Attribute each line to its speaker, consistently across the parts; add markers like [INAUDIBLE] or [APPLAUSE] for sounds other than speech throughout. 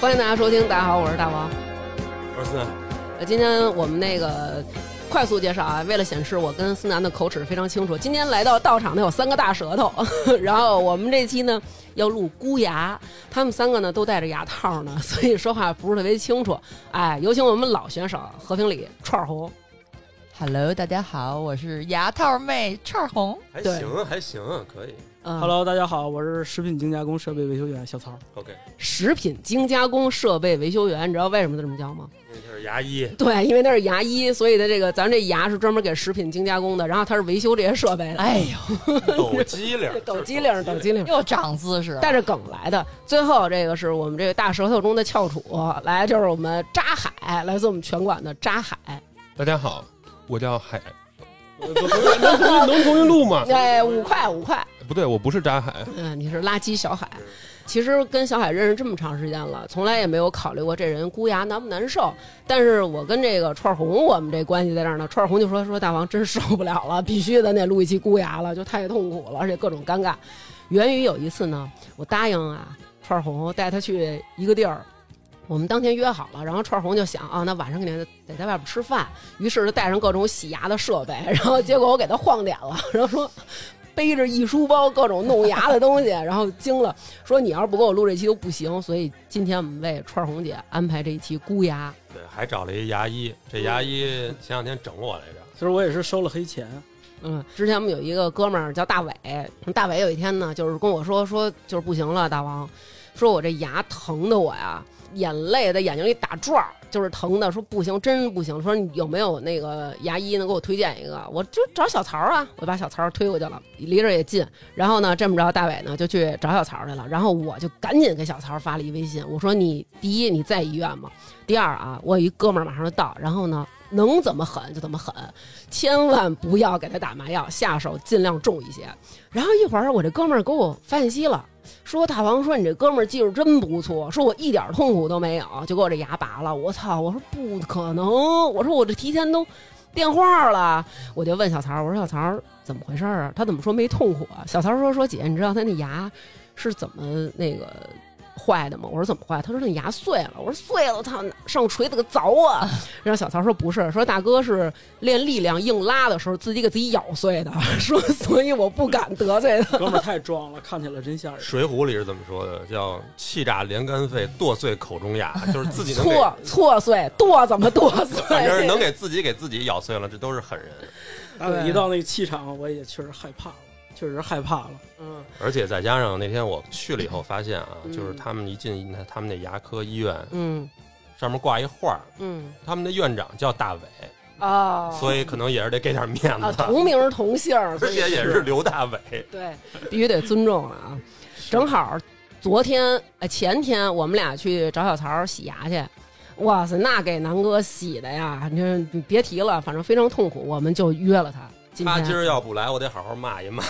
Speaker 1: 欢迎大家收听，大家好，我是大王。
Speaker 2: 二四，
Speaker 1: 呃，今天我们那个快速介绍啊，为了显示我跟思南的口齿非常清楚，今天来到道场的有三个大舌头， [LAUGHS] 然后我们这期呢要录箍牙，他们三个呢都戴着牙套呢，所以说话不是特别清楚。哎，有请我们老选手和平里串红，
Speaker 3: Hello，大家好，我是牙套妹串红。
Speaker 2: 还
Speaker 1: 对
Speaker 2: 行还行，可以。
Speaker 1: 嗯、
Speaker 4: Hello，大家好，我是食品精加工设备维修员小曹。
Speaker 2: OK，
Speaker 1: 食品精加工设备维修员，你知道为什么这么叫吗？
Speaker 2: 那就是
Speaker 1: [LAUGHS]
Speaker 2: 牙医，
Speaker 1: 对，因为那是牙医，所以的这个咱这牙是专门给食品精加工的，然后他是维修这些设备的，
Speaker 3: 哎呦，
Speaker 2: 抖机灵，
Speaker 1: 抖机灵，抖机灵。
Speaker 3: 又长姿势。
Speaker 1: 带着梗来的。最后这个是我们这个大舌头中的翘楚，来就是我们扎海，来自我们拳馆的扎海。
Speaker 5: 大家好，我叫海，
Speaker 2: [LAUGHS]
Speaker 5: 能重新能重新录吗？
Speaker 1: 哎，五块五块，
Speaker 5: 不对，我不是扎海，
Speaker 1: 嗯，你是垃圾小海。其实跟小海认识这么长时间了，从来也没有考虑过这人箍牙难不难受。但是我跟这个串儿红，我们这关系在这儿呢。串儿红就说说大王真受不了了，必须咱得录一期箍牙了，就太痛苦了，而且各种尴尬。源于有一次呢，我答应啊串儿红带他去一个地儿。我们当天约好了，然后串儿红就想啊，那晚上肯定得在外边吃饭，于是就带上各种洗牙的设备，然后结果我给他晃点了，然后说背着一书包各种弄牙的东西，然后惊了，说你要是不给我录这期都不行，所以今天我们为串儿红姐安排这一期箍牙，
Speaker 2: 对，还找了一牙医，这牙医前两天整我来着，
Speaker 4: 其实我也是收了黑钱， [LAUGHS]
Speaker 1: 嗯，之前我们有一个哥们儿叫大伟，大伟有一天呢，就是跟我说说就是不行了，大王，说我这牙疼的我呀，眼泪在眼睛里打转儿，就是疼的，说不行，真不行，说你有没有那个牙医能给我推荐一个？我就找小曹啊，我把小曹推过去了，离这儿也近。然后呢，这么着，大伟呢就去找小曹去了，然后我就赶紧给小曹发了一微信，我说你第一你在医院吗？第二啊，我有一哥们儿马上就到，然后呢。能怎么狠就怎么狠，千万不要给他打麻药，下手尽量重一些。然后一会儿我这哥们儿给我发信息了，说大王说你这哥们儿技术真不错，说我一点痛苦都没有，就给我这牙拔了。我操！我说不可能，我说我这提前都电话了，我就问小曹，我说小曹怎么回事儿啊？他怎么说没痛苦啊？小曹说说姐，你知道他那牙是怎么那个？坏的吗？我说怎么坏？他说那牙碎了。我说碎了，我操，上锤子给凿啊！ [LAUGHS] 然后小曹说不是，说大哥是 [LAUGHS] 练力量硬拉的时候自己给自己咬碎的，说所以我不敢得罪他。
Speaker 4: 哥们儿太壮了，看起来真吓人。
Speaker 2: 水浒》里是怎么说的？叫“气炸连肝肺，剁碎口中
Speaker 1: [LAUGHS]
Speaker 2: 牙”，就是自己能给，
Speaker 1: 错错碎剁怎么剁碎？
Speaker 2: [LAUGHS] 反正能给自己给自己咬碎了，这都是狠人。
Speaker 4: 大伟一到那个气场，我也确实害怕了，确实害怕了。
Speaker 1: 嗯
Speaker 2: 而且再加上那天我去了以后，发现啊，
Speaker 1: 嗯
Speaker 2: 就是他们一进他们那牙科医院，
Speaker 1: 嗯
Speaker 2: 上面挂一画儿，
Speaker 1: 嗯
Speaker 2: 他们的院长叫大伟，
Speaker 1: 啊，
Speaker 2: 所以可能也是得给点面
Speaker 1: 啊
Speaker 2: 子，
Speaker 1: 同名儿同姓儿，所
Speaker 2: 而
Speaker 1: 以
Speaker 2: [LAUGHS] 且也是刘大伟。
Speaker 1: 对，必须得尊重了啊！正好昨天呃前天我们俩去找小曹洗牙去，哇塞，那给南哥洗的呀，你这你别提了，反正非常痛苦，我们就约了他。今
Speaker 2: 他今
Speaker 1: 天
Speaker 2: 儿要不来，我得好好骂
Speaker 1: [LAUGHS]
Speaker 2: 一骂。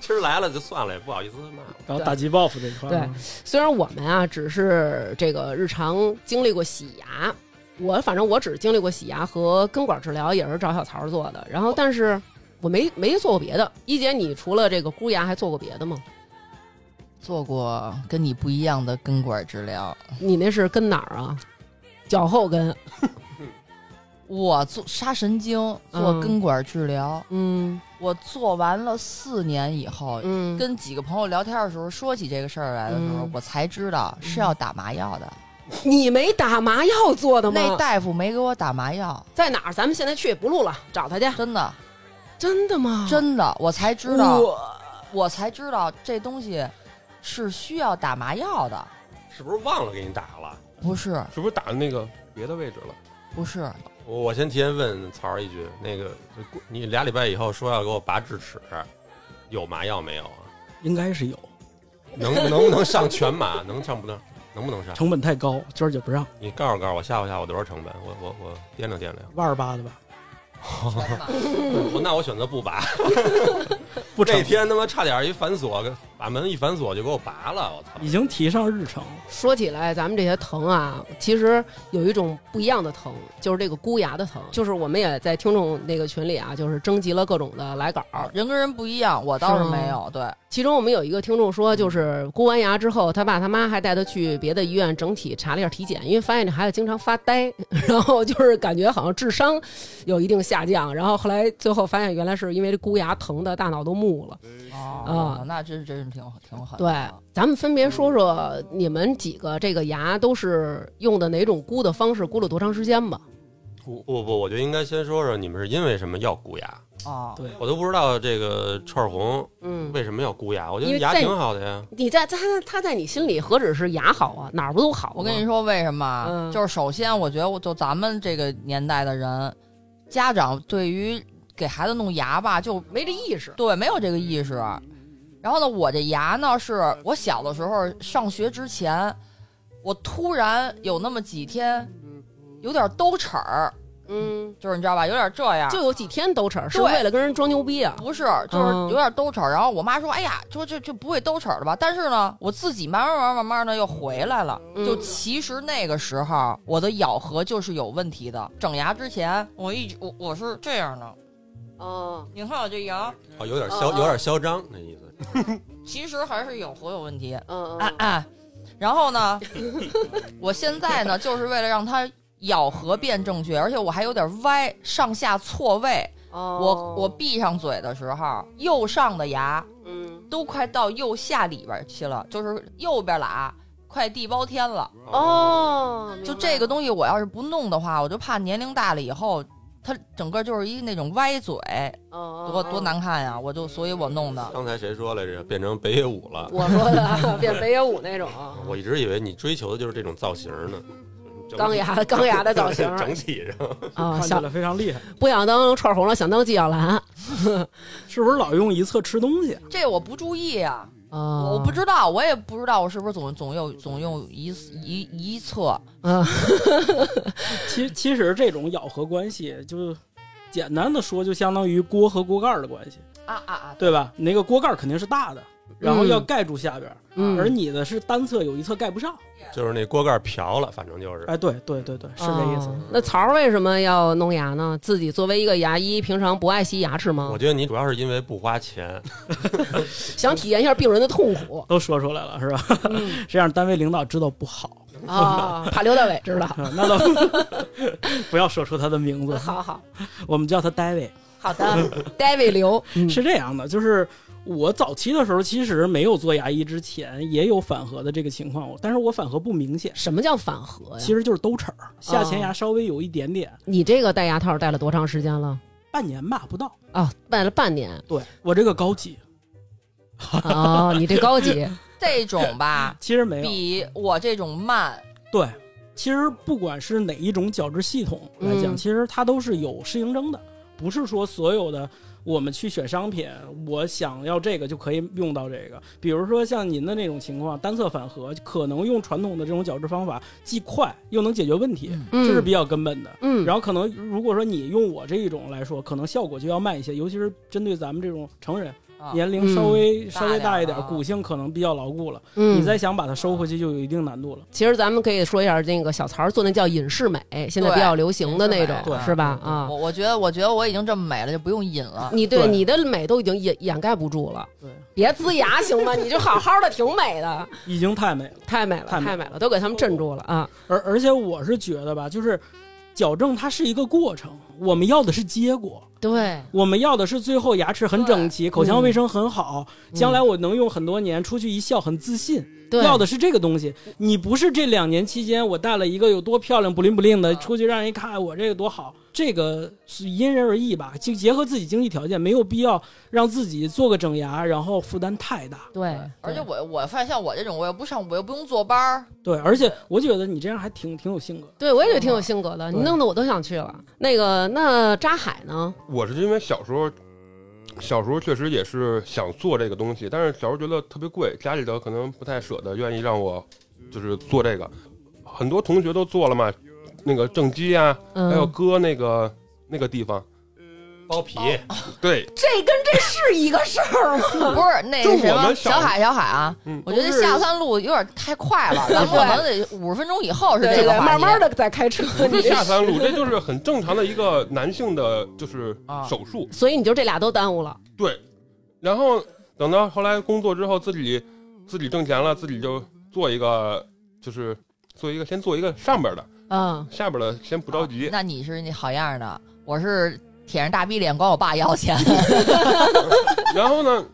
Speaker 2: 今儿来了就算了，也不好意思骂。
Speaker 4: 然后
Speaker 1: 对
Speaker 4: 打击报复这一块儿，
Speaker 1: 对虽然我们啊只是这个日常经历过洗牙，我反正我只经历过洗牙和根管治疗，也是找小曹做的。然后但是我没没做过别的。一姐，你除了这个箍牙还做过别的吗？
Speaker 3: 做过跟你不一样的根管治疗，
Speaker 1: 你那是跟哪儿啊？哦脚后跟。
Speaker 3: 我做杀神经，做
Speaker 1: 嗯
Speaker 3: 根管治疗。
Speaker 1: 嗯
Speaker 3: 我做完了四年以后，
Speaker 1: 嗯，
Speaker 3: 跟几个朋友聊天的时候说起这个事儿来的时候，
Speaker 1: 嗯
Speaker 3: 我才知道是要打麻药的。
Speaker 1: 你没打麻药做的
Speaker 3: 嗯那
Speaker 1: 吗？
Speaker 3: 大夫没给我打麻药，
Speaker 1: 在哪儿？咱们现在去不录了，找他去。
Speaker 3: 真的，
Speaker 1: 真的吗？
Speaker 3: 真的，我才知道，
Speaker 1: 我
Speaker 3: 我才知道这东西是需要打麻药的，
Speaker 2: 是不是忘了给你打了？
Speaker 3: 不是，
Speaker 5: 是不是打那个别的位置了？
Speaker 3: 不 [LAUGHS] 是，
Speaker 2: 我我先提前问曹儿一句，那个你俩礼拜以后说要给我拔智齿，有麻药没有啊？
Speaker 4: 应该是有，
Speaker 2: [LAUGHS] 能能不能上全麻？能上不能？能不能上？
Speaker 4: 成本太高，娟儿姐不让，
Speaker 2: 你告诉告诉我，吓唬吓唬我多少成本？我我我掂量掂量，
Speaker 4: 万儿八的吧？
Speaker 3: 全麻。
Speaker 1: 嗯
Speaker 2: 我那我选择不拔。
Speaker 4: 不成
Speaker 2: 这，天他妈差点一反锁，给把门一反锁就给我拔了，我操！
Speaker 4: 已经提上日程了。
Speaker 1: 说起来，咱们这些疼啊，其实有一种不一样的疼，就是这个箍牙的疼。就是我们也在听众那个群里啊，就是征集了各种的来稿，
Speaker 3: 啊人跟人不一样，我倒是
Speaker 1: 是吗
Speaker 3: 没有。对，
Speaker 1: 其中我们有一个听众说，就是箍完牙之后，他爸他妈还带他去别的医院整体查了一下体检，因为发现这孩子经常发呆， [LAUGHS] 然后就是感觉好像智商有一定下降，然后后来最后发现原来是因为这箍牙疼的大脑都木了。
Speaker 3: 哦，那真真是挺挺
Speaker 1: 嗯
Speaker 3: 狠。
Speaker 1: 对，咱们分别说说你们几个这个牙都是用的哪种箍的方式，箍了多长时间吧？
Speaker 2: 不不不，我觉得应该先说说你们是因为什么要箍牙，
Speaker 3: 哦，
Speaker 4: 对，
Speaker 2: 我都不知道这个串儿红
Speaker 1: 嗯，
Speaker 2: 为什么要箍牙，我觉
Speaker 1: 因
Speaker 2: 得
Speaker 1: 为
Speaker 2: 牙
Speaker 1: 在
Speaker 2: 挺好的呀。
Speaker 1: 你在他他在你心里何止是牙好啊，哪儿不都好？
Speaker 3: 我跟你，说为什么啊？
Speaker 1: 嗯
Speaker 3: 就是首先，我觉得我就咱们这个年代的人，家长对于给孩子弄牙吧，就
Speaker 1: 没这意识。
Speaker 3: 对没有这个意识。然后呢，我这牙呢，是我小的时候上学之前，我突然有那么几天有点兜齿儿，
Speaker 1: 嗯，
Speaker 3: 就是你知道吧，有点这样，
Speaker 1: 就有几天兜齿儿，是
Speaker 3: 对
Speaker 1: 为了跟人装牛逼啊？
Speaker 3: 不是，就是有点兜齿儿。然后我妈说：“哎呀，就就就不会兜齿儿了吧？”但是呢，我自己慢慢慢慢慢慢的又回来了。
Speaker 1: 嗯
Speaker 3: 就其实那个时候我的咬合就是有问题的。整牙之前，我一直我我是这样的，
Speaker 1: 哦，
Speaker 3: 你看我这牙
Speaker 2: 哦，有点
Speaker 1: 哦
Speaker 2: 嚣，
Speaker 1: 哦
Speaker 2: 有点嚣张那意思。
Speaker 3: 其实还是咬合有问题。
Speaker 1: 嗯
Speaker 3: 啊啊！然后呢， [LAUGHS] 我现在呢，就是为了让它咬合变正确，而且我还有点歪，上下错位。
Speaker 1: 哦
Speaker 3: 我我闭上嘴的时候，右上的牙
Speaker 1: 嗯
Speaker 3: 都快到右下里边去了，就是右边了啊，快地包天了。
Speaker 1: 哦，
Speaker 3: 就这个
Speaker 1: 东
Speaker 3: 东西，我要是不弄的话，我就怕年龄大了以后，它整个就是一那种歪嘴，多
Speaker 1: 哦多
Speaker 3: 多。难看呀！我就所以我弄的，
Speaker 2: 刚才谁说来着？变成北野武了？
Speaker 1: 我说的变北野武那种
Speaker 2: [LAUGHS] 我一直以为你追求的就是这种造型呢，整体
Speaker 1: 钢
Speaker 2: [LAUGHS]
Speaker 1: 牙钢牙的造型
Speaker 2: 整体上。
Speaker 1: 啊，
Speaker 4: 看起
Speaker 1: 想
Speaker 4: 来非常厉害，
Speaker 1: 不想当串红了，想当纪晓岚
Speaker 4: 是不是老用一侧吃东西？
Speaker 3: 这我不注意啊，
Speaker 1: 啊
Speaker 3: 我不知道，我也不知道我是不是总总有总用一一一侧，
Speaker 1: 啊，
Speaker 4: 其其实这种咬合关系，就简单的说，就相当于锅和锅盖儿的关系，
Speaker 3: 啊啊啊！
Speaker 4: 对吧？你那个锅盖儿肯定是大的，然后要盖住下边儿，而
Speaker 1: 嗯，
Speaker 4: 你的是单侧有一侧盖不上。
Speaker 2: 就是那锅盖瓢了，反正就是。
Speaker 4: 哎，对对对对，是这意思。
Speaker 1: 哦那曹儿为什么要弄牙呢？自己作为一个牙医，平常不爱惜牙齿吗
Speaker 2: 我？觉得你主要是因为不花钱，
Speaker 1: 想体验一下病人的痛苦
Speaker 4: [LAUGHS] 都说出来了是吧？
Speaker 1: 嗯
Speaker 4: [LAUGHS] 这样单位领导知道不好，啊
Speaker 1: 啊， [LAUGHS] 怕刘大伟知道。
Speaker 4: 那倒 [LAUGHS] 不要说出他的名字，
Speaker 1: 好好
Speaker 4: 我们叫他 David。
Speaker 1: 好的 [LAUGHS] ，David 刘，嗯
Speaker 4: 是这样的，就是我早期的时候，其实没有做牙医之前也有反颌的这个情况，但是我反颌不明显，
Speaker 1: 什么叫反颌呀？哦
Speaker 4: 其实就是兜齿儿，下前牙稍微有一点点，
Speaker 1: 你这个戴牙套戴了多长时间了？
Speaker 4: 半年吧不到。
Speaker 1: 啊，戴了半
Speaker 4: [LAUGHS]
Speaker 1: 年
Speaker 4: 对我这个高级，
Speaker 1: 哦，你这高
Speaker 4: [LAUGHS]
Speaker 1: 级，
Speaker 3: [LAUGHS] 这种吧
Speaker 4: 其实没有。
Speaker 3: 比我这种慢，
Speaker 4: 对，其实不管是哪一种矫治系统来讲，
Speaker 1: 嗯
Speaker 4: 其实它都是有适应症的，不是说所有的。我们去选商品，我想要这个就可以用到这个。比如说像您的那种情况，单侧反颌可能用传统的这种矫治方法，既快又能解决问题，
Speaker 1: 嗯
Speaker 4: 这是比较根本的。
Speaker 1: 嗯，
Speaker 4: 然后可能如果说你用我这一种来说，可能效果就要慢一些，尤其是针对咱们这种成人，
Speaker 3: 啊
Speaker 4: 年龄稍微、
Speaker 3: 嗯
Speaker 4: 稍微大一
Speaker 3: 大
Speaker 4: 点
Speaker 3: 点，了
Speaker 4: 骨性可能比较牢固了，
Speaker 1: 嗯
Speaker 4: 你再想把它收回去就有一定难度了。
Speaker 1: 其实咱们可以说一下那个小曹儿做那叫隐适美，现在
Speaker 3: 对
Speaker 1: 比较流行的那
Speaker 3: 隐适
Speaker 1: 种，
Speaker 4: 美
Speaker 1: 是吧？啊
Speaker 3: 我，我觉得我觉得我已经这么美了，就不用引了。
Speaker 1: 你对
Speaker 4: 对
Speaker 1: 你的美都已经掩掩盖不住了，
Speaker 4: 对，
Speaker 1: 别呲牙行吗？你就好好的，挺美的，
Speaker 4: 已经太美了。哦
Speaker 1: 太美了，
Speaker 4: [LAUGHS] 太美
Speaker 1: 太美了，都给他们镇住了啊！
Speaker 4: 而而且我是觉得吧，就是矫正它是一个过程，我们要的是结果，
Speaker 1: 对，
Speaker 4: 我们要的是最后牙齿很整齐，口腔卫生很好，将来我能用很多年，出去一笑很自信。
Speaker 1: 对，
Speaker 4: 要的是这个东西。你不是这两年期间我戴了一个有多漂亮、不灵不灵的，
Speaker 3: 嗯
Speaker 4: 出去让人一看哎我这个多好，这个是因人而异吧。就结合自己经济条件，没有必要让自己做个整牙，然后负担太大。
Speaker 1: 哎对，
Speaker 3: 而且我我发现像我这种，我又不上，我又不用坐
Speaker 1: [LAUGHS]
Speaker 3: 班儿，
Speaker 4: 对，而且我觉得你这样还挺挺有性格的。
Speaker 1: 对我也觉得挺有性格的，
Speaker 4: 对
Speaker 1: 你弄得我都想去了。那个，那扎海呢？
Speaker 5: 我是因为小时候，小时候确实也是想做这个东西，但是小时候觉得特别贵，家里头可能不太舍得，愿意让我就是做这个。很多同学都做了嘛，那个正畸啊，还有
Speaker 1: 嗯
Speaker 5: 割那个那个地方，
Speaker 2: 包皮，
Speaker 1: 哦
Speaker 5: 对，
Speaker 1: 这跟这是一个事儿吗？
Speaker 3: 不是那
Speaker 5: 就
Speaker 3: 个什
Speaker 5: 我
Speaker 3: 么
Speaker 5: 们小
Speaker 3: 小海小海啊，
Speaker 5: 嗯
Speaker 3: 我觉得下三路有点太快
Speaker 5: [LAUGHS]
Speaker 3: 了，咱们可能得五十分钟以后是
Speaker 1: 对
Speaker 3: 这
Speaker 1: 对
Speaker 3: 个
Speaker 1: 对，
Speaker 3: 话题
Speaker 1: 慢慢的在开车，
Speaker 5: 不
Speaker 1: 你
Speaker 5: 是
Speaker 1: 这
Speaker 5: 下三路，这就是很正常的一个男性的就是
Speaker 3: 啊
Speaker 5: 手术。
Speaker 1: 所以你就这俩都耽误了。
Speaker 5: 对，然后等到后来工作之后，自己自己挣钱了，自己就做一个，就是做一个先做一个上边的，
Speaker 1: 嗯，
Speaker 5: 下边的先不着急。
Speaker 3: 啊那你是那好样的，我是舔着大逼脸管我爸要
Speaker 5: [LAUGHS]
Speaker 3: 钱，
Speaker 5: 然后呢，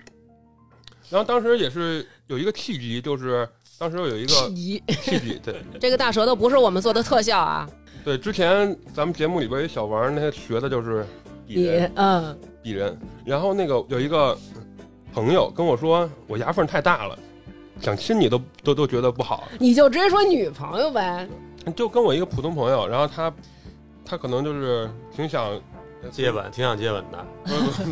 Speaker 5: 然后当时也是有一个契机，就是当时有一个
Speaker 1: 急。
Speaker 5: 契机，对
Speaker 1: 这个大舌头不是我们做的特效啊，
Speaker 5: 对，之前咱们节目里边有小王儿那些学的就是比
Speaker 1: 你
Speaker 5: 人
Speaker 1: 嗯，
Speaker 5: 比人，然后那个有一个朋友跟我说，我牙缝太大了。想亲你都都都觉得不好，
Speaker 1: 你就直接说女朋友呗。
Speaker 5: 就跟我一个普通朋友，然后他他可能就是挺想
Speaker 2: 接，吻，挺想接吻的。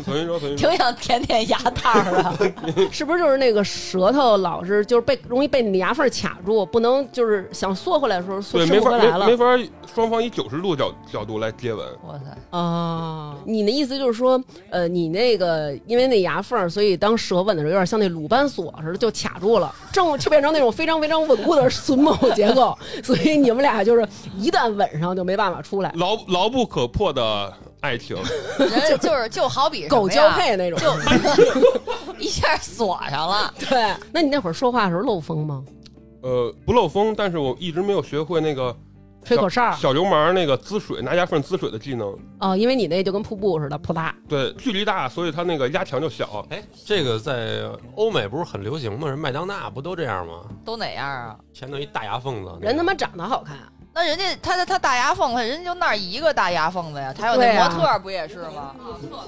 Speaker 5: 重新说，重新说，
Speaker 3: 挺想舔舔牙套
Speaker 5: [LAUGHS]
Speaker 3: 的。
Speaker 1: 是不是就是那个舌头老是就是被容易被你牙缝卡住，不能就是想缩回来的时候缩
Speaker 5: 对，
Speaker 1: 伸
Speaker 5: 没
Speaker 1: 不回
Speaker 5: 法
Speaker 1: 来了
Speaker 5: 没没法，双方以九十度角角度来接吻，
Speaker 3: 哇塞，
Speaker 1: 啊？你的意思就是说，呃，你那个因为那牙缝，所以当舌吻的时候有点像那鲁班锁似的，就卡住了，正就变成那种非常非常稳固的 [LAUGHS] 榫卯结构，所以你们俩就是一旦吻上就没办法出来，
Speaker 5: 牢牢不可破的爱情。 [LAUGHS]
Speaker 3: 人就是就好比什么
Speaker 1: 狗
Speaker 3: 呀
Speaker 1: 交，配那种。
Speaker 3: [LAUGHS] 一下锁上了。
Speaker 1: [LAUGHS] 对，那你那会儿说话的时候漏风吗？
Speaker 5: 呃，不漏风，但是我一直没有学会那个
Speaker 1: 吹口哨儿
Speaker 5: 小流氓那个滋水拿牙缝滋水的技能。
Speaker 1: 哦，因为你那就跟瀑布似的，扑嗒。
Speaker 5: 对，距离大，所以他那个压强就小。
Speaker 2: 哎，这个在欧美不是很流行吗？人麦当娜不都这样吗？
Speaker 3: 都哪样啊？
Speaker 2: 前头一大牙缝子，
Speaker 1: 人他妈长得好看，
Speaker 3: 那人家他他他大牙缝子，人家就那儿一个大牙缝子呀，他有那
Speaker 1: 对啊
Speaker 3: 模特儿不也是吗？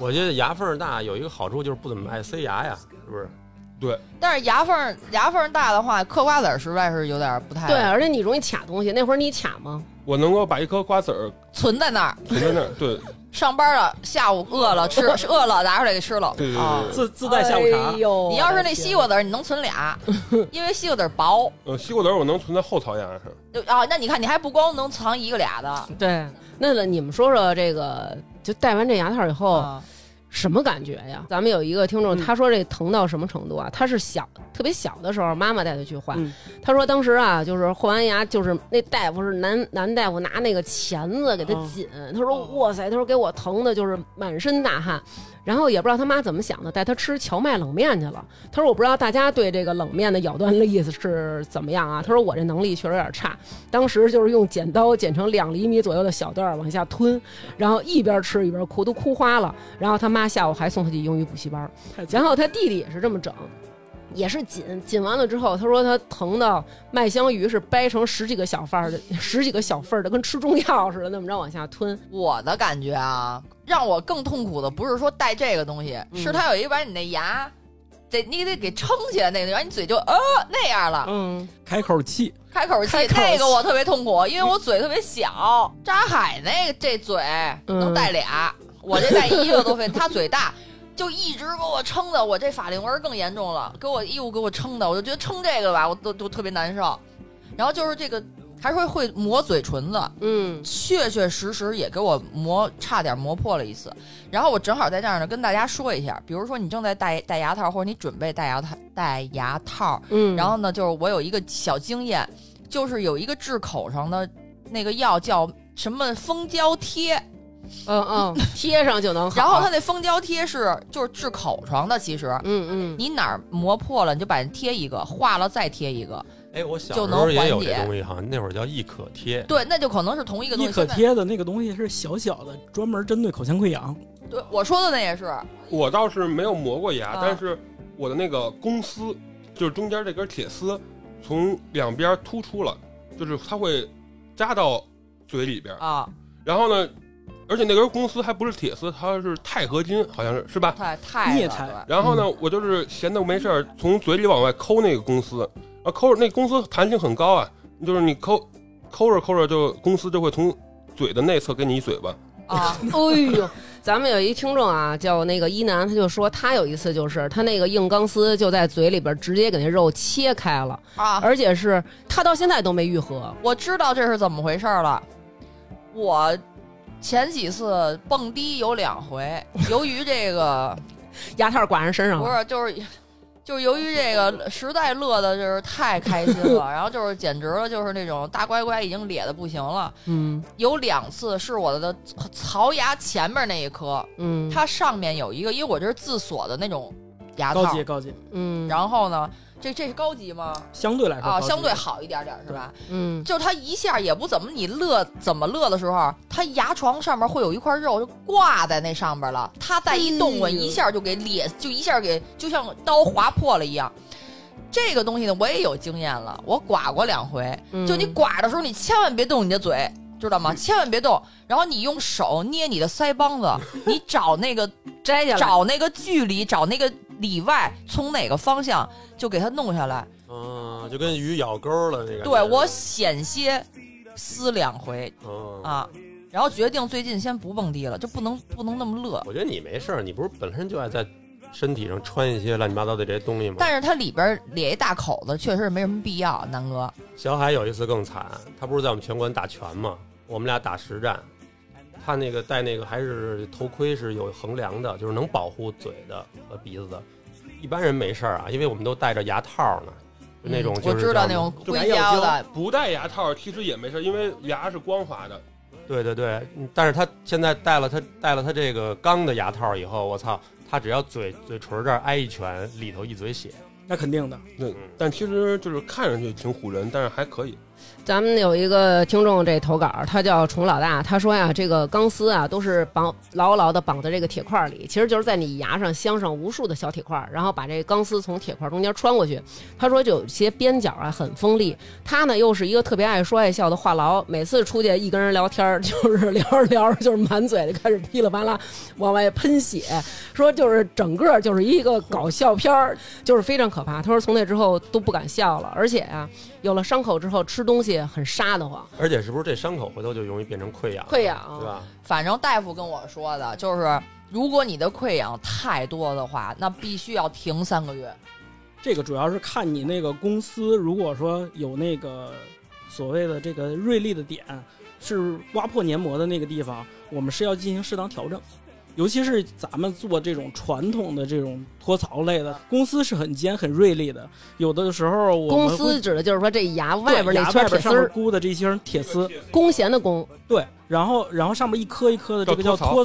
Speaker 2: 我觉得牙缝儿大有一个好处就是不怎么爱塞牙呀，是不是？
Speaker 3: 但是牙缝儿牙缝儿大的话，嗑瓜子儿实在是有点不太
Speaker 1: 对，啊而且你容易卡东西。那会儿你卡吗？
Speaker 5: 我能够把一颗瓜子儿
Speaker 3: 存在那儿。
Speaker 5: 存在
Speaker 3: [LAUGHS]
Speaker 5: 那儿，对
Speaker 3: 上班了，下午饿了
Speaker 1: [LAUGHS]
Speaker 3: 吃，是饿了拿出来给吃了。
Speaker 5: 对对
Speaker 3: 啊
Speaker 5: 对对。
Speaker 4: 自自带下午茶
Speaker 1: 哎。呦
Speaker 3: 你要是那西瓜，子儿，你能存俩，
Speaker 1: [LAUGHS]
Speaker 3: 因为西瓜子儿薄。
Speaker 5: 呃，西瓜子儿我能存在后槽牙上。
Speaker 3: 就啊，那你看你还不光能藏一个俩的，
Speaker 1: 对，那了你们说说这个，就戴完这牙套以后、
Speaker 3: 啊
Speaker 1: 什么感觉呀？咱们有一个听众，
Speaker 4: 嗯
Speaker 1: 他说这疼到什么程度啊？他是小特别小的时候，妈妈带他去换，
Speaker 4: 嗯
Speaker 1: 他说当时啊，就是换完牙，就是那大夫是男男大夫拿那个钳子给他紧，
Speaker 4: 哦
Speaker 1: 他说哇塞，他说给我疼的就是满身大汗。然后也不知道他妈怎么想的，带他吃荞麦冷面去了。他说：“我不知道大家对这个冷面的咬断力是怎么样啊？”他说：“我这能力确实有点差，当时就是用剪刀剪成两厘米左右的小段儿往下吞，然后一边吃一边哭，都哭花了。然后他妈下午还送他去英语补习班儿，
Speaker 4: 太
Speaker 1: 然后他弟弟也是这么整，也是紧紧完了之后，他说他疼到麦香鱼是掰成十几个小份儿的， [LAUGHS] 十几个小份儿的，跟吃中药似的，那么着往下吞。
Speaker 3: 我的感觉啊，让我更痛苦的不是说戴这个东西，
Speaker 1: 嗯
Speaker 3: 是它有一把你那牙，得你得给撑起来那个，然后你嘴就呃那样了，
Speaker 1: 嗯，
Speaker 4: 开口气，
Speaker 3: 开口气
Speaker 1: 开口气
Speaker 3: 那个我特别痛苦，因为我嘴特别小。扎海那个这嘴
Speaker 1: 嗯
Speaker 3: 能带俩，我这带一个都费，他嘴大。就一直给我撑的，我这法令纹更严重了，给我义务给我撑的，我就觉得撑这个吧，我都都特别难受。然后就是这个，还说会磨嘴唇子，
Speaker 1: 嗯，
Speaker 3: 确确实实也给我磨，差点磨破了一次。然后我正好在这儿呢，跟大家说一下，比如说你正在戴戴牙套，或者你准备戴牙套戴牙套，
Speaker 1: 嗯，
Speaker 3: 然后呢，就是我有一个小经验，就是有一个治口上的那个药叫什么蜂胶贴，
Speaker 1: 嗯嗯，贴上就能好。
Speaker 3: 然后它那蜂胶贴是就是治口上的，其实。
Speaker 1: 嗯嗯，
Speaker 3: 你哪儿磨破了，你就把它贴一个，化了再贴一个。
Speaker 2: 哎，我小
Speaker 3: 就
Speaker 2: 时
Speaker 3: 能
Speaker 2: 候也有
Speaker 3: 缓解
Speaker 2: 这东西哈，那会儿叫易可贴，
Speaker 3: 对，那就可能是同一个东
Speaker 4: 易
Speaker 3: 西。
Speaker 4: 可贴的那个东西是小小的，专门针对口腔溃疡。
Speaker 3: 现在，对我说的那也是。
Speaker 5: 我倒是没有磨过牙，
Speaker 3: 啊
Speaker 5: 但是我的那个公丝，就是中间这根铁丝，从两边突出了，就是它会扎到嘴里边。
Speaker 3: 啊，
Speaker 5: 然后呢，而且那根公丝还不是铁丝，它是钛合金，好像是是吧？
Speaker 3: 太太
Speaker 4: 孽
Speaker 3: 了
Speaker 4: 财
Speaker 3: 对
Speaker 5: 然后呢，我就是闲的没事儿，从嘴里往外抠那个公丝，啊，抠着那公丝弹性很高啊，就是你抠抠着抠着就公丝就会从嘴的内侧给你一嘴巴。
Speaker 3: 啊，
Speaker 1: 哎呦，咱们有一听众啊，叫那个一楠，他就说他有一次就是他那个硬钢丝就在嘴里边直接给那肉切开了，
Speaker 3: 啊，
Speaker 1: 而且是他到现在都没愈合。
Speaker 3: 我知道这是怎么回事儿了。我前几次蹦迪有两回，由于这个
Speaker 1: 牙套挂人身
Speaker 4: 嗯
Speaker 1: 上
Speaker 3: 不
Speaker 1: 了，
Speaker 3: 是就是。就是由于这个实在乐的，就是太开心
Speaker 4: [LAUGHS]
Speaker 3: 了，然后就是简直了，就是那种大乖乖已经咧的不行了。
Speaker 1: 嗯
Speaker 3: 有两次是我的槽牙前面那一颗，
Speaker 1: 嗯，
Speaker 3: 它上面有一个，因为我这是自锁的那种牙
Speaker 4: 高
Speaker 3: 套
Speaker 4: 级。高级，
Speaker 1: 嗯，
Speaker 3: 然后呢，这这是高级吗？
Speaker 4: 相对来说
Speaker 1: 哦
Speaker 3: 啊，
Speaker 4: 高级
Speaker 3: 相对好一点点是吧？
Speaker 1: 嗯
Speaker 3: 就是它一下也不怎么，你乐怎么乐的时候，它牙床上面会有一块肉就挂在那上边了，它再一动我
Speaker 1: 哎呦
Speaker 3: 一下就给裂，就一下给就像刀划破了一样。这个东西呢，我也有经验了，我刮过两回。
Speaker 1: 嗯
Speaker 3: 就你刮的时候，你千万别动你的嘴，知道吗？千万别动。然后你用手捏你的腮帮子，你找那个
Speaker 1: 摘 [LAUGHS] 下来，
Speaker 3: 找那个距离，找那个里外，从哪个方向就给它弄下来。
Speaker 2: 嗯，就跟鱼咬钩了那个。
Speaker 3: 对我险些撕两回
Speaker 2: 嗯，
Speaker 3: 啊，然后决定最近先不蹦迪了，就不能不能那么乐。
Speaker 2: 我觉得你没事儿，你不是本身就爱在身体上穿一些乱七八糟的这些东西吗？
Speaker 3: 但是它里边咧一大口子，确实没什么必要，南哥。
Speaker 2: 小海有一次更惨，他不是在我们拳馆打拳吗？我们俩打实战，他那个戴那个还是头盔是有衡量的，就是能保护嘴的和鼻子的。一般人没事儿啊，因为我们都戴着牙套呢，就那种
Speaker 3: 嗯
Speaker 2: 就
Speaker 3: 我
Speaker 2: 是
Speaker 3: 知
Speaker 2: 叫
Speaker 3: 道
Speaker 2: 什
Speaker 3: 那
Speaker 2: 么
Speaker 3: 种
Speaker 5: 就
Speaker 3: 硅胶的，
Speaker 5: 不戴牙套其实也没事，因为牙是光滑的。
Speaker 2: 对对对，嗯但是他现在戴了他戴了他这个钢的牙套以后，我操，他只要嘴嘴唇这儿挨一拳，里头一嘴血。
Speaker 4: 那肯定的，
Speaker 5: 对，但其实就是看上去挺唬人，但是还可以。
Speaker 1: 咱们有一个听众这投稿，他叫虫老大，他说呀，这个钢丝啊都是绑牢牢的绑在这个铁块里，其实就是在你牙上镶上无数的小铁块，然后把这钢丝从铁块中间穿过去。他说有些边角啊很锋利，他呢又是一个特别爱说爱笑的话痨，每次出去一跟人聊天儿，就是聊着聊着就是满嘴就开始噼里啪啦往外喷血，说就是整个就是一个搞笑片儿，就是非常可怕。他说从那之后都不敢笑了，而且啊有了伤口之后吃东西很沙得慌，
Speaker 2: 而且是不是这伤口回头就容易变成溃疡？
Speaker 1: 溃疡
Speaker 2: 对吧？
Speaker 3: 反正大夫跟我说的就是，如果你的溃疡太多的话，那必须要停三个月。
Speaker 4: 这个主要是看你那个公司，如果说有那个所谓的这个锐利的点是刮破黏膜的那个地方，我们是要进行适当调整。尤其是咱们做这种传统的这种托槽类
Speaker 1: 嗯
Speaker 4: 的，公司是很尖很锐利的，有的时候我
Speaker 1: 公
Speaker 4: 们
Speaker 1: 司
Speaker 4: 会
Speaker 1: 指的就是说这牙外边
Speaker 4: 对
Speaker 1: 那
Speaker 4: 牙
Speaker 1: 圈
Speaker 4: 外
Speaker 1: 铁
Speaker 4: 边
Speaker 1: 丝
Speaker 4: 上面
Speaker 1: 儿，
Speaker 4: 箍的这圈铁丝，
Speaker 1: 弓弦的弓，
Speaker 4: 对，然后然后上面一颗一颗的，这个叫
Speaker 5: 叫托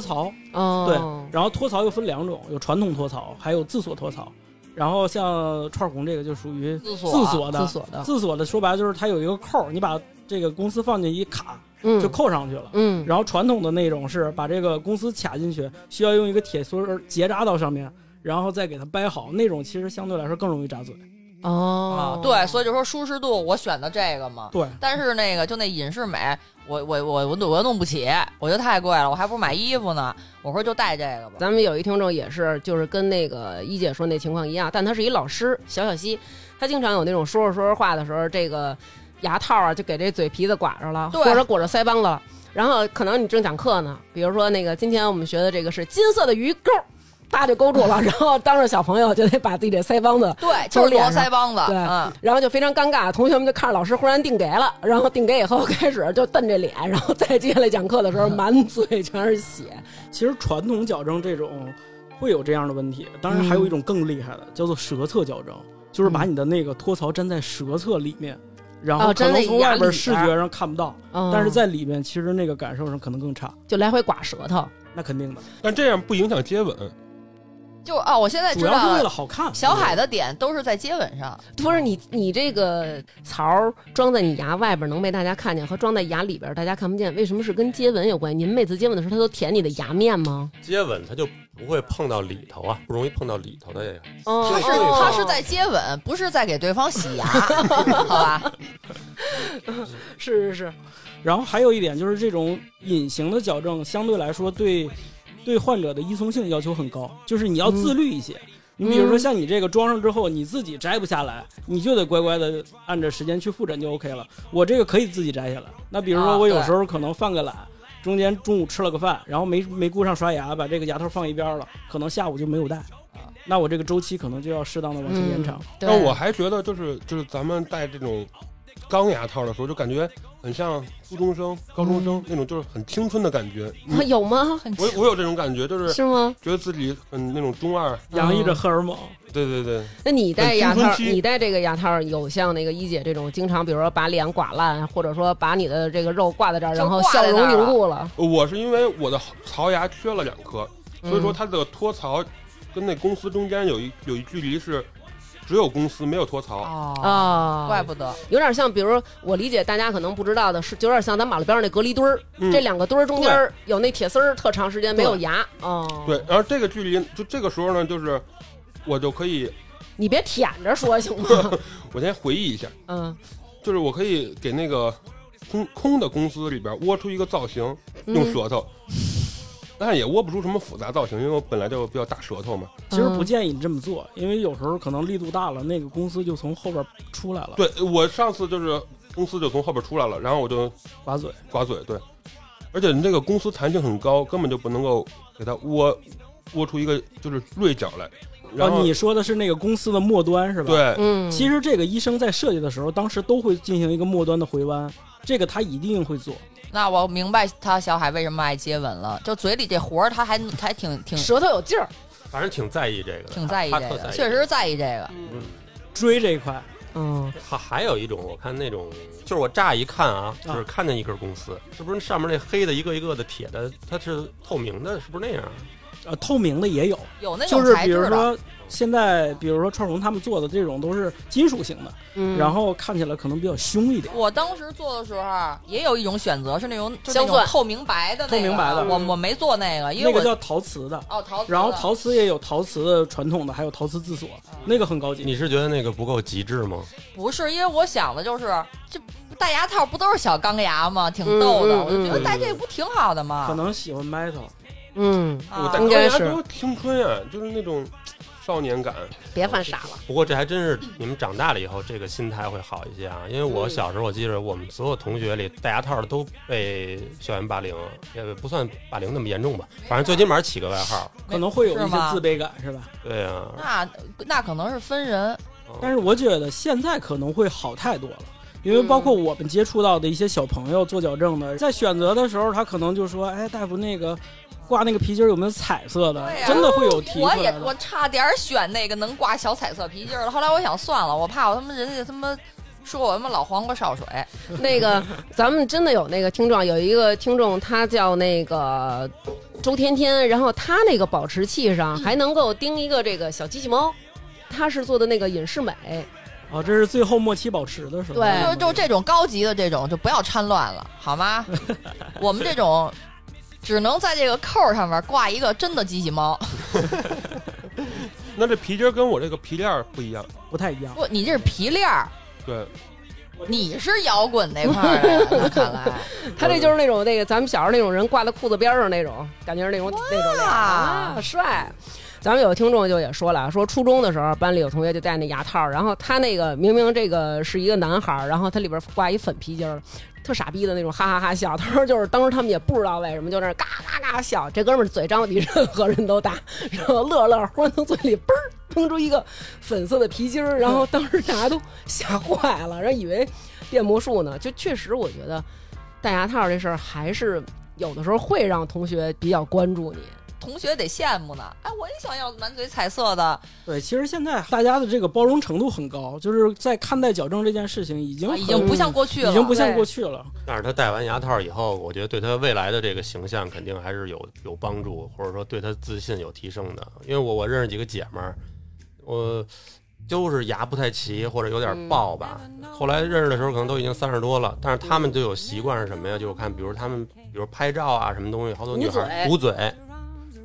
Speaker 4: 托
Speaker 5: 槽
Speaker 4: 槽，
Speaker 1: 哦，
Speaker 4: 然后托槽又分两种，有传统托槽，还有自锁托槽。然后像串红这个就属于
Speaker 3: 自锁，
Speaker 4: 自锁的，
Speaker 1: 自锁啊的，
Speaker 4: 自锁的说白了就是它有一个扣儿，你把这个公司放进一卡
Speaker 1: 嗯，
Speaker 4: 就扣上去了。
Speaker 1: 嗯，
Speaker 4: 然后传统的那种是把这个公司卡进去，需要用一个铁丝儿结扎到上面，然后再给它掰好。那种其实相对来说更容易扎嘴。
Speaker 1: 哦
Speaker 3: 啊，，对，所以就说舒适度，我选的这个嘛。
Speaker 4: 对，
Speaker 3: 但是那个就那隐适美，我我我我我弄不起，我觉得太贵了，我还不如买衣服呢。我说就带这个吧。
Speaker 1: 咱们有一听众也是，就是跟那个一姐说那情况一样，但她是一老师，小小西，她经常有那种说着说着话的时候，这个牙套啊就给这嘴皮子刮着了，
Speaker 3: 对
Speaker 1: 或者裹着腮帮子了。然后可能你正讲课呢，比如说那个今天我们学的这个是金色的鱼钩，啪就勾住 [LAUGHS] 了，然后当着小朋友就得把自己这腮帮子，
Speaker 3: 对，就是
Speaker 1: 脸
Speaker 3: 罗
Speaker 1: 上
Speaker 3: 腮帮子，
Speaker 1: 对
Speaker 3: 嗯，
Speaker 1: 然后就非常尴尬，同学们就看着老师忽然定给了，然后定给以后开始就瞪着脸，然后再接下来讲课的时候满嘴全是血，
Speaker 4: 其实传统矫正这种会有这样的问题，当然还有一种更厉害的，叫做舌侧矫正，就是把你的那个托槽粘在舌侧里面，然后
Speaker 1: 哦
Speaker 4: 可
Speaker 1: 粘在
Speaker 4: 能从
Speaker 1: 牙
Speaker 4: 外边
Speaker 1: 里
Speaker 4: 视
Speaker 1: 边儿
Speaker 4: 觉上看不到，
Speaker 1: 嗯
Speaker 4: 但是在里面其实那个感受上可能更差。
Speaker 1: 就来回刮舌头。
Speaker 4: 那肯定的，
Speaker 5: 但这样不影响接吻，
Speaker 3: 就啊，我现
Speaker 1: 哎
Speaker 3: 在
Speaker 4: 主
Speaker 3: 知
Speaker 4: 要是
Speaker 3: 道
Speaker 4: 为了
Speaker 3: 了。
Speaker 4: 好看。
Speaker 3: 小海的点都是在接吻上，
Speaker 1: 不是你，你这个槽儿装在你牙外边能被大家看见，和装在牙里边大家看不见，为什么是跟接吻有关系？您每次接吻的时候，他都舔你的牙面吗？
Speaker 2: 接吻它就不会碰到里头啊，不容易碰到里头的这个。
Speaker 1: 哦
Speaker 3: 他是
Speaker 1: 哦
Speaker 3: 他是在接吻，不是在给对方洗牙，好吧？
Speaker 1: 是是是，
Speaker 4: 然后还有一点就是，这种隐形的矫正相对来说对对患者的依从性要求很高，就是你要自律一些。你比如说像你这个装上之后，你自己摘不下来，你就得乖乖的按着时间去复诊就 OK 了。我这个可以自己摘下来。那比如
Speaker 3: 啊
Speaker 4: 说我有
Speaker 3: 对
Speaker 4: 时候可能犯个懒，中间中午吃了个饭，然后没没顾上刷牙，把这个牙套放一边了，可能下午就没有戴。啊那我这个周期可能就要适当的往前延长。
Speaker 1: 嗯对
Speaker 5: 但我还觉得就是就是咱们戴这种刚牙套的时候，就感觉很像初中生、高中生那种，就是很青春的感觉。
Speaker 1: 啊 [LAUGHS] 有吗？
Speaker 3: 很
Speaker 5: 我我有这种感觉，就是
Speaker 1: 是吗？
Speaker 5: 觉得自己很那种中二。
Speaker 1: 嗯
Speaker 4: 洋溢着荷尔蒙。
Speaker 5: 对对对，
Speaker 1: 那你戴
Speaker 5: 很
Speaker 1: 牙
Speaker 5: 青春
Speaker 1: 套，
Speaker 5: 期
Speaker 1: 你戴这个牙套有像那个一姐这种经常，比如说把脸刮烂，或者说把你的这个肉挂在这儿，
Speaker 3: 就
Speaker 1: 然后
Speaker 3: 挂
Speaker 1: 笑
Speaker 3: 在那
Speaker 1: 容
Speaker 3: 儿
Speaker 1: 凝
Speaker 3: 了
Speaker 1: 固了，
Speaker 5: 我是因为我的槽牙缺了两颗，所以说
Speaker 1: 嗯
Speaker 5: 它的托槽跟那公司中间有一有一距离是只有公司没有托槽。
Speaker 3: 哦，
Speaker 1: 啊，
Speaker 3: 怪不得
Speaker 1: 有点像，比如我理解大家可能不知道的是，就有点像咱马路边上那隔离墩儿，
Speaker 5: 嗯
Speaker 1: 这两个墩儿中间儿有那铁丝儿，特长时间没有牙。哦，
Speaker 5: 对，，然后这个距离就这个时候呢，就是我就可以，
Speaker 1: 你别舔着说行吗？
Speaker 4: [LAUGHS]
Speaker 5: 我先回忆一下，
Speaker 1: 嗯，
Speaker 5: 就是我可以给那个空空的公司里边窝出一个造型，
Speaker 1: 嗯
Speaker 5: 用舌头，但是也窝不出什么复杂造型，因为我本来就比较大舌头嘛。
Speaker 4: 其实
Speaker 3: 嗯
Speaker 4: 不建议你这么做，因为有时候可能力度大了，那个公司就从后边出来了，
Speaker 5: 对我上次就是公司就从后边出来了，然后我就
Speaker 4: 刮嘴。
Speaker 5: 刮嘴，对，而且你这个公司弹性很高，根本就不能够给它窝窝出一个就是锐角来。然后、
Speaker 4: 哦，你说的是那个公司的末端是吧？。
Speaker 5: 对，
Speaker 1: 嗯，
Speaker 4: 其实这个医生在设计的时候，当时都会进行一个末端的回弯，这个他一定会做。
Speaker 3: 那我明白他小海为什么爱接吻了，就嘴里这活儿，他还还挺挺
Speaker 1: 舌头有劲儿。
Speaker 2: 反正挺在意这个的，
Speaker 3: 挺在意
Speaker 2: 他
Speaker 3: 这
Speaker 2: 特在
Speaker 3: 个，
Speaker 2: 意
Speaker 3: 确实在意这个。
Speaker 4: 追这一块，
Speaker 1: 嗯，
Speaker 2: 还还有一种，我看那种就是我乍一看啊，就是
Speaker 3: 嗯
Speaker 2: 看见一根公司，是不是上面那黑的一个一个的铁的，它是透明的，是不是那样？啊
Speaker 4: 呃，透明的也有，
Speaker 3: 有那
Speaker 4: 就
Speaker 3: 种
Speaker 4: 是
Speaker 3: 材
Speaker 4: 比
Speaker 3: 质
Speaker 4: 如
Speaker 3: 的，
Speaker 4: 说现在，比如说创融他们做的这种都是金属型的，
Speaker 1: 嗯
Speaker 4: 然后看起来可能比较凶一点。
Speaker 3: 我当时做的时候啊也有一种选择是那种就是那
Speaker 1: 镶钻
Speaker 3: 种透明白的那个，
Speaker 4: 透明白的
Speaker 3: 我
Speaker 1: 嗯
Speaker 3: 我没做那个，因
Speaker 4: 那
Speaker 3: 为
Speaker 4: 个
Speaker 3: 我
Speaker 4: 叫陶瓷的，
Speaker 3: 哦陶瓷的，
Speaker 4: 然后陶瓷也有陶瓷的传统的，还有陶瓷自锁，
Speaker 3: 嗯
Speaker 4: 那个很高级。
Speaker 2: 你是觉得那个不够极致吗？
Speaker 3: 不是，因为我想的就是这戴牙套不都是小钢牙吗？挺逗的，
Speaker 1: 嗯嗯嗯
Speaker 3: 我就觉得戴这个不挺好的吗？
Speaker 4: 可能喜欢 metal，
Speaker 1: 嗯，
Speaker 5: 我
Speaker 3: 啊
Speaker 5: 戴
Speaker 1: 应
Speaker 5: 高
Speaker 1: 该
Speaker 5: 牙
Speaker 1: 是
Speaker 5: 多青春啊，就是那种少年感。
Speaker 1: 别犯傻了。
Speaker 2: 不过这还真是你们长大了以后，这个心态会好一些啊。因为
Speaker 3: 嗯
Speaker 2: 我小时候，我记着我们所有同学里戴牙套的都被校园霸凌，也不算霸凌那么严重吧，反正最起码起个外号。
Speaker 4: 可能会有一
Speaker 3: 是
Speaker 4: 些
Speaker 3: 吗
Speaker 4: 自卑感，是吧？
Speaker 2: 对啊，
Speaker 3: 那那可能是分
Speaker 4: 啊
Speaker 3: 人，
Speaker 2: 嗯
Speaker 4: 但是我觉得现在可能会好太多了。因为包括
Speaker 3: 嗯
Speaker 4: 我们接触到的一些小朋友做矫正的，在选择的时候，他可能就说：“哎，大夫，那个挂那个皮筋儿有没有彩色的
Speaker 3: 对？”呀
Speaker 4: 真的会有提出
Speaker 3: 我
Speaker 4: 来
Speaker 3: 也
Speaker 4: 的。
Speaker 3: 我差点选那个能挂小彩色皮筋儿的，后来我想算了，我怕我他妈人家他妈说我他妈老黄瓜烧水，
Speaker 1: 那个，咱们真的有那个听众，啊有一个听众，他叫那个周天天，然后他那个保持器上
Speaker 4: 嗯
Speaker 1: 还能够钉一个这个小机器猫，他是做的那个隐适美，
Speaker 4: 啊，这是最后末期保持的时候。
Speaker 1: 对
Speaker 3: 就就这种高级的这种就不要掺乱了，好吗？我们这种只能在这个扣儿上面挂一个真的机器猫，
Speaker 5: 那这皮筋儿跟我这个皮链儿不一样，
Speaker 4: 不太一样。
Speaker 3: 不，你这是皮链儿，
Speaker 5: 对，
Speaker 3: 你是摇滚那块儿的，那看来。
Speaker 1: [LAUGHS] 他这就是那种那个咱们小时候那种人挂在裤子边上那种感觉是那种那种脸啊，帅。咱们有听众就也说了，说初中的时候班里有同学就戴那牙套，然后他那个明明这个是一个男孩儿，然后他里边挂一粉皮筋儿，特傻逼的那种哈哈哈笑。他说就是当时他们也不知道为什么就那儿嘎嘎嘎笑，这哥们儿嘴张的比任何人都大，然后乐乐忽然从嘴里嘣儿喷出一个粉色的皮筋儿，然后当时大家都吓坏了，然后以为变魔术呢。就确实我觉得戴牙套这事儿还是有的时候会让同学比较关注你。
Speaker 3: 同学得羡慕呢。哎，我也想要满嘴彩色的，
Speaker 4: 对，其实现在大家的这个包容程度很高，就是在看待矫正这件事情已经
Speaker 3: 啊
Speaker 4: 很
Speaker 3: 已经不像过去了，
Speaker 4: 已经不像
Speaker 1: 对
Speaker 4: 过去了。
Speaker 2: 但是他戴完牙套以后，我觉得对他未来的这个形象肯定还是有有帮助，或者说对他自信有提升的。因为我我认识几个姐们儿，我就是牙不太齐或者有点龅吧。后来认识的时候可能都已经三十多了，但是他们就有习惯是什么呀？就是看，比如他们比如拍照啊什么东西，好多女孩捂嘴。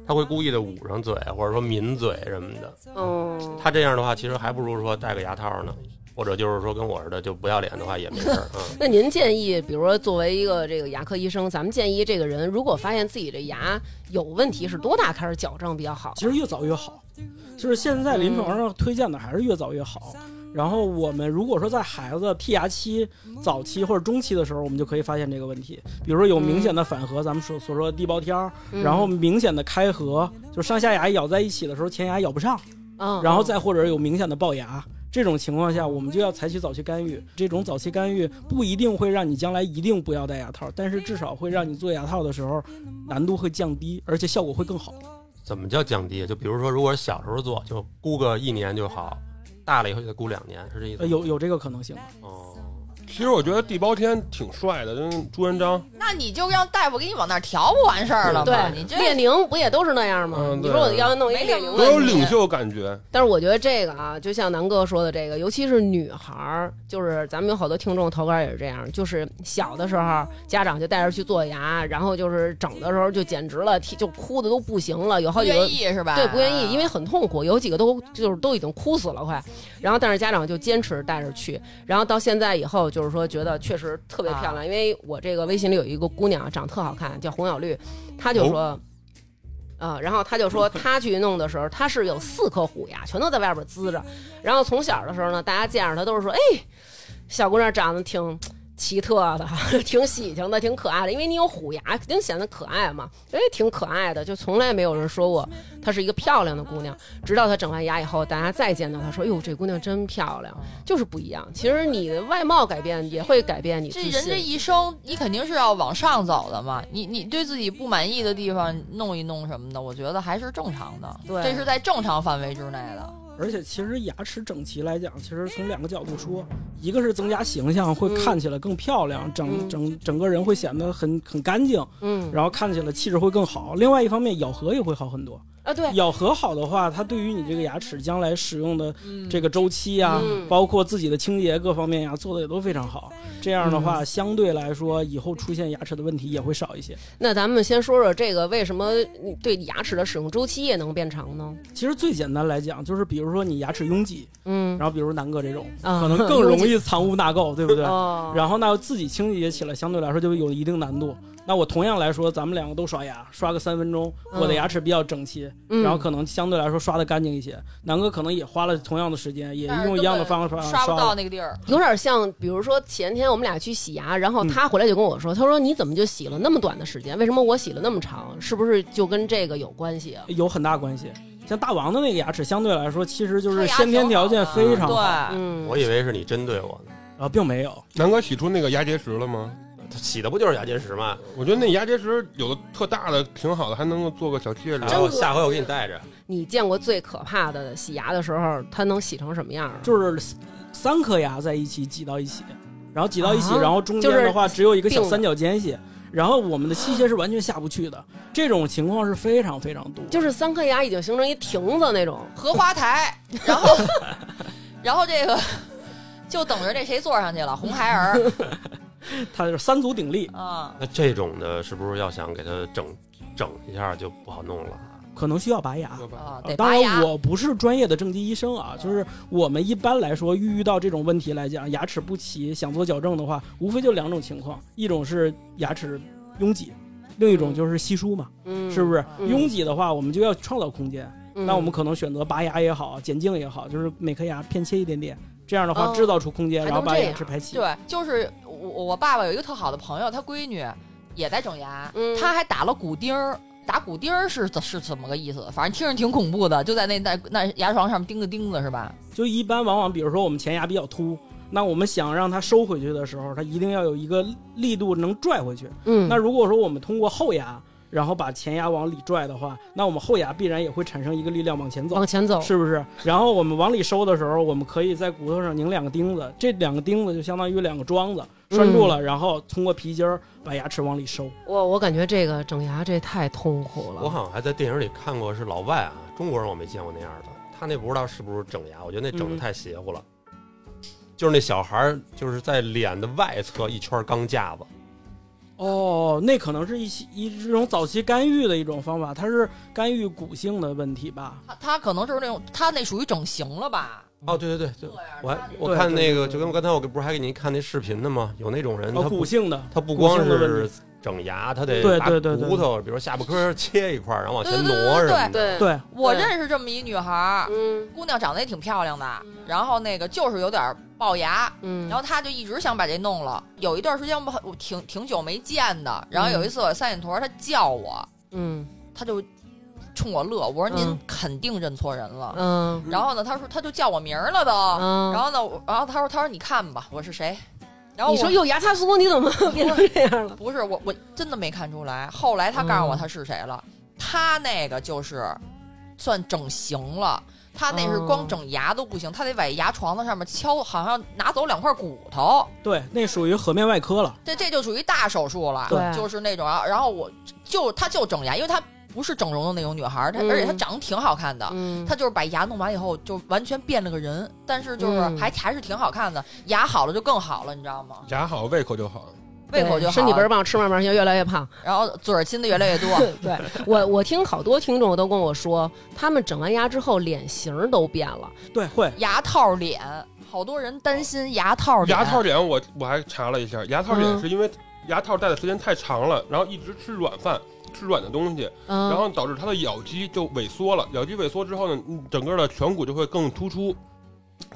Speaker 2: 她会故意的捂上嘴，或者说抿嘴什么的。
Speaker 1: 嗯，
Speaker 2: 她这样的话，其实还不如说戴个牙套呢，或者就是说跟我似的，就不要脸的话也没事儿啊。嗯
Speaker 1: 那您建议，比如说作为一个这个牙科医生，咱们建议这个人如果发现自己这牙有问题，是多大开始矫正比较好？
Speaker 4: 其实越早越好，就是现在临床上推荐的还是越早越好。然后我们如果说在孩子剔牙期早期或者中期的时候，我们就可以发现这个问题，比如说有明显的反颌，咱们所所说的地包天儿，
Speaker 1: 嗯
Speaker 4: 然后，明显的开合，就上下牙咬在一起的时候前牙咬不上，
Speaker 1: 嗯，
Speaker 4: 然后再或者有明显的龅牙，这种情况下，我们就要采取早期干预。这种早期干预不一定会让你将来一定不要戴牙套，但是至少会让你做牙套的时候难度会降低，而且效果会更好。
Speaker 2: 怎么叫降低？就比如说，如果是小时候做，就估个一年就好，大了以后就得估两年，是这意思
Speaker 4: 呃
Speaker 2: 吗？
Speaker 4: 有有这个可能性吗？
Speaker 2: 哦，
Speaker 5: 其实我觉得地包天挺帅的，跟朱元璋，
Speaker 3: 那你就让大夫给你往那儿调不完事儿了吗？
Speaker 1: 对，
Speaker 3: 你这
Speaker 1: 列宁不也都是那样吗？
Speaker 5: 嗯
Speaker 1: 你
Speaker 5: 对
Speaker 1: 说我要弄一
Speaker 3: 没
Speaker 1: 列
Speaker 3: 什么
Speaker 1: 宁
Speaker 5: 多
Speaker 1: 的
Speaker 5: 有
Speaker 3: 问题
Speaker 5: 领袖感觉。
Speaker 1: 但是我觉得这个啊，就像南哥说的这个，尤其是女孩儿，就是咱们有好多听众投稿也是这样，就是小的时候家长就带着去做牙，然后就是整的时候就简直了，替就哭的都不行了，有好
Speaker 3: 不
Speaker 1: 几个
Speaker 3: 愿意是吧？嗯
Speaker 1: 对不愿意，因为很痛苦，有几个都就是都已经哭死了快，然后但是家长就坚持带着去，然后到现在以后就是说觉得确实特别漂亮，
Speaker 3: 啊
Speaker 1: 因为我这个微信里有一个姑娘长得特好看，叫洪小绿，她就说。啊、然后她就说，她去弄的时候，她是有四颗虎牙，全都在外边滋着。然后从小的时候呢，大家见着她都是说，哎，小姑娘长得挺奇特的， [LAUGHS] 挺喜庆的，挺可爱的，因为你有虎牙，肯定显得可爱嘛。哎，挺可爱的，就从来没有人说过她是一个漂亮的姑娘。直到她整完牙以后，大家再见到她说：“哎哟，这姑娘真漂亮。”就是不一样。其实你的外貌改变也会改变你自
Speaker 3: 这人这
Speaker 1: 信。
Speaker 3: 一生，你肯定是要往上走的嘛。你你对自己不满意的地方弄一弄什么的，我觉得还是正常的。
Speaker 1: 对
Speaker 3: 这是在正常范围之内的。
Speaker 4: 而且其实牙齿整齐来讲，其实从两个角度说，一个是增加形象，会
Speaker 1: 嗯
Speaker 4: 看起来更漂亮，整
Speaker 1: 嗯
Speaker 4: 整整个人会显得很很干净，
Speaker 1: 嗯
Speaker 4: 然后看起来气质会更好。另外一方面，咬合也会好很多。
Speaker 1: 啊，对，
Speaker 4: 咬合好的话，它对于你这个牙齿将来使用的这个周期呀、
Speaker 1: 嗯
Speaker 4: 包括自己的清洁各方面呀、做的也都非常好。这样的话，相对来说，以后出现牙齿的问题也会少一些。
Speaker 1: 那咱们先说说这个为什么你对牙齿的使用周期也能变长呢？
Speaker 4: 其实最简单来讲，就是比如说你牙齿拥挤，
Speaker 1: 嗯，
Speaker 4: 然后比如南哥这种，
Speaker 1: 啊
Speaker 4: 可能
Speaker 1: [LAUGHS]
Speaker 4: 更容易藏污纳垢，对不对？
Speaker 1: 哦，
Speaker 4: 然后呢，自己清洁起来相对来说就有一定难度。那我同样来说，咱们两个都刷牙，刷个三分钟，
Speaker 1: 嗯
Speaker 4: 我的牙齿比较整齐，
Speaker 1: 嗯
Speaker 4: 然后可能相对来说刷的干净一些。南哥可能也花了同样的时间，也用一样的方法
Speaker 3: 刷不到
Speaker 4: 了。
Speaker 3: 那个地儿。
Speaker 1: 有点像，比如说前天我们俩去洗牙，然后他回来就跟我说，他说你怎么就洗了那么短的时间？为什么我洗了那么长？是不是就跟这个有关系啊？
Speaker 4: 有很大关系。像大王的那个牙齿，相对来说其实就
Speaker 3: 他
Speaker 4: 是
Speaker 3: 牙
Speaker 4: 先天
Speaker 3: 挺
Speaker 4: 条
Speaker 3: 好
Speaker 4: 件
Speaker 3: 的
Speaker 4: 非常好，啊，
Speaker 3: 对，
Speaker 1: 嗯，
Speaker 2: 我以为是你针对我呢。
Speaker 4: 并没有。
Speaker 5: 南哥洗出那个牙结石了吗？
Speaker 2: 他洗的不就是牙结石吗？
Speaker 5: 我觉得那牙结石有的特大的，挺好的，还能够做个小戒指。啊
Speaker 2: 然后下回我给你带着。
Speaker 1: 你见过最可怕的洗牙的时候，它能洗成什么样啊？
Speaker 4: 就是三颗牙在一起挤到一起，然后挤到一起，
Speaker 1: 啊
Speaker 4: 然后中间
Speaker 1: 就是
Speaker 4: 的话只有一个小
Speaker 1: 并了
Speaker 4: 三角间隙，然后我们的器械是完全下不去的。这种情况是非常非常多，
Speaker 1: 就是三颗牙已经形成一亭子那种，
Speaker 3: 荷花台，然后 [LAUGHS] 然后这个就等着这谁坐上去了，红孩儿
Speaker 4: 它是三足鼎立，
Speaker 3: 啊。
Speaker 2: 那这种的，是不是要想给它整整一下就不好弄了？
Speaker 4: 可能需要拔
Speaker 1: 嗯
Speaker 4: 牙。
Speaker 3: 啊，
Speaker 4: 呃
Speaker 3: 得
Speaker 4: 当
Speaker 3: 拔牙
Speaker 4: 然，。我不是专业的正畸医生啊，就是我们一般来说遇到这种问题来讲，牙齿不齐想做矫正的话，无非就两种情况，一种是牙齿拥挤，另一种就是稀疏嘛，
Speaker 1: 嗯，
Speaker 4: 是不
Speaker 1: 是？
Speaker 4: 是？
Speaker 1: 嗯
Speaker 4: 拥挤的话，我们就要创造空间，那我
Speaker 1: 嗯
Speaker 4: 们可能选择拔牙也好，减净也好，就是每颗牙偏切一点点，这样的话
Speaker 1: 哦
Speaker 4: 制造出空间，
Speaker 1: 还
Speaker 4: 然
Speaker 1: 能
Speaker 4: 后把
Speaker 1: 这
Speaker 4: 牙
Speaker 1: 样
Speaker 4: 齿排齐。
Speaker 3: 对，就是我我爸爸有一个特好的朋友，他闺女也在整牙，
Speaker 1: 嗯
Speaker 3: 他还打了骨钉儿。打骨钉儿是是怎么个意思？反正听着挺恐怖的，就在那那那牙床上面钉个钉子是吧？
Speaker 4: 就一般往往，比如说我们前牙比较凸，那我们想让它收回去的时候，它一定要有一个力度能拽回去。
Speaker 1: 嗯，
Speaker 4: 那如果说我们通过后牙，然后把前牙往里拽的话，那我们后牙必然也会产生一个力量往前走
Speaker 1: 往。前走，
Speaker 4: 是不是？然后我们往里收的时候，我们可以在骨头上拧两个钉子，这两个钉子就相当于两个桩子
Speaker 1: 嗯
Speaker 4: 拴住了，然后通过皮筋儿把牙齿往里收。
Speaker 1: 我我感觉这个整牙这太痛苦了。
Speaker 2: 我好像还在电影里看过，是老外啊，中国人我没见过那样的。他那不知道是不是整牙，我觉得那整的
Speaker 4: 嗯
Speaker 2: 太邪乎了。就是那小孩儿，就是在脸的外侧一圈钢架子，
Speaker 4: 哦，那可能是一些一这种早期干预的一种方法，它是干预骨性的问题吧？
Speaker 3: 他他可能就是那种他那属于整形了吧？
Speaker 2: 哦，对对对，就我还我
Speaker 4: 对
Speaker 2: 看
Speaker 4: 对
Speaker 2: 那
Speaker 4: 对
Speaker 2: 个，
Speaker 4: 对
Speaker 2: 就跟我刚才我不是还给您看那视频的吗？有那种人，
Speaker 4: 哦，
Speaker 2: 他
Speaker 4: 骨
Speaker 2: 不
Speaker 4: 性的，
Speaker 2: 他不
Speaker 4: 骨性
Speaker 2: 光
Speaker 4: 的问
Speaker 2: 是
Speaker 4: 题
Speaker 2: 整牙，他得
Speaker 4: 对
Speaker 2: 把
Speaker 4: 对对对
Speaker 2: 骨头，比如下巴颏儿切一块儿，然后往前
Speaker 3: 对对对
Speaker 2: 挪什么的。
Speaker 1: 对，
Speaker 4: 对，
Speaker 3: 我
Speaker 1: 对
Speaker 3: 认识这么一女孩儿，
Speaker 1: 嗯
Speaker 3: 姑娘长得也挺漂亮的，然后那个就是有点龅牙，
Speaker 1: 嗯，
Speaker 3: 然后他就一直想把这弄了。有一段时间不我挺挺久没见的，然后有一次我三里屯，他叫我，
Speaker 1: 嗯
Speaker 3: 他就冲我乐，我说您
Speaker 1: 嗯
Speaker 3: 肯定认错人了。
Speaker 1: 嗯
Speaker 3: 然后呢，他说他就叫我名儿了都。
Speaker 1: 嗯，
Speaker 3: 然后呢，我然后他说他说你看吧，我是谁？然后
Speaker 1: 你说
Speaker 3: 我
Speaker 1: 又牙擦苏，你怎么 [LAUGHS] 变成这样了？
Speaker 3: 不是我，我真的没看出来。后来他告诉我
Speaker 1: 嗯
Speaker 3: 他是谁了，他那个就是算整形了。他那是光
Speaker 1: 哦
Speaker 3: 整牙都不行，他得往牙床子上面敲，好像拿走两块骨头。
Speaker 4: 对，那属于颌面外科了。
Speaker 3: 这这就属于大手术了，
Speaker 1: 对
Speaker 3: 就是那种啊。然后我就她就整牙，因为她不是整容的那种女孩儿，她、
Speaker 1: 嗯
Speaker 3: 而且她长得挺好看的。
Speaker 1: 嗯，
Speaker 3: 她就是把牙弄完以后，就完全变了个人，但是就是
Speaker 1: 嗯
Speaker 3: 还、还是挺好看的，牙好了就更好了，你知道吗？
Speaker 5: 牙好，胃口就好。
Speaker 3: 胃口
Speaker 1: 对
Speaker 3: 就好
Speaker 1: 身体倍
Speaker 3: 了，
Speaker 1: 儿棒，吃嘛嘛香，越来越胖。
Speaker 3: 然后嘴儿亲的越来越多。
Speaker 1: [LAUGHS] 对我，我听好多听众都跟我说，他们整完牙之后脸型儿都变了。
Speaker 4: 对，会
Speaker 3: 牙套脸，好多人担心牙套脸。
Speaker 5: 牙套脸我我还查了一下，牙套脸
Speaker 1: 嗯
Speaker 5: 是因为牙套戴的时间太长了，然后一直吃软饭。吃软的东西，
Speaker 1: 嗯，
Speaker 5: 然后导致它的咬肌就萎缩了。咬肌萎缩之后呢，嗯整个的颧骨就会更突出，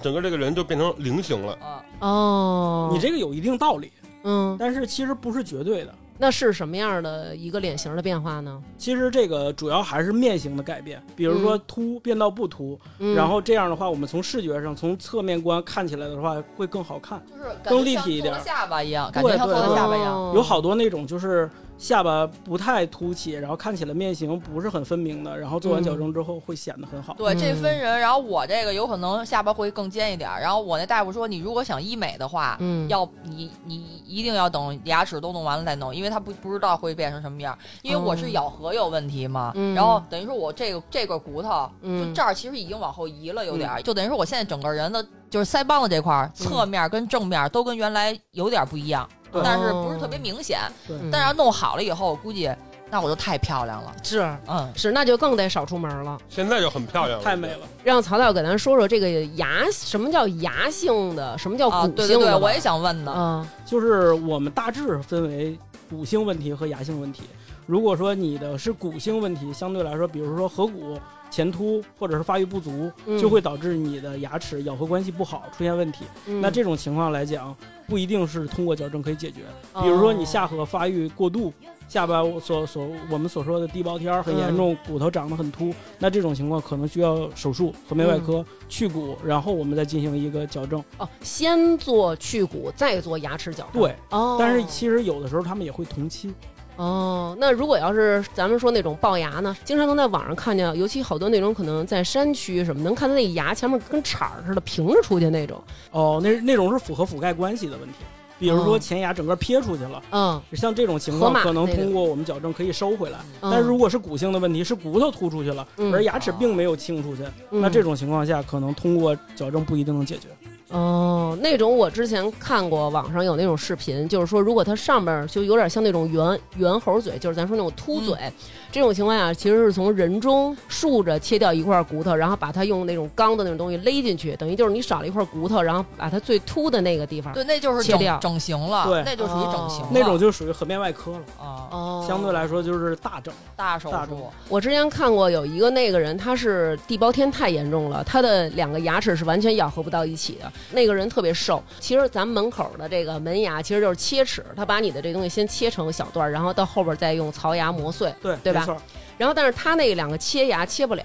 Speaker 5: 整个这个人就变成菱形了。
Speaker 3: 嗯，
Speaker 1: 哦，
Speaker 4: 你这个有一定道理，
Speaker 1: 嗯，
Speaker 4: 但是其实不是绝对的。
Speaker 1: 那是什么样的一个脸型的变化呢？
Speaker 4: 其实这个主要还是面型的改变，比如说
Speaker 1: 嗯
Speaker 4: 凸变到不凸，
Speaker 1: 嗯、
Speaker 4: 然后这样的话，我们从视觉上从侧面观看起来的话会更好看。
Speaker 3: 就是感觉
Speaker 4: 更立
Speaker 3: 像
Speaker 4: 体一
Speaker 3: 做
Speaker 4: 点
Speaker 3: 了下巴一样，
Speaker 4: 对
Speaker 3: 感觉像做
Speaker 4: 对
Speaker 3: 了
Speaker 4: 对
Speaker 3: 下巴一样。
Speaker 1: 哦
Speaker 4: 有好多那种就是下巴不太凸起，然后看起来面型不是很分明的，然后做完矫正之后会显得很好。
Speaker 3: 对，这
Speaker 1: 嗯
Speaker 3: 分人。然后我这个有可能下巴会更尖一点儿。然后我那大夫说，你如果想医美的话，
Speaker 1: 嗯
Speaker 3: 要你你一定要等牙齿都弄完了再弄，因为他不不知道会变成什么样儿。因为我
Speaker 1: 哦
Speaker 3: 是咬合有问题嘛，
Speaker 1: 嗯
Speaker 3: 然后等于说我这个这个骨头，
Speaker 1: 嗯
Speaker 3: 就这儿其实已经往后移了，有点儿，就等于说我现在整个人的就是腮帮子这块儿，
Speaker 1: 嗯
Speaker 3: 侧面跟正面都跟原来有点儿不一样，
Speaker 4: 对
Speaker 3: 但是不是特别明显。
Speaker 1: 哦嗯，
Speaker 3: 但是要弄好了以后，我估计那我就太漂亮了。
Speaker 1: 是
Speaker 3: 嗯，
Speaker 1: 是，那就更得少出门了。
Speaker 5: 现在就很漂亮了，
Speaker 4: 太美了，
Speaker 1: 让曹导给咱说说这个牙，什么叫牙性的，什么叫
Speaker 3: 啊，
Speaker 1: 骨
Speaker 3: 对对
Speaker 1: 性的吧、
Speaker 3: 对，我也想问呢。
Speaker 1: 嗯
Speaker 4: 就是我们大致分为骨性问题和牙性问题。如果说你的是骨性问题，相对来说，比如说颌骨前凸或者是发育不足，
Speaker 1: 嗯
Speaker 4: 就会导致你的牙齿咬合关系不好，出现问题。
Speaker 1: 嗯
Speaker 4: 那这种情况来讲，不一定是通过矫正可以解决。比如
Speaker 1: 哦
Speaker 4: 说你下颌发育过度，下巴我所所我们所说的地包天儿很严
Speaker 1: 嗯
Speaker 4: 重，骨头长得很凸，那这种情况可能需要手术，颌面外
Speaker 1: 嗯
Speaker 4: 科去骨，然后我们再进行一个矫正。
Speaker 1: 哦，先做去骨，再做牙齿矫正。
Speaker 4: 对，
Speaker 1: 哦，
Speaker 4: 但是其实有的时候他们也会同期。
Speaker 1: 哦，那如果要是咱们说那种龅牙呢，经常能在网上看见，尤其好多那种可能在山区什么，能看到那牙前面跟铲儿似的平着出去那种。
Speaker 4: 哦，那那种是符合覆盖关系的问题，比如说前牙整个撇出去了。
Speaker 1: 嗯，
Speaker 4: 像这种情
Speaker 1: 河
Speaker 4: 况，
Speaker 1: 哦马
Speaker 4: 可能
Speaker 1: 那个
Speaker 4: 通过我们矫正可以收回来。
Speaker 1: 嗯
Speaker 4: 但如果是骨性的问题，是骨头突出去了，
Speaker 1: 嗯
Speaker 4: 而牙齿并没有清出去，
Speaker 1: 嗯
Speaker 4: 那这种情况下，可能通过矫正不一定能解决。
Speaker 1: 哦，那种我之前看过网上有那种视频，就是说如果它上边儿就有点像那种圆圆猴嘴，就是咱说那种凸嘴，
Speaker 4: 嗯
Speaker 1: 这种情况下其实是从人中竖着切掉一块骨头，然后把它用那种钢的那种东西勒进去，等于就是你少了一块骨头，然后把它最凸的那个地方。
Speaker 3: 对，那就是
Speaker 1: 切掉
Speaker 3: 整整形了，
Speaker 4: 对
Speaker 3: 那就属于整形了
Speaker 1: 哦
Speaker 4: 那种就属于颌面外科了，
Speaker 3: 啊，
Speaker 1: 哦，
Speaker 4: 相对来说就是大整。
Speaker 3: 大手
Speaker 4: 大
Speaker 3: 术
Speaker 4: 众，
Speaker 1: 我之前看过有一个那个人，他是地包天太严重了，他的两个牙齿是完全咬合不到一起的。那个人特别瘦，其实咱们门口的这个门牙其实就是切齿，他把你的这东西先切成小段儿，然后到后边再用槽牙磨碎。
Speaker 4: 对，
Speaker 1: 对吧
Speaker 4: 没错，
Speaker 1: 然后但是他那两个切牙切不了，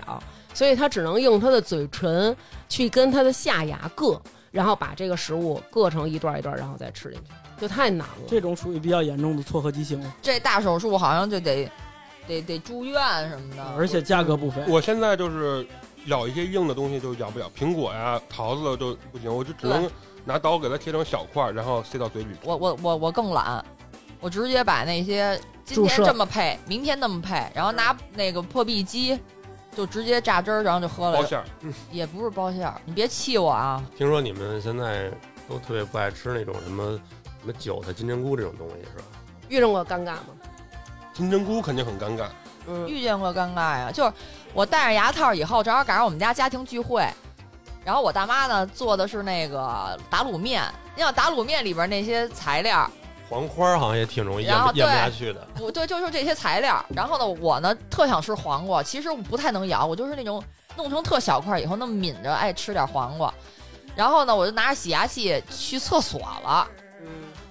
Speaker 1: 所以他只能用他的嘴唇去跟他的下牙硌，然后把这个食物硌成一段一段，然后再吃进去，就太难了。
Speaker 4: 这种属于比较严重的错颌畸
Speaker 1: 哦
Speaker 4: 形了，
Speaker 3: 这大手术好像就得得得住院什么的，
Speaker 4: 而且价格不
Speaker 2: 嗯
Speaker 4: 菲。
Speaker 5: 我现在就是咬一些硬的东西就咬不了，苹果呀、桃子就不行，我就只能拿刀给它切成小块儿，然后塞到嘴里。
Speaker 3: 我我我我更懒，我直接把那些今
Speaker 1: 注
Speaker 3: 天
Speaker 1: 射
Speaker 3: 这么配，明天那么配，然后拿那个破壁机就直接榨汁儿，然后就喝
Speaker 5: 包
Speaker 3: 了，
Speaker 5: 馅儿，
Speaker 3: 也不是包馅儿，你别气我啊！
Speaker 2: 听说你们现在都特别不爱吃那种什么什么韭菜、金针菇这种东西是吧？
Speaker 1: 遇上过尴尬吗？
Speaker 5: 金针菇肯定很尴尬。
Speaker 1: 嗯
Speaker 3: 遇见过尴尬呀，就是我戴上牙套以后，正好赶上我们家家庭聚会，然后我大妈呢做的是那个打卤面，你想打卤面里边那些材料，
Speaker 2: 黄花好像也挺容易咽
Speaker 3: 然后
Speaker 2: 不咽不
Speaker 3: 对
Speaker 2: 下去的。
Speaker 3: 不对，就是这些材料。然后呢，我呢特想吃黄瓜，其实我不太能咬，我就是那种弄成特小块儿以后那么抿着爱吃点黄瓜。然后呢，我就拿着洗牙器去厕所了，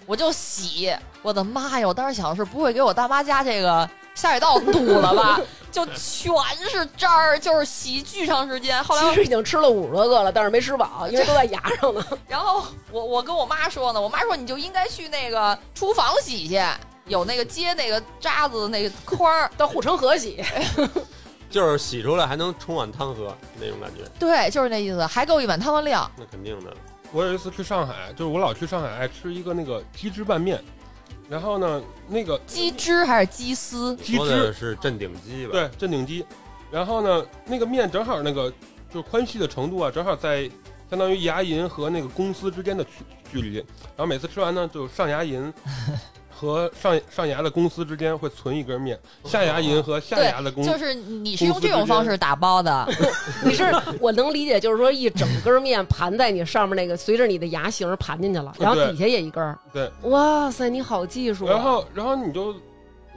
Speaker 3: 我就洗，我的妈呀！我当时想的是不会给我大妈家这个下水道堵了吧？ [LAUGHS] 就全是渣儿，就是洗巨长时间。后来
Speaker 1: 其 [LAUGHS] 实已经吃了五十多个了，但是没吃饱，因为都在牙上呢。
Speaker 3: 然后我我跟我妈说呢，我妈说你就应该去那个厨房洗去，有那个接那个渣子的那个筐儿。
Speaker 1: 到护城河洗， [LAUGHS]
Speaker 2: 就是洗出来还能冲碗汤喝那种感觉，
Speaker 3: 对，就是那意思，还够一碗汤的量。
Speaker 2: 那肯定的。
Speaker 5: 我有一次去上海，就是我老去上海爱吃一个那个鸡汁拌面，然后呢，那个
Speaker 3: 鸡汁还是鸡丝？
Speaker 5: 鸡
Speaker 2: 说
Speaker 5: 汁
Speaker 2: 的是镇定鸡吧？
Speaker 5: 对镇定鸡，然后呢，那个面正好那个就是宽细的程度啊，正好在相当于牙龈和那个公司之间的距距离，然后每次吃完呢，就上牙龈。 [LAUGHS] 和上上牙的公司之间会存一根面，下牙龈和下
Speaker 3: 对
Speaker 5: 牙的公司
Speaker 3: 就是你是用这种方式打包的，
Speaker 1: 你是我能理解，就是说一整根面盘在你上面那个，随着你的牙形盘进去了，然后
Speaker 5: 啊对
Speaker 1: 底下也一根儿。
Speaker 5: 对，
Speaker 1: 哇塞，你好技术啊！
Speaker 5: 然后，然后你就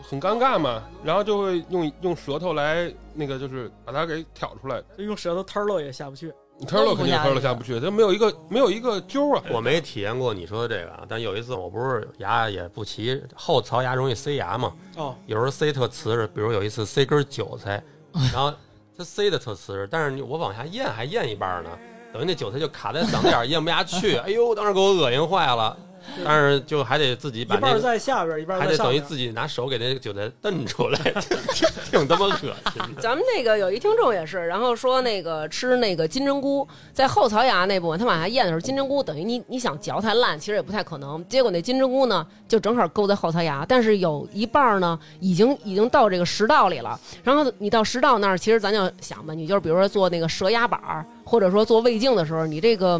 Speaker 5: 很尴尬嘛，然后就会用用舌头来那个，就是把它给挑出来。
Speaker 4: 就用舌头摊儿了也下不去。
Speaker 5: 你吞了
Speaker 3: 不
Speaker 5: 肯定
Speaker 3: 下
Speaker 5: 吞
Speaker 3: 去
Speaker 5: 了下不去，它没有一个没有一个揪啊。
Speaker 2: 我没体验过你说的这个啊，但有一次我不是牙也不齐，后槽牙容易塞牙嘛，
Speaker 4: 哦，
Speaker 2: 有时候塞特瓷实，比如有一次塞根韭
Speaker 4: [LAUGHS]
Speaker 2: 菜，然后它塞的特瓷实，但是你我往下咽还咽一半呢，等于那韭菜就卡在嗓子眼儿咽不下去， [LAUGHS] 哎呦，当时给我恶心坏了，但是就还得自己
Speaker 4: 一
Speaker 2: 把
Speaker 4: 半
Speaker 2: 那
Speaker 4: 儿
Speaker 2: 个。
Speaker 4: 在下边儿，一半儿
Speaker 2: 还
Speaker 4: 在
Speaker 2: 得
Speaker 4: 上
Speaker 2: 等于
Speaker 4: 边儿。
Speaker 2: 自己拿手给那韭菜蹬出来， [LAUGHS] 挺挺他妈恶心的。
Speaker 1: [LAUGHS] 咱们那个有一听众也是，然后说那个吃那个金针菇，在后槽牙那部分，他往下咽的时候，金针菇等于你你想嚼太烂，其实也不太可能。结果那金针菇呢，就正好勾在后槽牙，但是有一半儿呢，已经已经到这个食道里了。然后你到食道那儿，其实咱就想吧，你就是比如说做那个蛇牙板儿，或者说做胃镜的时候，你这个。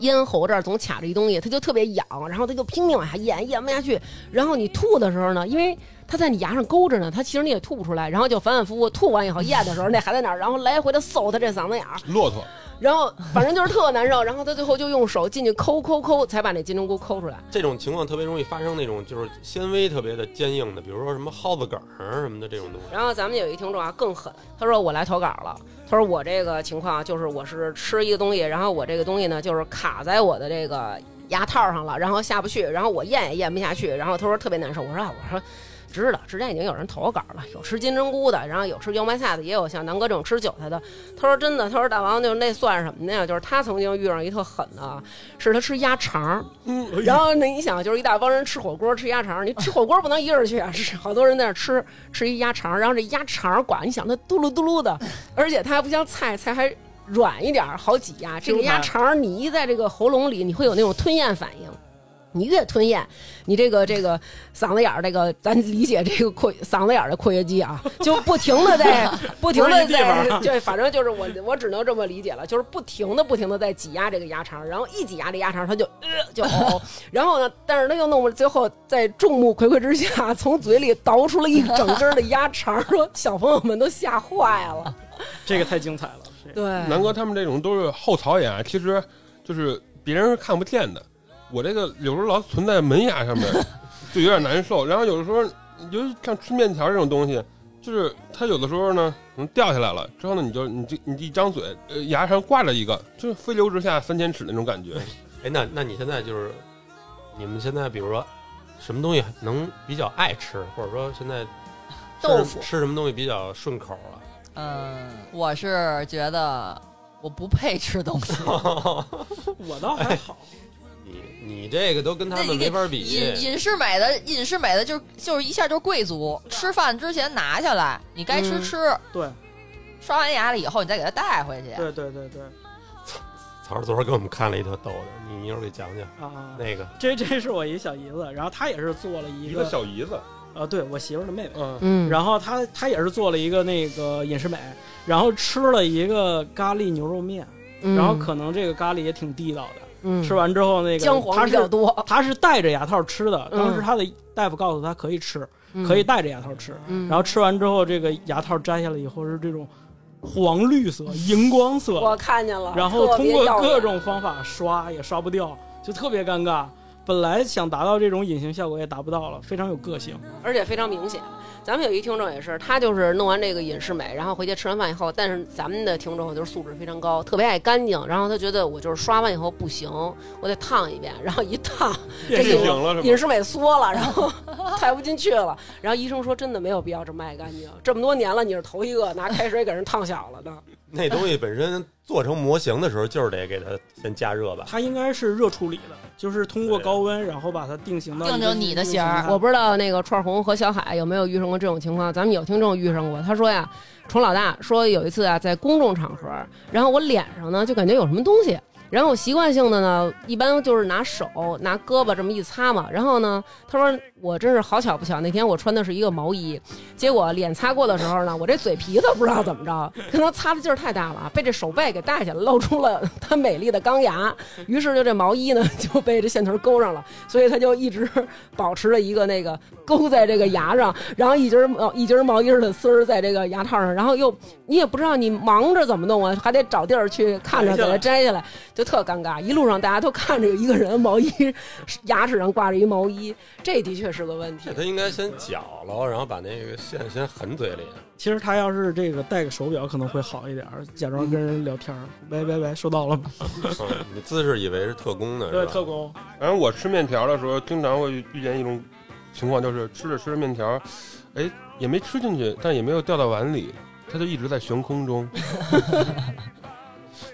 Speaker 1: 咽喉这儿总卡着一东西，它就特别痒，然后它就拼命往下咽，咽不下去。然后你吐的时候呢，因为它在你牙上勾着呢，它其实你也吐不出来，然后就反反复复吐完以后咽的时候那还在那儿，然后来回的搜它这嗓子眼儿，
Speaker 5: 骆驼，
Speaker 1: 然后反正就是特难受，然后他最后就用手进去抠抠抠，才把那金针菇抠出来。
Speaker 2: 这种情况特别容易发生那种就是纤维特别的坚硬的，比如说什么蒿子梗儿啊什么的这种东西。
Speaker 1: 然后咱们有一听众啊更狠，他说我来投稿了，他说我这个情况啊就是我是吃一个东西，然后我这个东西呢就是卡在我的这个牙套上了，然后下不去，然后我咽也咽不下去，然后他说特别难受，我说啊我说。知道，之前已经有人投过稿了，有吃金针菇的，然后有吃洋白菜的，也有像南哥这种吃韭菜的。他说真的，他说大王就是那算什么的呀？就是他曾经遇上一特狠的，啊是他吃鸭肠儿，然后那你想，就是一大帮人吃火锅吃鸭肠儿，你吃火锅不能一人去啊，是好多人在那儿吃，吃一鸭肠儿，然后这鸭肠儿管，你想它嘟噜嘟噜的，而且它还不像菜，菜还软一点儿，好挤压。这个
Speaker 4: 纠缠
Speaker 1: 鸭肠儿你一在这个喉咙里，你会有那种吞咽反应。你越吞咽，你这个这个嗓子眼儿，这个咱理解这个括嗓子眼儿的括约肌啊，就不停的在不停
Speaker 4: 不是
Speaker 1: 的
Speaker 4: 一地方
Speaker 1: 在，对，反正就是我我只能这么理解了，就是不停的不停的在挤压这个牙肠儿，然后一挤压这牙肠儿，它就呃
Speaker 4: [LAUGHS]
Speaker 1: 就呕，然后呢，但是他又弄不，最后在众目睽睽之下，从嘴里倒出了一整根儿的鸭肠儿，说小朋友们都吓坏
Speaker 4: [LAUGHS]
Speaker 1: 了。
Speaker 4: 这个太精彩了。这个
Speaker 1: 对，
Speaker 5: 南哥他们这种都是后槽牙，其实就是别人是看不见的。我这个有时候老存在门牙上面， [LAUGHS] 就有点难受。然后有的时候，尤其像吃面条这种东西，就是它有的时候呢，可能掉下来了之后呢，你就你这你这一张嘴，呃，牙上挂着一个，就是飞流直下三千尺那种感觉。
Speaker 2: 哎，那那你现在就是，你们现在比如说什么东西能比较爱吃，或者说现在吃
Speaker 1: 豆 [LAUGHS] 腐
Speaker 2: 吃什么东西比较顺口了？
Speaker 3: 嗯，我是觉得我不配吃东
Speaker 2: [LAUGHS]
Speaker 3: 西，
Speaker 4: 我倒还好，
Speaker 2: 啊你你这个都跟他
Speaker 3: 那
Speaker 2: 们
Speaker 3: 你
Speaker 2: 没
Speaker 3: 得
Speaker 2: 法比
Speaker 3: 饮。饮食美的饮食美的就是就是一下就是贵族，吃饭之前拿下来，你该吃
Speaker 1: 嗯
Speaker 3: 吃，
Speaker 4: 对
Speaker 3: 刷完牙了以后你再给它带回去。
Speaker 1: 啊
Speaker 4: 对对对对
Speaker 2: 曹儿昨儿给我们看了一特逗的，你你一会儿给讲讲
Speaker 4: 啊！
Speaker 2: 那个。
Speaker 4: 这这是我一小姨子，然后她也是做了一
Speaker 5: [LAUGHS] 一
Speaker 4: 个
Speaker 5: 个小姨子，
Speaker 4: 呃，对我媳妇儿的妹妹。
Speaker 5: 嗯，
Speaker 1: 嗯
Speaker 4: 然后他他也是做了一个那个饮食美，然后吃了一个咖喱牛肉面，
Speaker 3: 嗯
Speaker 1: 嗯
Speaker 4: 然后可能这个咖喱也挺地道的。吃完之后那个
Speaker 1: 姜黄
Speaker 4: 他
Speaker 1: 比较
Speaker 4: 是
Speaker 1: 多，
Speaker 4: 他是戴着牙套吃的，
Speaker 1: 嗯
Speaker 4: 当时他的大夫告诉他可以吃，可以，戴着牙套吃。
Speaker 1: 嗯、
Speaker 4: 然后吃完之后，这个牙套摘下来以后是这种黄绿
Speaker 3: [LAUGHS]
Speaker 4: 色、荧光色，
Speaker 1: 我看见了，
Speaker 4: 然后
Speaker 1: 特
Speaker 4: 通
Speaker 1: 别
Speaker 4: 过
Speaker 1: 耀眼
Speaker 4: 各种方法刷也刷不掉，就特别尴
Speaker 3: 嗯
Speaker 4: 尬。本来想达到这种隐形效果也达不到了，非常有个性。
Speaker 1: 而且非常明显。咱们有一听众也是，他就是弄完这个隐适美，然后回家吃完饭以后，但是咱们的听众就是素质非常高，特别爱干净，然后他觉得我就是刷完以后不行，我得烫一遍，然后一烫这
Speaker 5: 变
Speaker 1: 隐
Speaker 5: 形了是
Speaker 1: 隐
Speaker 5: 吧？
Speaker 1: 适美缩了，然后 [LAUGHS] 抬不进去了，然后医生说真的没有必要这么爱干净，这么多年了你是头一个拿开水给人烫小了的，
Speaker 2: 那东西本身做成模型的时候，就是得给它先加热吧。
Speaker 4: 它应该是热处理的，就是通过
Speaker 2: 对
Speaker 4: 高温，然后把它定型到
Speaker 3: 定
Speaker 4: 一个
Speaker 3: 成你的
Speaker 4: 定
Speaker 3: 型儿
Speaker 4: 上
Speaker 1: 我不知道那个串红和小海有没有遇上过这种情况，咱们有听众遇上过，他说呀，虫老大说有一次啊，在公众场合，然后我脸上呢就感觉有什么东西，然后我习惯性的呢，一般就是拿手拿胳膊这么一擦嘛，然后呢，他说我真是好巧不巧，那天我穿的是一个毛衣，结果脸擦过的时候呢，我这嘴皮子不知道怎么着，可能擦的劲儿太大了，被这手背给带起来，露出了 [LAUGHS] 他美丽的钢牙，于是就这毛衣呢 [LAUGHS] 就被这线头勾上了，所以他就一直保持着一个那个勾在这个牙上，然后一截儿毛一截儿毛衣儿的丝儿在这个牙套上，然后又你也不知道你忙着怎么弄啊，还得找地儿去看着给它摘下来，就特尴尬。一路上大家都看着有一个人毛衣牙齿上挂着一毛衣，这的确是个问题
Speaker 2: 那。它应该先绞了，然后把那个线先含嘴 [LAUGHS] 里。
Speaker 4: 其实他要是这个戴个手表可能会好一点儿，假装跟人聊天儿，喂喂喂，收到了吗？
Speaker 2: 嗯你姿势以为是特工呢，是吧？
Speaker 4: 工，
Speaker 5: 反正我吃面条的时候，经常会遇见一种情况，就是吃着吃着面条，哎，也没吃进去，但也没有掉到碗里，它就一直在悬空中。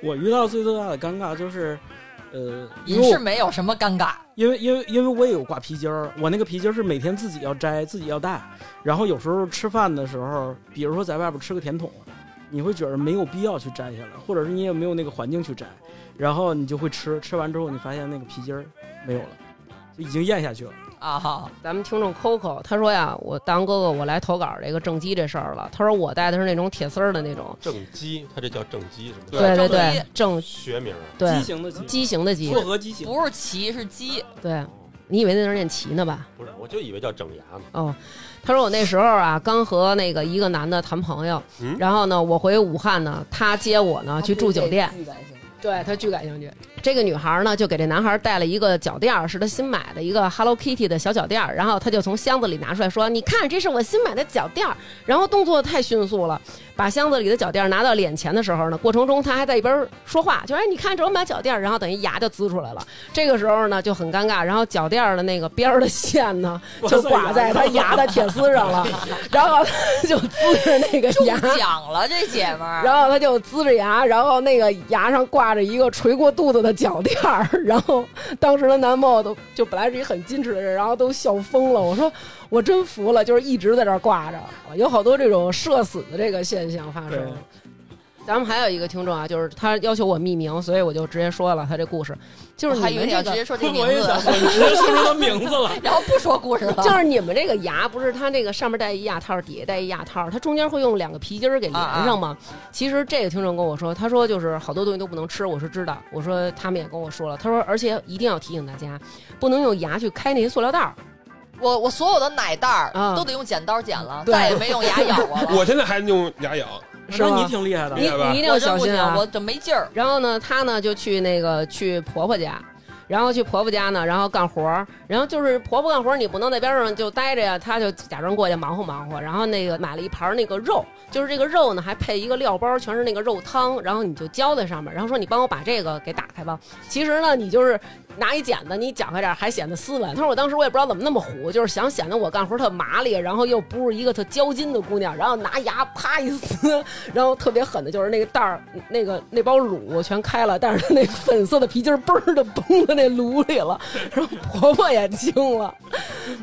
Speaker 4: 我遇到最大的尴尬就是，呃，因
Speaker 3: 隐
Speaker 4: 为
Speaker 3: 适
Speaker 4: 我
Speaker 3: 美有什么尴尬？
Speaker 4: 因为因为因为我也有挂皮筋儿，我那个皮筋儿是每天自己要摘，自己要戴，然后有时候吃饭的时候，比如说在外边吃个甜筒。你会觉得没有必要去摘下来，或者是你也没有那个环境去摘，然后你就会吃，吃完之后你发现那个皮筋儿没有了，就已经咽下去了。
Speaker 3: 啊，
Speaker 1: 咱们听众 Coco 他说呀，我大王哥哥，我来投稿这个正畸这事儿了。他说我戴的是那种铁丝儿的那种，
Speaker 2: 正畸，它这叫正畸是吗？
Speaker 5: 对
Speaker 1: 对
Speaker 3: 正
Speaker 1: 对，正
Speaker 2: 学名啊。
Speaker 4: 畸
Speaker 1: 对
Speaker 4: 形的畸，
Speaker 1: 畸形的畸
Speaker 4: 复，合畸形。
Speaker 3: 不是鸡是鸡，
Speaker 1: 对你以为那是念奇呢吧？
Speaker 2: 不是，我就以为叫整牙呢。
Speaker 1: 哦，他说我那时候啊，刚和那个一个男的谈朋友，
Speaker 2: 嗯
Speaker 1: 然后呢，我回武汉呢，他接我呢去住酒店，
Speaker 3: [LAUGHS] 巨感兴趣
Speaker 1: 哦对他巨感兴趣。这个女孩呢，就给这男孩带了一个脚垫儿，是他新买的一个 Hello Kitty 的小脚垫儿。然后他就从箱子里拿出来说：“你看，这是我新买的脚垫儿。”然后动作太迅速了，把箱子里的脚垫儿拿到脸前的时候呢，过程中他还在一边儿说话，就哎，你看这我买脚垫儿，然后等于牙就呲出来了。这个时候呢就很尴尬，然后脚垫儿的那个边儿的线呢
Speaker 3: [LAUGHS]
Speaker 1: 就挂在他牙的铁丝上了，然后他就呲着那个牙。
Speaker 3: 中奖了，这姐们儿。
Speaker 1: 然后他就呲着牙，然后那个牙上挂着一个垂过肚子的脚垫儿，然后当时的男朋友都就本来是一很矜持的人，然后都笑疯了。我说我真服了，就是一直在这儿挂着，有好多这种社死的这个现象发生
Speaker 4: 对。
Speaker 1: 咱们还有一个听众啊，就是他要求我匿名，所以我就直接说了他这故事，就是
Speaker 3: 我
Speaker 1: 你
Speaker 3: 哦还以为
Speaker 1: 们
Speaker 3: 你
Speaker 1: 这
Speaker 3: 要直
Speaker 1: 个
Speaker 3: 接说这名
Speaker 4: 我也想
Speaker 3: 字，
Speaker 4: 说，你直接说出他名字了。
Speaker 3: [LAUGHS] 然后不说故事了，
Speaker 1: 就是你们这个牙，不是它那个上面戴一牙套，底下戴一牙套，它中间会用两个皮筋儿给
Speaker 3: 啊
Speaker 1: 连上吗？其实这个听众跟我说，他说就是好多东西都不能吃，我是知道。我说他们也跟我说了，他说而且一定要提醒大家，不能用牙去开那些塑料袋儿。
Speaker 3: 我我所有的奶袋儿
Speaker 1: 啊
Speaker 3: 都得用剪刀剪了，
Speaker 1: 对
Speaker 3: 再也没用牙咬
Speaker 1: [LAUGHS]
Speaker 3: 过了。
Speaker 5: 我现在还用牙咬，
Speaker 1: [LAUGHS] 是吧
Speaker 4: 那你挺厉害的，
Speaker 1: 你
Speaker 5: 明白吧
Speaker 1: 你一定要
Speaker 3: 我
Speaker 1: 小
Speaker 3: 真不
Speaker 1: 心啊
Speaker 3: 行，！我这没劲儿。
Speaker 1: 然后呢，她呢就去那个去婆婆家，然后去婆婆家呢，然后干活儿，然后就是婆婆干活儿，你不能在边上就待着呀，她就假装过去忙活忙活，然后那个买了一盘儿那个肉，就是这个肉呢还配一个料包，全是那个肉汤，然后你就浇在上面，然后说你帮我把这个给打开吧。其实呢，你就是拿一剪子，你剪开点儿还显得斯文。她说我当时我也不知道怎么那么虎，就是想显得我干活儿特麻利，然后又不是一个特娇金的姑娘，然后拿牙啪一撕，然后特别狠的就是那个袋儿，那个那包乳全开了，但是它那粉色的皮筋儿嘣儿就崩到那炉里了，然后婆婆也惊了。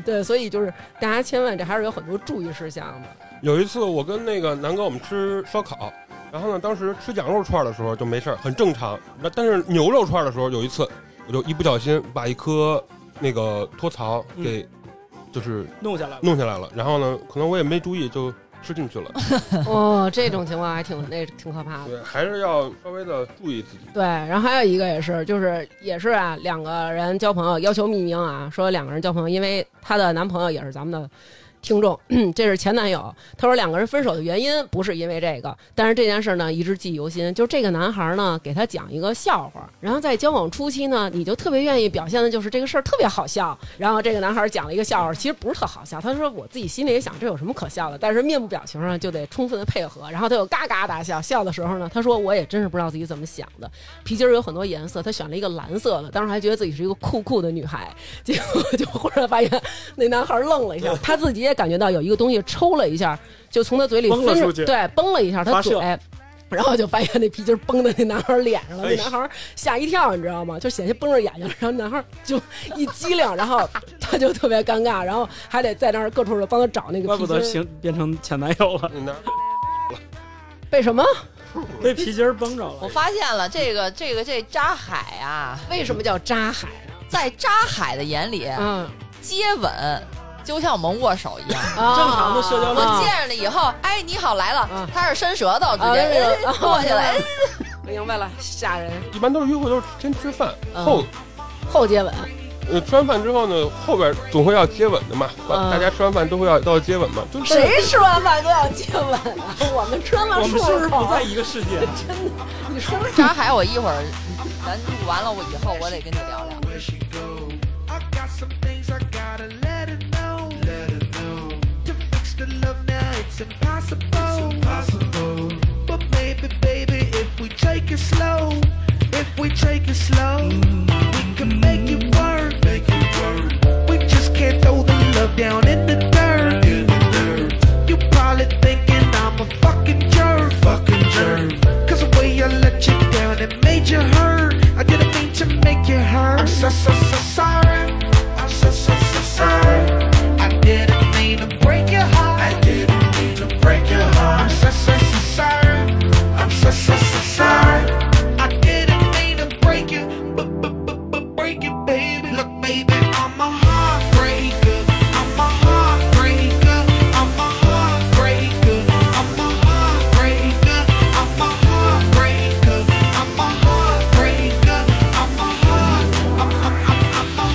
Speaker 1: 对，所以就是大家千万这还是有很多注意事项的。 [LAUGHS]
Speaker 5: 有一次，我跟那个南哥我们吃烧烤，然后呢，当时吃羊肉串的时候就没事儿，很正常。那但是牛肉串的时候，有一次我就一不小心把一颗那个托槽给就是
Speaker 4: 弄下来了。
Speaker 5: 弄下来了，然后呢，可能我也没注意就吃进去了。
Speaker 1: 哦，这种情况还挺那挺可怕的。
Speaker 5: 对，还是要稍微的注意自己。
Speaker 1: 对，然后还有一个也是，就是也是啊，两个人交朋友要求匿名啊，说两个人交朋友，因为她的男朋友也是咱们的听众， [CLEARS THROAT] 这是前男友。他说两个人分手的原因不是因为这个，但是这件事呢一直记忆犹新。就是这个男孩呢给他讲一个笑话，然后在交往初期呢，你就特别愿意表现的就是这个事儿特别好笑。然后这个男孩讲了一个笑话，其实不是特好笑。他说我自己心里也想这有什么可笑的，但是面部表情上就得充分的配合。然后他又嘎嘎大笑，笑的时候呢，他说我也真是不知道自己怎么想的。皮筋儿有很多颜色，他选了一个蓝色的，当时还觉得自己是一个酷酷的女孩，结果就忽然发现那男孩愣了一下，他自己也感觉到有一个东西抽了一下，就从他嘴里
Speaker 4: 崩了
Speaker 1: 分
Speaker 4: 出去
Speaker 1: 对，崩了一下他
Speaker 4: 发射
Speaker 1: 嘴，然后就发现那皮筋崩到那男孩脸上了，
Speaker 5: 哎
Speaker 1: 那男孩吓一跳，你知道吗？就险些崩着眼睛，然后男孩就一激灵，然后他就特别尴尬，然后还得在那儿各处的帮他找那
Speaker 4: 怪
Speaker 1: 个皮
Speaker 4: 不得
Speaker 1: 筋，
Speaker 4: 行变成前男友
Speaker 1: [LAUGHS]
Speaker 4: 了，
Speaker 5: 你拿
Speaker 1: 被什么？
Speaker 4: 被皮筋儿绷着
Speaker 3: 我
Speaker 4: 了。
Speaker 3: 发现了这个这个这扎海啊，
Speaker 1: 为什么叫扎海？
Speaker 3: 在扎海的眼里，
Speaker 1: 嗯，
Speaker 3: 接吻就像我们握手
Speaker 1: [LAUGHS]
Speaker 3: 一样。
Speaker 1: 正
Speaker 4: 正常的社交礼
Speaker 3: 我
Speaker 1: 啊
Speaker 4: 仪，
Speaker 3: 见着了以后，哎，你好来了
Speaker 1: 啊，
Speaker 3: 他是伸舌头，直
Speaker 1: 啊，那
Speaker 3: 接
Speaker 1: 个
Speaker 3: 哎过去了，哎，
Speaker 1: 明白了，吓人。
Speaker 5: 一般都是约会都是先吃饭，
Speaker 1: 嗯
Speaker 5: 后
Speaker 1: 后接吻，
Speaker 5: 呃吃完饭之后呢，后边总会要接吻的嘛，
Speaker 1: 嗯
Speaker 5: 大家吃完饭都会要到接吻嘛，就是
Speaker 1: 谁吃完饭都要接吻啊？我们吃完饭
Speaker 4: [LAUGHS] 我们是不是
Speaker 1: 漱口
Speaker 4: 不在一个世
Speaker 1: [LAUGHS]
Speaker 4: 界？
Speaker 1: 你说
Speaker 3: 扎海，我一会儿咱录完了，我以后我得跟你聊聊。
Speaker 6: where she go. I got some things I gotta let her know. Let her know. To fix the love now, it's impossible. It's impossible. But maybe, baby, if we take it slow, if we take it slow, we can make it work. Make it work. We just can't throw the love down in the dirt. In the dirt. You probably thinking I'm a fucking jerk. Fucking jerk. Cause the way I let you down, it made you hurt. I didn't mean to make you hurt. I'm so, so, so sorry. I'm so, so, so sorry. I didn't mean to break your heart. I didn't mean to break your heart. I'm so, so, so sorry. I'm so, so, so sorry. I didn't mean to break you, but, but, but, but break you, baby. Look, baby, I'm a heartbreaker. I'm a heartbreaker. I'm a heartbreaker. I'm a heartbreaker. I'm a heartbreaker. I'm a heartbreaker. I'm a heart. I'm, I'm, I'm, I'm a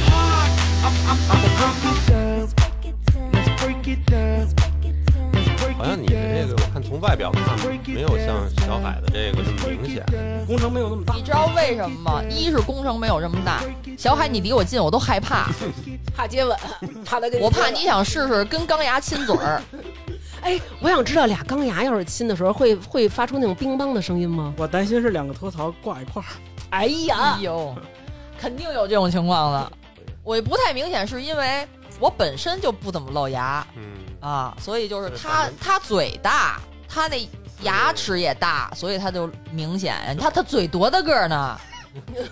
Speaker 6: heart. I'm, I'm, I'm, I'm a Let's break it down. Let's break
Speaker 2: 好像你
Speaker 6: it
Speaker 2: 的这
Speaker 6: down.
Speaker 2: 个，我看从外表看没有像小海的这个这么明显。
Speaker 4: 工程没有那么大
Speaker 3: 你，知道为什么吗？一是工程没有这么大，小海你离我近我都害怕，
Speaker 1: 怕接吻，怕他跟
Speaker 3: 我怕
Speaker 1: 接吻
Speaker 3: 你想试试跟钢牙亲嘴儿，
Speaker 1: 哎，我想知道俩钢牙要是亲的时候会会发出那种乒乓的声音吗？
Speaker 4: 我担心是两个托槽挂一块儿。
Speaker 1: 哎呀
Speaker 3: 哎，呦，肯定有这种情况的。我不太明显，是因为我本身就不怎么露牙
Speaker 2: 嗯，
Speaker 3: 啊，所以就是
Speaker 2: 对
Speaker 3: 他
Speaker 2: 反正
Speaker 3: 他嘴大，他那牙齿也大，所以他就明显。他他嘴多大个儿呢？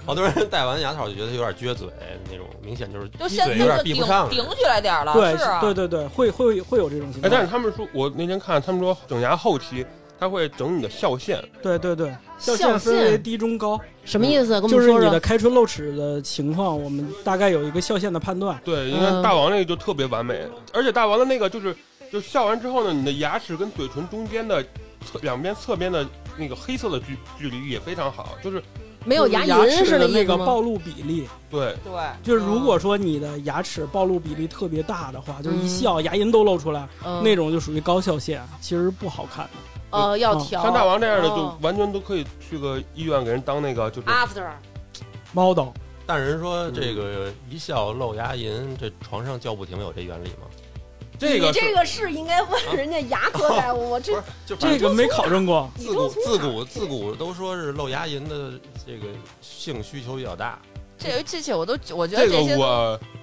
Speaker 2: 好多人戴完牙套就觉得有点撅嘴那种，明显就是
Speaker 3: 就
Speaker 2: 一
Speaker 3: 现在
Speaker 2: 嘴有点
Speaker 3: 就
Speaker 2: 闭
Speaker 3: 顶
Speaker 2: 不上。
Speaker 3: 顶起来点儿了，
Speaker 4: 对
Speaker 3: 是啊，
Speaker 4: 对对对，会会会有这种情
Speaker 5: 哎，但
Speaker 4: 况
Speaker 5: 是。他们说，我那天看他们说整牙后期他会整你的笑线，
Speaker 4: 对对对，
Speaker 1: 笑
Speaker 4: 校
Speaker 1: 线
Speaker 4: 线分为低、中、高，
Speaker 1: 什么意思？啊跟我
Speaker 4: 嗯就
Speaker 1: 们
Speaker 4: 是
Speaker 1: 说
Speaker 4: 你的
Speaker 1: 说。
Speaker 4: 开唇露齿的情况，我们大概有一个校线的判断。
Speaker 5: 对，你
Speaker 1: 嗯
Speaker 5: 看大王那个就特别完美，而且大王的那个就是，就笑完之后呢，你的牙齿跟嘴唇中间的侧两边侧边的那个黑色的距距离也非常好，就是
Speaker 1: 没有牙
Speaker 4: 就是
Speaker 1: 龈
Speaker 4: 齿
Speaker 1: 是那
Speaker 4: 的
Speaker 1: 意
Speaker 4: 那
Speaker 1: 思
Speaker 4: 个
Speaker 1: 吗哦
Speaker 4: 暴露比例，
Speaker 5: 对，
Speaker 3: 对，
Speaker 4: 就是如果说你的牙齿暴露比例特别大的话，就是一
Speaker 1: 嗯
Speaker 4: 笑牙龈都露出来，
Speaker 1: 嗯
Speaker 4: 那种就属于高校线，其实不好看的。
Speaker 1: 呃
Speaker 4: 嗯
Speaker 1: 要调
Speaker 5: 像大王这样的就
Speaker 1: 哦
Speaker 5: 完全都可以去个医院给人当那个就是
Speaker 1: after
Speaker 4: model
Speaker 2: 但人说这个一笑露牙龈，这床上叫不停有这原理吗？
Speaker 5: 这个
Speaker 1: 你
Speaker 5: 是
Speaker 1: 这个是应该问人家牙科大夫，我这
Speaker 2: 不是，就反
Speaker 4: 这
Speaker 2: 正
Speaker 4: 个没考证过，
Speaker 1: 你
Speaker 2: 自
Speaker 1: 都
Speaker 2: 古
Speaker 1: 从
Speaker 2: 自
Speaker 1: 哪儿
Speaker 2: 古自古都说是露牙龈的这个性需求比较大
Speaker 3: 这这些我都我觉得
Speaker 5: 这
Speaker 3: 这些
Speaker 5: 个
Speaker 3: 都
Speaker 5: 我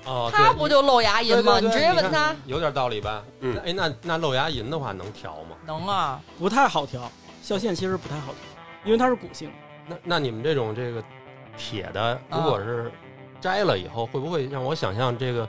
Speaker 2: 哦，
Speaker 3: 他
Speaker 2: 对
Speaker 3: 不就露牙龈吗？
Speaker 2: 对对对
Speaker 3: 你直接问他
Speaker 2: 看有点道理吧？
Speaker 5: 嗯
Speaker 2: 哎，那那露牙龈的话能调吗？
Speaker 3: 能啊，
Speaker 4: 不太好调，校线其实不太好调，因为它是骨性。
Speaker 2: 那那你们这种这个铁的，如果是摘了以后，会不会让我想象这个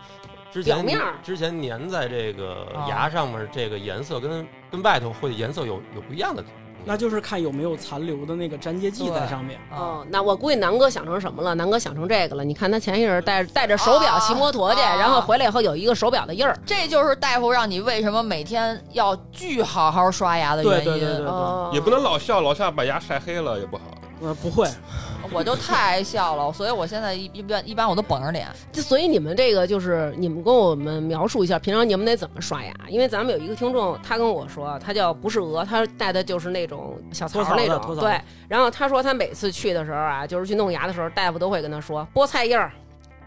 Speaker 2: 之前
Speaker 1: 表面儿
Speaker 2: 之前粘在这个
Speaker 3: 啊
Speaker 2: 牙上面这个颜色跟跟外头会颜色有有不一样的东西？
Speaker 4: 那就是看有没有残留的那个粘接剂在上面。
Speaker 3: 啊，
Speaker 2: 嗯
Speaker 1: 哦，那我估计南哥想成什么了？南哥想成这个了。你看他前一阵儿带带着手表骑摩托去，
Speaker 3: 啊
Speaker 1: 然后回来以后有一个手表的印儿。
Speaker 3: 这就是大夫让你为什么每天要巨好好刷牙的原因。
Speaker 4: 对对对对
Speaker 1: 哦
Speaker 5: 也不能老笑，老笑把牙晒黑了也不好。
Speaker 4: 呃，不会，
Speaker 3: [LAUGHS] 我就太爱笑了，所以我现在一一般一般我都绷着脸。
Speaker 1: 就所以你们这个就是你们跟我们描述一下，平常你们得怎么刷牙？因为咱们有一个听众，他跟我说，他叫不是鹅，他带的就是那种小槽
Speaker 4: 脱槽
Speaker 1: 那
Speaker 4: 的
Speaker 1: 种，
Speaker 4: 脱槽
Speaker 1: 对。然后他说他每次去的时候啊，就是去弄牙的时候，大夫都会跟他说菠菜叶儿、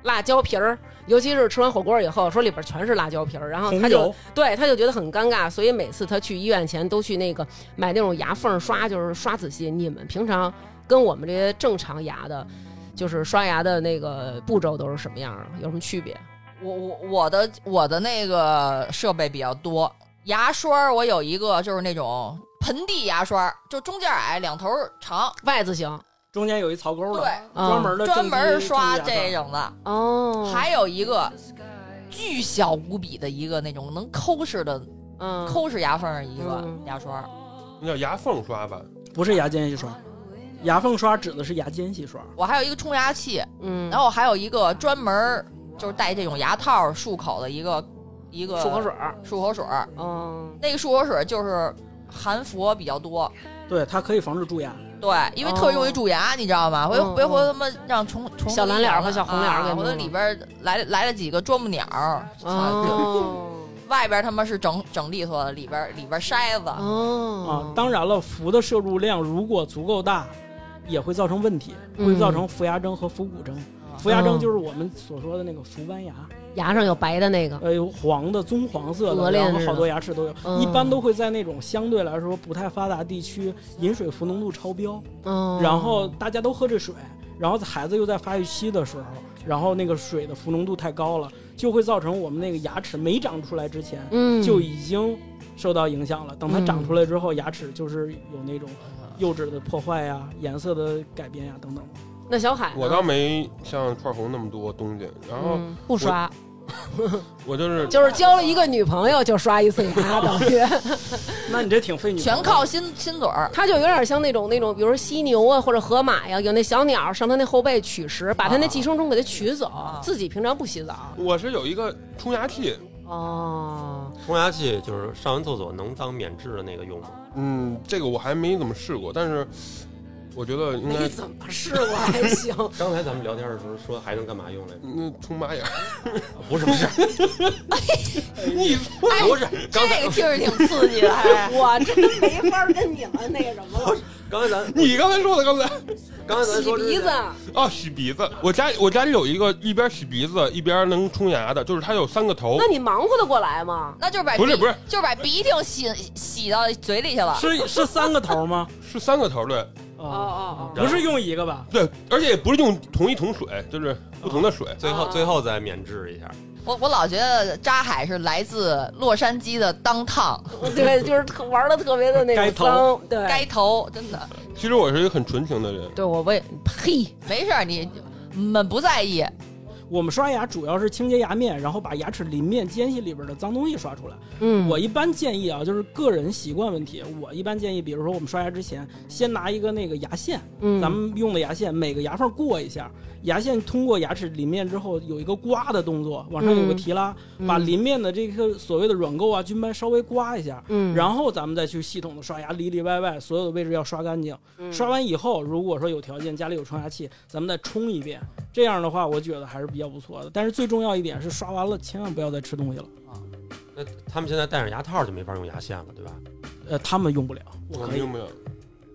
Speaker 1: 辣椒皮儿，尤其是吃完火锅以后，说里边全是辣椒皮儿，然后他
Speaker 4: 红
Speaker 1: 嗯就
Speaker 4: 油
Speaker 1: 对他就觉得很尴尬，所以每次他去医院前都去那个买那种牙缝刷，就是刷仔细。你们平常跟我们这些正常牙的，就是刷牙的那个步骤都是什么样儿？有什么区别？
Speaker 3: 我我我的我的那个设备比较多，牙刷儿我有一个就是那种盆地牙刷儿，就中间矮，两头儿长，
Speaker 1: 外字形
Speaker 4: 中间有一槽沟的，
Speaker 3: 对，
Speaker 1: 啊
Speaker 4: 专门的
Speaker 3: 专门儿
Speaker 4: 正畸
Speaker 3: 刷
Speaker 4: 正畸牙
Speaker 3: 这种的。
Speaker 1: 哦
Speaker 3: 还有一个巨小无比的一个那种能抠似的
Speaker 1: 嗯
Speaker 3: 抠似牙缝儿一个
Speaker 1: 嗯
Speaker 3: 牙刷儿，
Speaker 5: 那叫牙缝刷吧？
Speaker 4: 不是牙间隙刷，牙缝刷指的是牙间隙刷。
Speaker 3: 我还有一个冲牙器，
Speaker 1: 嗯，
Speaker 3: 然后还有一个专门儿就是戴这种牙套儿漱口的一个一个
Speaker 1: 漱口水儿，
Speaker 3: 漱口水儿，
Speaker 1: 嗯
Speaker 3: 那个漱口水就是含氟比较多，
Speaker 4: 对，它可以防止蛀牙。
Speaker 3: 对，因为特容易蛀牙，你知道吗？回
Speaker 1: 哦嗯
Speaker 3: 回回他妈让虫虫
Speaker 1: 小蓝脸儿和小红脸儿
Speaker 3: 啊
Speaker 1: 给弄
Speaker 3: 回头
Speaker 1: 了
Speaker 3: 里边儿来来了几个啄木鸟儿，操
Speaker 1: 哦
Speaker 3: 外边儿他妈是整整利索的，里边儿里边儿筛子，
Speaker 1: 哦
Speaker 4: 啊，当然了，氟的摄入量如果足够大，也会造成问题，
Speaker 1: 嗯
Speaker 4: 会造成氟牙症和氟骨症。氟牙症就是我们所说的那个氟斑牙，
Speaker 1: 牙上有白的那个，
Speaker 4: 呃，有黄的、棕黄色
Speaker 1: 鹅
Speaker 4: 的，
Speaker 1: 链
Speaker 4: 然后
Speaker 1: 似的
Speaker 4: 好多牙齿都有，
Speaker 1: 嗯
Speaker 4: 一般都会在那种相对来说不太发达地区，饮水氟浓度超标，
Speaker 1: 嗯，
Speaker 4: 然后大家都喝这水，然后孩子又在发育期的时候，然后那个水的氟浓度太高了，就会造成我们那个牙齿没长出来之前
Speaker 1: 嗯
Speaker 4: 就已经受到影响了。等它
Speaker 1: 嗯
Speaker 4: 长出来之后，牙齿就是有那种釉质的破坏呀、颜色的改变呀等等。
Speaker 1: 那小海呢
Speaker 5: 我倒没像串红那么多东西，然后
Speaker 1: 嗯不刷，
Speaker 5: 我就是
Speaker 1: 就是交了一个女朋友就刷一次
Speaker 5: [LAUGHS]
Speaker 1: 牙，等于。
Speaker 4: 那你这挺费女朋
Speaker 3: 全
Speaker 4: 友
Speaker 3: 靠心心嘴儿。
Speaker 1: 它就有点像那种那种，比如说犀牛啊或者河马呀、有那小鸟上它那后背取
Speaker 4: 啊
Speaker 1: 食，把它那寄生虫给它取走，
Speaker 3: 啊
Speaker 1: 自己平常不洗澡。
Speaker 5: 我是有一个冲牙器，
Speaker 1: 哦，
Speaker 2: 冲牙器就是上完厕所能当免治的那个用吗？
Speaker 5: 嗯，这个我还没怎么试过，但是我觉得应
Speaker 1: 没
Speaker 5: 该
Speaker 1: 哎怎么试过还
Speaker 4: [LAUGHS]
Speaker 1: 行。
Speaker 2: 刚才咱们聊天的时候说还能干嘛用来着？
Speaker 5: 嗯冲马眼儿。
Speaker 2: 啊不是不是，
Speaker 1: 哎
Speaker 5: 你说
Speaker 2: 不是，刚才
Speaker 3: 这个听着挺刺
Speaker 1: [LAUGHS]
Speaker 3: 激的，
Speaker 4: 哎
Speaker 3: 哎还
Speaker 1: 我真没法跟你们那个什么
Speaker 4: [LAUGHS]
Speaker 1: 了，
Speaker 2: [LAUGHS] 刚才咱
Speaker 5: 你刚才说的，刚才
Speaker 2: 刚才咱
Speaker 1: 洗
Speaker 2: 说
Speaker 1: 鼻子，
Speaker 5: 哦，洗鼻子。我家我家里有一个一边洗鼻子一边能冲牙的，就是它有三个头
Speaker 1: 那。你忙活得过来吗？
Speaker 3: 那就是把
Speaker 5: 不是
Speaker 3: 鼻
Speaker 5: 不是，
Speaker 3: 就是把鼻涕洗洗到嘴里去了。
Speaker 4: 是是三个头 [LAUGHS] 吗？
Speaker 5: 是三个头，对
Speaker 1: 哦
Speaker 4: 啊，
Speaker 1: 哦哦，
Speaker 4: 不是用一个吧？
Speaker 5: 对，而且也不是用同一桶水，就是不同的水。
Speaker 1: 哦
Speaker 2: 最后最后再免治一下。
Speaker 3: 我我老觉得扎海是来自洛杉矶的当烫
Speaker 1: [LAUGHS] 对，就是特玩的特别的那
Speaker 4: 该
Speaker 1: 种
Speaker 4: 投
Speaker 1: 脏，对，
Speaker 3: 街头，真的
Speaker 5: 其实我是一个很纯情的人，
Speaker 1: 对我问，呸，
Speaker 3: 没事儿，你你们不在意，
Speaker 4: 我们刷牙主要是清洁牙面，然后把牙齿邻面间隙里边的脏东西刷出来。
Speaker 1: 嗯
Speaker 4: 我一般建议啊，就是个人习惯问题。我一般建议，比如说我们刷牙之前，先拿一个那个牙线，
Speaker 1: 嗯
Speaker 4: 咱们用的牙线，每个牙缝过一下，牙线通过牙齿邻面之后有一个刮的动作，往上有个提拉，
Speaker 1: 嗯
Speaker 4: 把邻面的这个所谓的软垢啊、菌斑稍微刮一下，
Speaker 1: 嗯
Speaker 4: 然后咱们再去系统的刷牙，里里外外所有的位置要刷干净。
Speaker 1: 嗯
Speaker 4: 刷完以后，如果说有条件，家里有冲牙器，咱们再冲一遍。这样的话，我觉得还是比较不错的。但是最重要一点是，刷完了千万不要再吃东西了。
Speaker 2: 那他们现在戴上牙套就没法用牙线了，对吧？
Speaker 4: 呃，他们用不了，
Speaker 5: 我
Speaker 4: 我可
Speaker 5: 没有
Speaker 4: 以，
Speaker 5: 没有。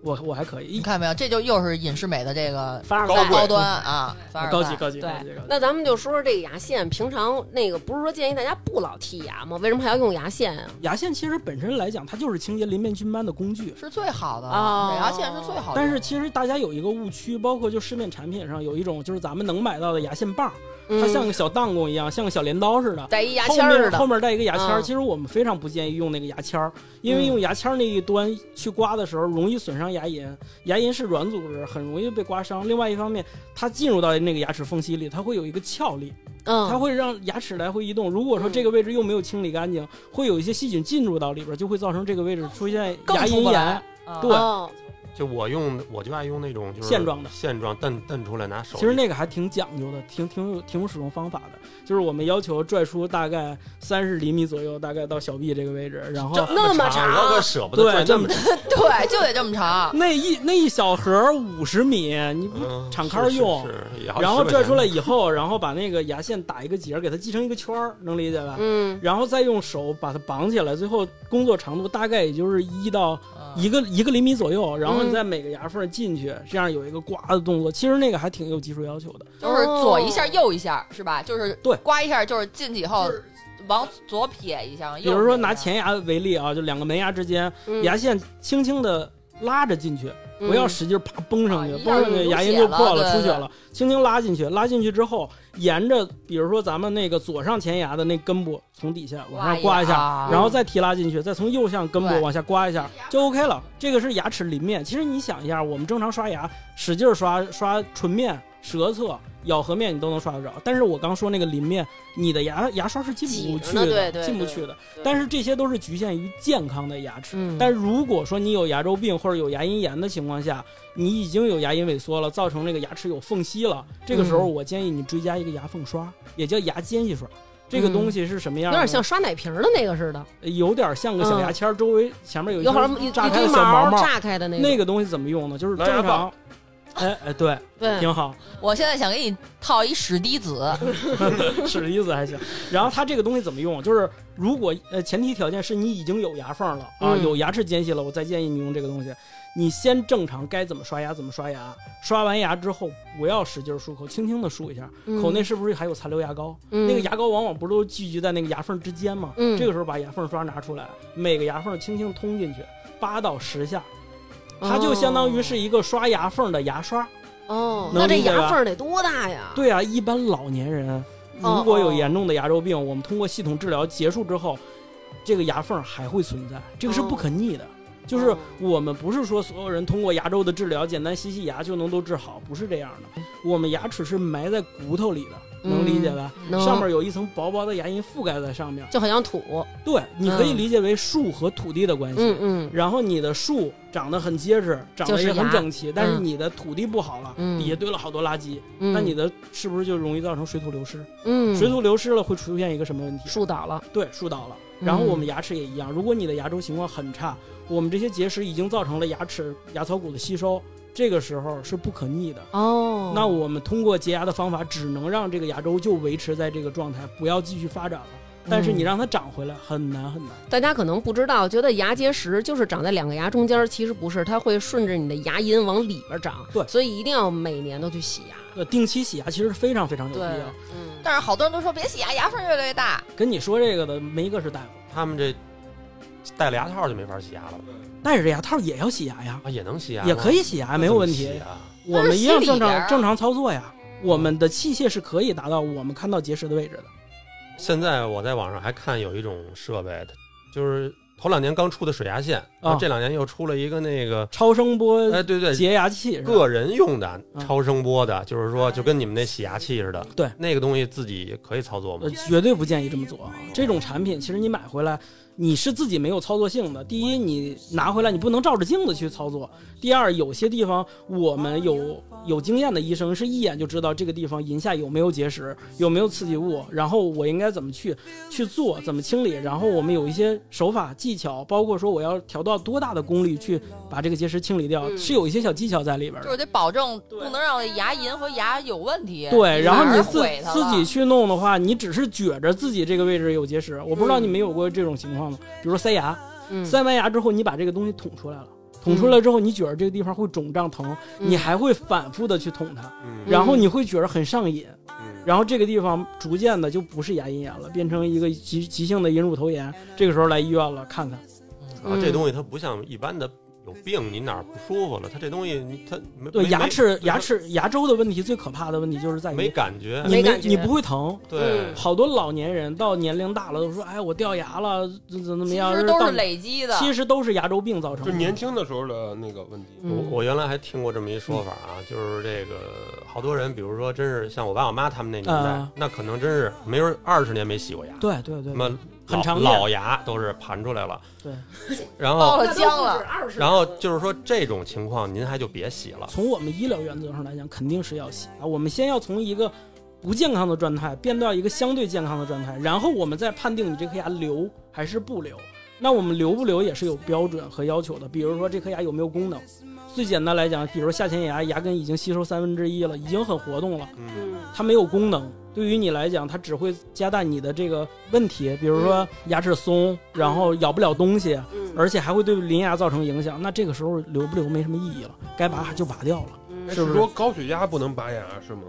Speaker 4: 我我还可以
Speaker 3: 你，看没有？这就又是隐适美的这个
Speaker 1: 凡尔
Speaker 5: 高
Speaker 1: 赛
Speaker 5: 贵。
Speaker 3: 高端啊，凡尔赛
Speaker 4: 高级高级高
Speaker 1: 对
Speaker 4: 级高，级。
Speaker 1: 那咱们就说说这个牙线。平常那个不是说建议大家不老剔牙吗？为什么还要用牙线啊？
Speaker 4: 牙线其实本身来讲，它就是清洁鳞面菌斑的工具。
Speaker 3: 是最好的，
Speaker 1: 哦
Speaker 3: 美牙线是最好的。
Speaker 4: 但是其实大家有一个误区，包括就市面产品上有一种就是咱们能买到的牙线棒，
Speaker 1: 嗯
Speaker 4: 它像个小弹弓一样，像个小镰刀似的。
Speaker 1: 带一牙
Speaker 4: 后
Speaker 1: 签儿似
Speaker 4: 面
Speaker 1: 的
Speaker 4: 后。面带一个牙签儿，
Speaker 1: 嗯
Speaker 4: 其实我们非常不建议用那个牙签儿，因为用牙签儿那一端去刮的时候，容易损伤牙龈。牙龈是软组织，很容易被刮伤。另外一方面，它进入到那个牙齿缝隙里，它会有一个翘力，它
Speaker 1: 嗯，
Speaker 4: 会让牙齿来回移动。如果说这个位置又没有清理干净，会有一些细菌进入到里边儿，就会造更出不来更出不来
Speaker 3: 啊
Speaker 4: 对
Speaker 1: 哦
Speaker 2: 就我用我就爱用那种就是
Speaker 4: 现装的
Speaker 2: 现装蹬蹬出来拿手。
Speaker 4: 其实那个还挺讲究的，挺挺有挺有使用方法的。就是我们要求拽出大概三十厘米左右，大概到小臂这个位置，然后
Speaker 1: 这那么
Speaker 2: 长，
Speaker 1: 长
Speaker 2: 我可舍不得
Speaker 4: 对
Speaker 2: 拽
Speaker 4: 这
Speaker 2: 么
Speaker 4: 么
Speaker 2: 长。
Speaker 3: [LAUGHS] 对，就得这么长。
Speaker 4: 那一那一小盒五十米，你不
Speaker 2: 嗯
Speaker 4: 敞开用
Speaker 2: 是是是也好几
Speaker 4: 然
Speaker 2: 十
Speaker 4: 后
Speaker 2: 块钱
Speaker 4: 拽出来以后，然后把那个牙线打一个结儿，给它系成一个圈儿，能理解吧？
Speaker 1: 嗯，
Speaker 4: 然后再用手把它绑起来，最后工作长度大概也就是一到
Speaker 3: 嗯
Speaker 4: 一个一个厘米左右，然后
Speaker 1: 啊嗯
Speaker 4: 你在每个牙缝进去，这样有一个刮的动作。其实那个还挺有技术要求的，
Speaker 3: 就是左一下右一下是吧？就是
Speaker 4: 对
Speaker 3: 刮一下就是进去以后往左撇一下，右
Speaker 4: 比如说
Speaker 3: 撇一
Speaker 4: 拿
Speaker 3: 下
Speaker 4: 前牙为例啊，就两个门牙之间，
Speaker 1: 嗯
Speaker 4: 牙线轻轻的拉着进去，不要使劲啪崩上去
Speaker 3: 啊，
Speaker 4: 崩上去
Speaker 3: 一下
Speaker 4: 牙
Speaker 3: 就
Speaker 4: 龈就
Speaker 3: 流血了
Speaker 4: 破了，出血
Speaker 3: 对
Speaker 4: 了。轻轻拉进去，拉进去之后，沿着比如说咱们那个左上前牙的那根部从底下往上刮一下，
Speaker 3: 下
Speaker 4: 然后再提拉进去，再从右向根部
Speaker 3: 对
Speaker 4: 往下刮一下就 OK 了。这个是牙齿邻面。其实你想一下，我们正常刷牙，使劲儿刷刷唇面、舌侧、咬合面，你都能刷得着。但是我刚说那个邻面，你的牙牙刷是进
Speaker 1: 挤
Speaker 4: 不
Speaker 1: 着
Speaker 4: 去
Speaker 1: 呢对
Speaker 4: 的，
Speaker 1: 对
Speaker 4: 进不
Speaker 1: 对
Speaker 4: 去的。但是这些都是局限于健康的牙齿。
Speaker 1: 嗯
Speaker 4: 但如果说你有牙周病或者有牙龈炎的情况下，你已经有牙龈萎缩了，造成这个牙齿有缝隙了，这个时候
Speaker 1: 嗯
Speaker 4: 我建议你追加一个牙缝刷，也叫牙间隙刷。这个东西是什么样
Speaker 1: 有
Speaker 4: 呢？
Speaker 1: 点像刷奶瓶儿的那个似的，
Speaker 4: 有点像个小牙签儿，周围前面有一
Speaker 1: 有好
Speaker 4: 圈
Speaker 1: 像一一
Speaker 4: 炸开的
Speaker 1: 堆
Speaker 4: 小毛毛。
Speaker 1: 炸开的那
Speaker 4: 那个东西怎么用呢？就是正
Speaker 5: 狼牙
Speaker 4: 常
Speaker 5: 棒，
Speaker 4: 哎哎，对，
Speaker 1: 对，
Speaker 4: 挺好，
Speaker 3: 我现在想给你套一史滴 [LAUGHS] 子，
Speaker 4: [LAUGHS] 是这意思还行。然后它这个东西怎么用？就是如果呃前提条件是你已经有牙缝了啊，
Speaker 1: 嗯
Speaker 4: 有牙齿间隙了，我再建议你用这个东西。你先正常该怎么刷牙怎么刷牙，刷完牙之后不要使劲漱口，轻轻的漱一下，
Speaker 1: 嗯
Speaker 4: 口内是不是还有残留牙膏？那个
Speaker 1: 牙
Speaker 4: 牙膏往往不是都聚集在那个牙缝之间吗？
Speaker 1: 嗯
Speaker 4: 这个时候把牙缝刷拿出来，每个牙缝轻轻通进去，八到十下，它就相当于是一个刷牙缝的牙刷。
Speaker 1: 哦，
Speaker 4: 能
Speaker 1: 那这
Speaker 4: 理解吧
Speaker 1: 牙缝儿得多大呀？
Speaker 4: 对啊，一般老年人
Speaker 1: 哦
Speaker 4: 如果有严重的牙周病，我们通过系统治疗结束之后，这个牙缝还会存在，这个是不可逆
Speaker 1: 哦
Speaker 4: 的。就是我们不是说所有人通过牙周的治疗，简单洗洗牙就能都治好，不是这样的。我们牙齿是埋在骨头里的，能理解吧？
Speaker 1: 嗯能
Speaker 4: 上面有一层薄薄的牙龈覆盖在上面，
Speaker 1: 就很像土，
Speaker 4: 对，你可以
Speaker 1: 嗯
Speaker 4: 理解为树和土地的关系。
Speaker 1: 嗯嗯
Speaker 4: 然后你的树长得很结实，长
Speaker 1: 就
Speaker 4: 得
Speaker 1: 是
Speaker 4: 也很
Speaker 1: 牙
Speaker 4: 整齐，但是
Speaker 1: 嗯
Speaker 4: 你的土地不好了，
Speaker 1: 嗯
Speaker 4: 底下堆了好多垃圾，
Speaker 1: 嗯，
Speaker 4: 那你的是不是就容易造成水土流失？
Speaker 1: 嗯
Speaker 4: 水土流失了会出现一个什么问题？
Speaker 1: 树倒了，
Speaker 4: 对，树倒了。
Speaker 1: 嗯
Speaker 4: 然后我们牙齿也一样，如果你的牙周情况很差，我们这些结石已经造成了牙齿牙槽骨的吸收，这个时候是不可逆的。
Speaker 1: 哦，
Speaker 4: 那我们通过洁牙的方法，只能让这个牙周就维持在这个状态，不要继续发展了。但
Speaker 1: 嗯
Speaker 4: 是你让它长回来很难很难。
Speaker 1: 大家可能不知道，觉得牙结石就是长在两个牙中间儿，其实不是，它会顺着你的牙龈往里边儿长，
Speaker 4: 对
Speaker 1: 所以一定要每年都去洗牙。
Speaker 4: 呃，定期洗牙其实是非常非常有必要。
Speaker 1: 嗯，
Speaker 3: 但是好多人都说别洗牙，牙缝越来越大。
Speaker 4: 跟你说这个的没一个是大夫，
Speaker 2: 他们这戴了牙套就没法洗牙了吧？
Speaker 4: 戴着牙套也要洗牙呀，
Speaker 2: 啊，也能洗牙吗，
Speaker 4: 也可以洗牙，
Speaker 2: 那
Speaker 4: 没有
Speaker 2: 怎么
Speaker 4: 问
Speaker 2: 洗
Speaker 4: 题。
Speaker 2: 啊
Speaker 4: 我们一
Speaker 3: 那
Speaker 4: 样正
Speaker 3: 是洗里边儿
Speaker 4: 常正常操作呀。我们的器械是可以达到我们看到结石的位置的。
Speaker 2: 现在我在网上还看有一种设备，它就是头两年刚出的水牙线，
Speaker 4: 啊
Speaker 2: 然后这两年又出了一个那个，
Speaker 4: 超声波
Speaker 2: 哎，对对，
Speaker 4: 洁牙器是吧
Speaker 2: 个人用的
Speaker 4: 嗯
Speaker 2: 超声波的，就是说就跟你们那洗牙器似的，
Speaker 4: 对
Speaker 2: 那个东西自己可以操作吗
Speaker 4: 呃，？绝对不建议这么做啊！这种产品其实你买回来，你是自己没有操作性的。第一，你拿回来你不能照着镜子去操作；第二，有些地方我们有有经验的医生是一眼就知道这个地方龈下有没有结石，有没有刺激物，然后我应该怎么去去做，怎么清理。然后我们有一些手法技巧，包括说我要调到多大的功率去把这个结石清理掉，
Speaker 1: 嗯
Speaker 4: 是有一些小技巧在里边
Speaker 3: 就
Speaker 4: 的。
Speaker 3: 是得保证不能让牙龈和牙有问题。
Speaker 4: 对，然后你自
Speaker 3: 反而毁它了
Speaker 4: 自己去弄的话，你只是觉着自己这个位置有结石，我不知道
Speaker 1: 嗯
Speaker 4: 你们有过这种情况吗？比如说塞牙，
Speaker 1: 嗯
Speaker 4: 塞完牙之后，你把这个东西捅出来了，捅出来之后，你觉着这个地方会肿胀疼，
Speaker 1: 嗯
Speaker 4: 你还会反复的去捅它，
Speaker 2: 嗯
Speaker 4: 然后你会觉着很上瘾，
Speaker 2: 嗯
Speaker 4: 然后这个地方逐渐的就不是牙龈炎了，变成一个急急性的龈乳头炎，这个时候来医院了看看，
Speaker 2: 啊，
Speaker 1: 嗯
Speaker 2: 这东西它不像一般的有病，你哪儿不舒服了，它这东西你它没
Speaker 4: 对
Speaker 2: 没
Speaker 4: 牙齿
Speaker 2: 没
Speaker 4: 牙齿牙周的问题最可怕的问题就是在
Speaker 2: 没
Speaker 4: 于
Speaker 2: 感觉，
Speaker 4: 哎你
Speaker 1: 没感觉
Speaker 4: 你不会疼，
Speaker 2: 对
Speaker 1: 嗯，
Speaker 4: 好多老年人到年龄大了都说，哎，我掉牙了，怎怎怎么
Speaker 3: 其
Speaker 4: 样？
Speaker 3: 实都
Speaker 4: 到
Speaker 3: 是累积的。
Speaker 4: 其实都是牙周病造成
Speaker 5: 就
Speaker 4: 的。
Speaker 5: 年轻的时候的那个问题。
Speaker 2: 我
Speaker 1: 嗯
Speaker 2: 我原来还听过这么一说法啊，就是这个好多人，比如说真是像我爸我妈他们那年代
Speaker 4: 啊，
Speaker 2: 那可能真是没准二十年没洗过牙，
Speaker 4: 对对对
Speaker 2: 那，么
Speaker 4: 很
Speaker 2: 老
Speaker 4: 常见
Speaker 2: 老牙都是盘出来了。
Speaker 4: 对，
Speaker 2: 然
Speaker 3: 爆
Speaker 2: 后
Speaker 3: 了浆了，
Speaker 1: 二十。
Speaker 2: 然后就是说这种情况，您还就别洗了。
Speaker 4: 从我们医疗原则上来讲，肯定是要洗啊。我们先要从一个不健康的状态变到一个相对健康的状态，然后我们再判定你这颗牙留还是不留。那我们留不留也是有标准和要求的，比如说这颗牙有没有功能。最简单来讲，比如说下前牙牙根已经吸收三分之一了，已经很活动了，
Speaker 2: 嗯，
Speaker 1: 嗯，
Speaker 4: 它没有功能。对于你来讲，它只会加大你的这个问题，比如说牙齿松，然后咬不了东西，
Speaker 1: 嗯
Speaker 4: 而且还会对邻牙造成影响。那这个时候留不留没什么意义了，该拔就拔掉了。
Speaker 1: 嗯
Speaker 5: 哎
Speaker 4: 是不是
Speaker 5: 说高血压不能拔牙是吗？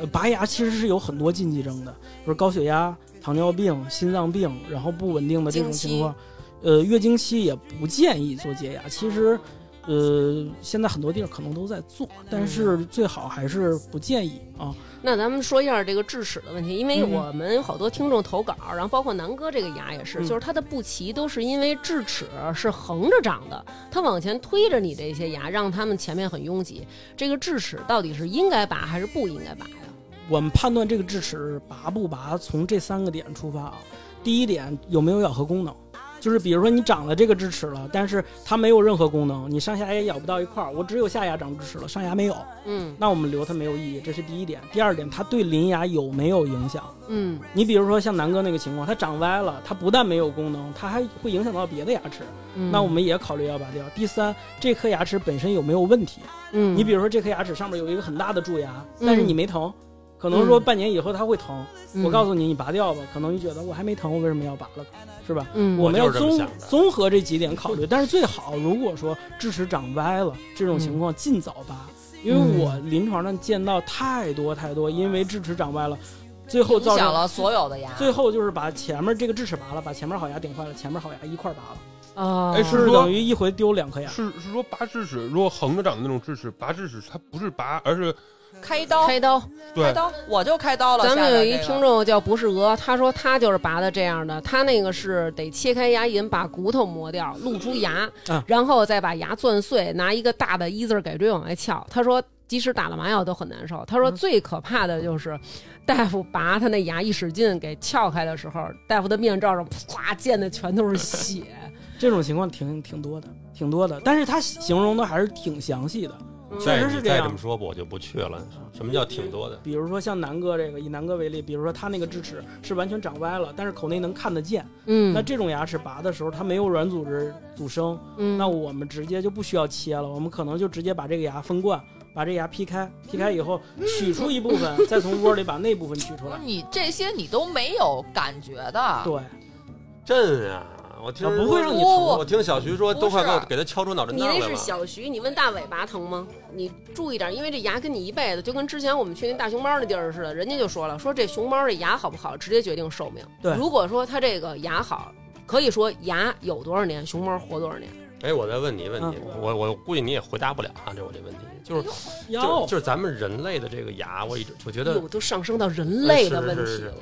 Speaker 4: 呃，拔牙其实是有很多禁忌症的，比如高血压、糖尿病、心脏病，然后不稳定的这种情况，呃，月经期也不建议做洁牙。其实，呃，现在很多地儿可能都在做，但是最好还是不建议啊。
Speaker 1: 那咱们说一下这个智齿的问题，因为
Speaker 4: 嗯
Speaker 1: 我们有好多听众投稿，然后包括南哥这个牙也是，
Speaker 4: 嗯
Speaker 1: 就是它的不齐都是因为智齿是横着长的，它往前推着你这些牙，让它们前面很拥挤。这个智齿到底是应该拔还是不应该拔呀？
Speaker 4: 我们判断这个智齿拔不拔，从这三个点出发啊。第一点，有没有咬合功能？就是比如说你长了这个智齿了，但是它没有任何功能，你上下牙也咬不到一块儿，我只有下牙长智齿了，上牙没有，
Speaker 1: 嗯
Speaker 4: 那我们留它没有意义，这是第一点。第二点，它对邻牙有没有影响？
Speaker 1: 嗯
Speaker 4: 你比如说像南哥那个情况，它长歪了，它不但没有功能，它还会影响到别的牙齿，
Speaker 1: 嗯
Speaker 4: 那我们也考虑要拔掉。第三，这颗牙齿本身有没有问题？
Speaker 1: 嗯，
Speaker 4: 你比如说这颗牙齿上面有一个很大的蛀牙，但
Speaker 3: 嗯
Speaker 4: 是你没疼，可能说
Speaker 1: 嗯
Speaker 4: 半年以后它会疼。我告诉你，你拔掉吧，可能你觉得我还没疼，我为什么要拔了？是吧？
Speaker 1: 嗯，
Speaker 4: 我们要
Speaker 2: 我就是这么
Speaker 4: 综
Speaker 2: 想的
Speaker 4: 综合这几点考虑，但是最好如果说智齿长歪了这种
Speaker 3: 嗯
Speaker 4: 情况，尽早拔，因为我临床上见到太多太多，因为智齿长歪了，最后造
Speaker 3: 影响
Speaker 4: 成
Speaker 3: 了所有的牙。
Speaker 4: 最后就是把前面这个智齿拔了，把前面好牙顶坏了，前面好牙一块儿拔了，
Speaker 1: 啊，
Speaker 5: 哎
Speaker 4: 就是是
Speaker 5: 说
Speaker 4: 等于一回丢两颗牙。
Speaker 5: 是是说拔智齿，如果横着长的那种智齿，拔智齿它不是拔，而是
Speaker 3: 开刀，
Speaker 1: 开刀。
Speaker 5: 对
Speaker 3: 刀，我就开刀了。
Speaker 1: 咱
Speaker 3: 下
Speaker 1: 们
Speaker 3: 边
Speaker 1: 有一
Speaker 3: 这个
Speaker 1: 听众叫不是鹅，他说他就是拔的这样的，他那个是得切开牙龈，把骨头磨掉，露出牙，
Speaker 4: 啊
Speaker 1: 然后再把牙攥碎，拿一个大的一字儿改锥往外撬。他说。即使打了麻药都很难受。他说
Speaker 4: 嗯
Speaker 1: 最可怕的就是，大夫拔他那牙一使劲给撬开的时候，大夫的面罩上啪溅的全都是血。
Speaker 4: 这种情况挺挺多的，挺多的，但是他形容的还是挺详细的。确
Speaker 2: 再
Speaker 4: 实
Speaker 2: 你
Speaker 4: 是这
Speaker 2: 再
Speaker 4: 样嗯
Speaker 2: 这么说吧，我就不去了。什么叫挺多的？
Speaker 4: 比如说像南哥这个，以南哥为例，比如说他那个智齿是完全长歪了，但是口内能看得见。
Speaker 1: 嗯，
Speaker 4: 那这种牙齿拔的时候，它没有软组织阻生，
Speaker 1: 嗯
Speaker 4: 那我们直接就不需要切了，我们可能就直接把这个牙分冠，把这牙劈开，劈开以后
Speaker 2: 嗯
Speaker 4: 取出一部
Speaker 2: [LAUGHS]
Speaker 4: 分，再从窝里把那部分取出
Speaker 3: 不是
Speaker 4: 来。
Speaker 3: 你这些你都没有感觉的，
Speaker 4: 对，
Speaker 2: 震啊！我听
Speaker 4: 啊不会让你
Speaker 3: 疼
Speaker 2: 我听小徐说，
Speaker 3: 不
Speaker 2: 都快
Speaker 3: 是
Speaker 2: 给我给他敲出脑震
Speaker 1: 你
Speaker 2: 荡
Speaker 1: 那
Speaker 2: 来
Speaker 1: 是
Speaker 2: 了。
Speaker 1: 小徐，你问大尾巴疼吗？你注意点，因为这牙跟你一辈子，就跟之前我们去那大熊猫那地儿似的，人家就说了，说这熊猫这牙好不好，直接决定寿命。
Speaker 4: 对
Speaker 1: 如果说它这个牙好，可以说牙有多少年，熊猫活多少年。
Speaker 2: 哎，我再问你一问题，
Speaker 4: 嗯
Speaker 2: 我我估计你也回答不了啊，这我这问题就是就
Speaker 4: 要
Speaker 2: 就是咱们人类的这个牙，我一直我觉
Speaker 1: 哎
Speaker 2: 得哎
Speaker 1: 呦，都上升到人类的
Speaker 2: 是
Speaker 1: 问题了。
Speaker 2: 是是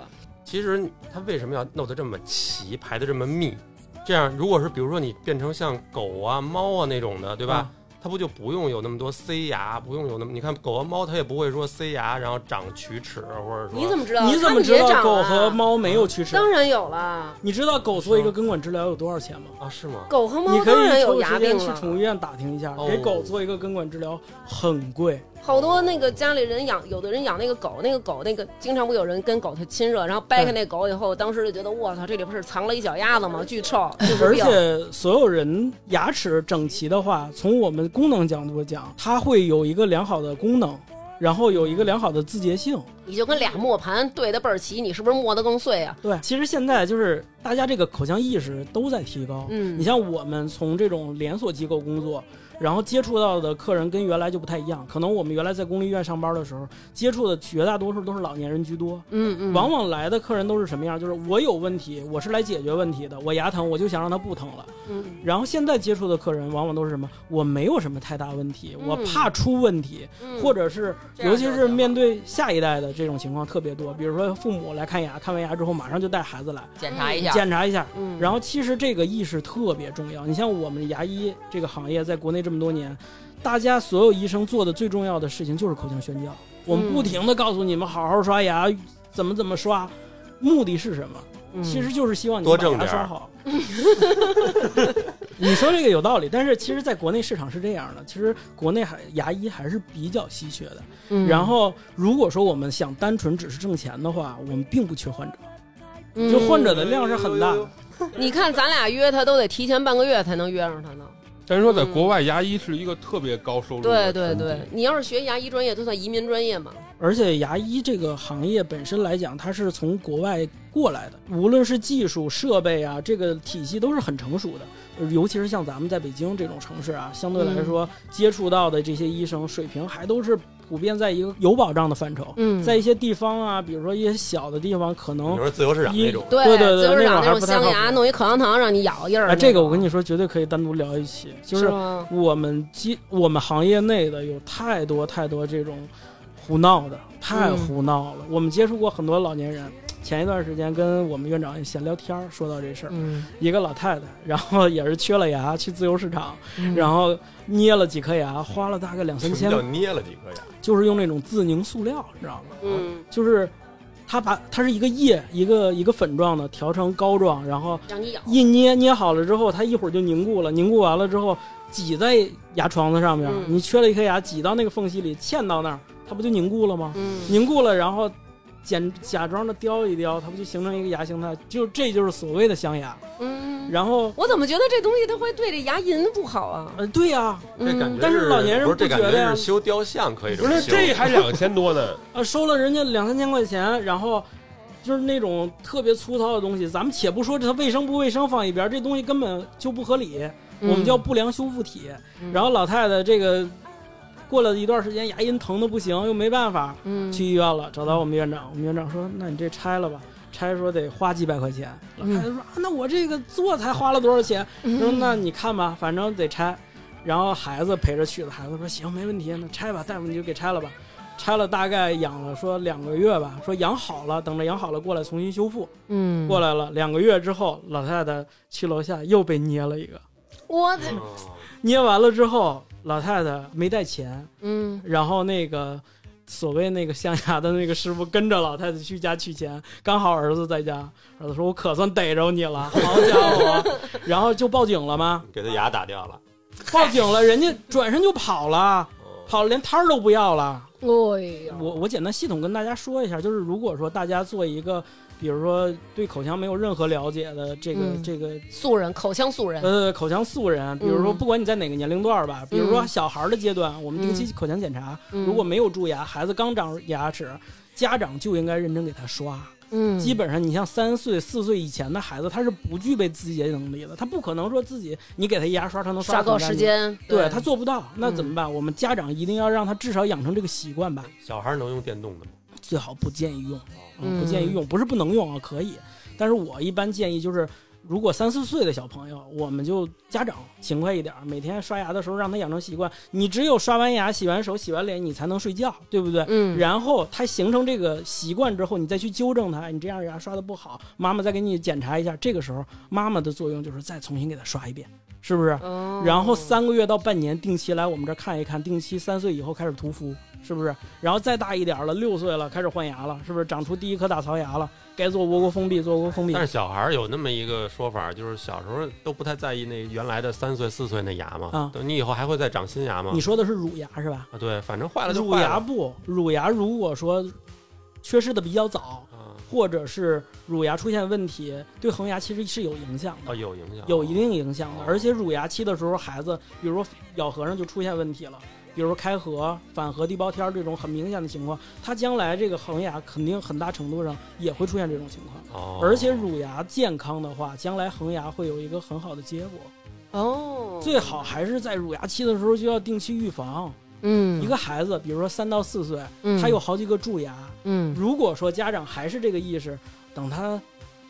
Speaker 2: 其实它为什么要弄得这么齐，排得这么密？这样，如果是比如说你变成像狗啊、猫啊那种的，对吧？？
Speaker 4: 嗯
Speaker 2: 它不就不用有那么多塞牙，不用有那么……你看狗和猫，它也不会说塞牙，然后长龋齿，或者说
Speaker 1: 你怎么知道？
Speaker 4: 啊你怎么知
Speaker 1: 它们也
Speaker 4: 道
Speaker 1: 长
Speaker 4: 狗
Speaker 1: 了
Speaker 4: 和？猫
Speaker 2: 嗯
Speaker 4: 没有龋齿？
Speaker 1: 当然有了，
Speaker 4: 你知道狗做一个根管治疗有多少钱吗？
Speaker 2: 啊？是吗？
Speaker 1: 狗和
Speaker 4: 你
Speaker 1: 猫
Speaker 4: 可
Speaker 1: 当然
Speaker 4: 以
Speaker 1: 有
Speaker 4: 抽
Speaker 1: 牙
Speaker 4: 时
Speaker 1: 病
Speaker 4: 间去宠物
Speaker 1: 了。
Speaker 4: 医院打听一下，
Speaker 2: 哦
Speaker 4: 给狗做一个根管治疗很贵。
Speaker 1: 好多那个家里人养，有的人养那个狗，那个狗那个经常不有人跟狗它亲热，然后掰开那狗以后，当时就觉得我操，这里不是藏了一脚丫子吗？巨臭，就是
Speaker 4: 而
Speaker 1: 病
Speaker 4: 且所有人牙齿整齐的话，从我们功能角度讲，它会有一个良好的功能，然后有一个良好的自洁性。
Speaker 1: 你就跟俩磨盘对的倍儿齐，你是不是磨得更碎啊？
Speaker 4: 对，其实现在就是大家这个口腔意识都在提高。
Speaker 1: 嗯
Speaker 4: 你像我们从这种连锁机构工作，然后接触到的客人跟原来就不太一样。可能我们原来在公立医院上班的时候，接触的绝大多数都是老年人居多。
Speaker 1: 嗯嗯
Speaker 4: 往往来的客人都是什么样？就是我有问题，我是来解决问题的。我牙疼，我就想让它不疼了。
Speaker 1: 嗯
Speaker 4: 然后现在接触的客人往往都是什么？我没有什么太大问题，
Speaker 1: 嗯
Speaker 4: 我怕出问题，
Speaker 1: 嗯
Speaker 4: 或者是
Speaker 3: 这样
Speaker 4: 尤其
Speaker 3: 就行
Speaker 4: 是
Speaker 3: 了
Speaker 4: 面对下一代的这种情况特别多。比如说父母来看牙，看完牙之后马上就带孩子来
Speaker 3: 检查一下。
Speaker 4: 检查一下。
Speaker 1: 嗯
Speaker 4: 然后其实这个意识特别重要。你像我们牙医这个行业，在国内这么多年，大家所有医生做的最重要的事情就是口腔宣教。我们
Speaker 1: 嗯
Speaker 4: 不停的告诉你们好好刷牙，怎么怎么刷，目的是什么？
Speaker 1: 嗯
Speaker 4: 其实就是希望你
Speaker 2: 多挣
Speaker 4: 把
Speaker 2: 点
Speaker 4: 牙刷
Speaker 2: 儿
Speaker 4: 好。 [LAUGHS] 你说这个有道理，但是其实在国内市场是这样的，其实国内还牙医还是比较稀缺的。
Speaker 1: 嗯
Speaker 4: 然后如果说我们想单纯只是挣钱的话，我们并不缺患者，就患者的量是很大的。
Speaker 1: 嗯你看咱俩约他都得提前半个月才能约上他呢。
Speaker 5: 但是说在
Speaker 1: 嗯
Speaker 5: 国外，牙医是一个特别高收入
Speaker 1: 对
Speaker 5: 的
Speaker 1: 对
Speaker 5: 群体
Speaker 1: 对，，你要是学牙医专业，都算移民专业嘛。
Speaker 4: 而且牙医这个行业本身来讲，它是从国外过来的，无论是技术、设备啊，这个体系都是很成熟的。呃尤其是像咱们在北京这种城市啊，相对来说接触到的这些医生水平还都是普遍在一个有保障的范畴。
Speaker 1: 嗯
Speaker 4: 在一些地方啊，比如说一些小的地方，可
Speaker 2: 比
Speaker 4: 能
Speaker 2: 如说自由市场那种，
Speaker 1: 对
Speaker 4: 对对对
Speaker 1: 自由市场
Speaker 4: 那种还
Speaker 1: 种
Speaker 4: 不太
Speaker 1: 镶
Speaker 4: 靠谱
Speaker 1: 牙，弄一口香糖让你咬一儿。
Speaker 4: 啊，这个我跟你说，绝对可以单独聊一期，就是是
Speaker 1: 吗
Speaker 4: 我们基我们行业内的有太多太多这种胡闹的，太胡闹了。
Speaker 2: 嗯
Speaker 4: 我们接触过很多老年人。前一段时间跟我们院长也闲聊天儿，说到这事儿，
Speaker 1: 嗯，
Speaker 4: 一个老太太，然后也是缺了牙，去自由市场，
Speaker 1: 嗯
Speaker 4: 然后捏了几颗牙，花了大概两
Speaker 2: 什
Speaker 4: 三
Speaker 2: 么
Speaker 4: 千，
Speaker 2: 叫捏了几颗牙？
Speaker 4: 就是用那种自凝塑料，你知道吗？
Speaker 1: 嗯，
Speaker 4: 就是它把它是一个液，一个一个粉状的，调成膏状，然后
Speaker 1: 让你咬。
Speaker 4: 一捏捏好了之后，它一会儿就凝固了，凝固完了之后挤在牙床子上面，
Speaker 1: 嗯
Speaker 4: 你缺了一颗牙，挤到那个缝隙里，嵌到那儿，它不就凝固了吗？
Speaker 1: 嗯
Speaker 4: 凝固了，然后假假装的雕一雕，它不就形成一个牙形态？就这就是所谓的镶牙。
Speaker 1: 嗯，
Speaker 4: 然后，
Speaker 1: 我怎么觉得这东西它会对这牙龈不好啊？
Speaker 4: 呃，对呀、
Speaker 2: 这感觉
Speaker 1: 嗯
Speaker 4: 但是老年人
Speaker 2: 不是这
Speaker 4: 不
Speaker 2: 感觉
Speaker 4: 觉得呀
Speaker 2: 是修雕像可以
Speaker 5: 不
Speaker 2: 么
Speaker 5: 是
Speaker 2: 修
Speaker 5: 这还两千
Speaker 4: [LAUGHS]
Speaker 5: 多呢，
Speaker 4: 呃，收了人家两三千块钱，然后就是那种特别粗糙的东西，咱们且不说这它卫生不卫生放一边儿，这东西根本就不合理，我们叫不良修复体。
Speaker 1: 嗯
Speaker 4: 然后老太太这个过了一段时间，牙龈疼的不行，又没办法，
Speaker 1: 嗯
Speaker 4: 去医院了，找到我们院长，我们院长说：“那你这拆了吧。”拆说得花几百块钱，老太太
Speaker 1: 嗯
Speaker 4: 说：“啊，那我这个做才花了多少钱？”说：“那你看吧，反正得拆。”然后孩子陪着去的，孩子说：“行，没问题，那拆吧，大夫你就给拆了吧。”拆了大概养了说两个月吧，说养好了，等着养好了过来重新修复。
Speaker 1: 嗯
Speaker 4: 过来了两个月之后，老太太去楼下又被捏了一个，
Speaker 1: 我
Speaker 2: 哦
Speaker 4: 捏完了之后，老太太没带钱，
Speaker 1: 嗯
Speaker 4: 然后那个所谓那个象牙的那个师傅跟着老太太去家取钱，刚好儿子在家，儿子说：“我可算逮着你了，好家伙！”然后就报警了吗？
Speaker 2: 给他牙打掉了。
Speaker 4: 报警了，人家转身就跑了，
Speaker 2: 哦
Speaker 4: 跑了连摊儿都不要了。
Speaker 1: 哎呀，
Speaker 4: 我我简单系统跟大家说一下，就是如果说大家做一个，比如说对口腔没有任何了解的这个、
Speaker 1: 嗯
Speaker 4: 这个
Speaker 1: 素人口腔素人，嗯
Speaker 4: 呃，口腔素人，比如说不管你在哪个年龄段儿吧，比如说小孩儿的阶段，我们定期口腔检查，
Speaker 1: 嗯
Speaker 4: 如果没有蛀牙，孩子刚长牙齿，家长就应该认真给他刷。
Speaker 1: 嗯
Speaker 4: 基本上，你像三岁、四岁以前的孩子，他是不具备自洁能力的，他不可能说自己你给他一牙刷，他能
Speaker 1: 刷
Speaker 4: 得
Speaker 1: 够
Speaker 4: 很干
Speaker 1: 时
Speaker 4: 净。
Speaker 1: 间，嗯
Speaker 4: 对他做不到，那怎么办？我们家长一定要让他至少养成这个习惯吧，
Speaker 2: 小孩能用电动的吗？
Speaker 4: 最好不建议用。啊
Speaker 1: 嗯
Speaker 4: 不建议用，不是不能用啊，可以。但是我一般建议就是，如果三四岁的小朋友，我们就家长勤快一点儿，每天刷牙的时候让他养成习惯。你只有刷完牙、洗完手、洗完脸，你才能睡觉，对不对？
Speaker 1: 嗯
Speaker 4: 然后他形成这个习惯之后，你再去纠正他，你这样牙刷的不好，妈妈再给你检查一下。这个时候，妈妈的作用就是再重新给他刷一遍，是不是？
Speaker 1: 哦
Speaker 4: 然后三个月到半年定期来我们这儿看一看，定期三岁以后开始涂氟，是不是？然后再大一点儿了，六岁了开始换牙了，是不是？长出第一颗大槽牙了，该做窝沟封闭，做窝沟封闭。
Speaker 2: 但是小孩有那么一个说法，就是小时候都不太在意那原来的三岁四岁那牙嘛
Speaker 4: 啊，
Speaker 2: 等你以后还会再长新牙吗
Speaker 4: 你？说的是乳牙是吧？
Speaker 2: 啊，对，反正坏了就
Speaker 4: 乳
Speaker 2: 坏
Speaker 4: 牙
Speaker 2: 了。
Speaker 4: 不，乳牙如果说缺失的比较早，
Speaker 2: 啊，
Speaker 4: 或者是乳牙出现问题，对恒牙其实是有影响的
Speaker 2: 哦，。有影响，
Speaker 4: 有一定影响的
Speaker 2: 哦。
Speaker 4: 而且乳牙期的时候，孩子比如说咬合上就出现问题了，比如说开合、反合、地包天儿这种很明显的情况，他将来这个恒牙肯定很大程度上也会出现这种情况。
Speaker 2: 哦。
Speaker 4: 而且乳牙健康的话，将来恒牙会有一个很好的结果。
Speaker 1: 哦，
Speaker 4: 最好还是在乳牙期的时候就要定期预防。
Speaker 1: 嗯
Speaker 4: 一个孩子，比如说三到四岁，
Speaker 1: 嗯
Speaker 4: 他有好几个蛀牙，
Speaker 1: 嗯
Speaker 4: 如果说家长还是这个意识，等他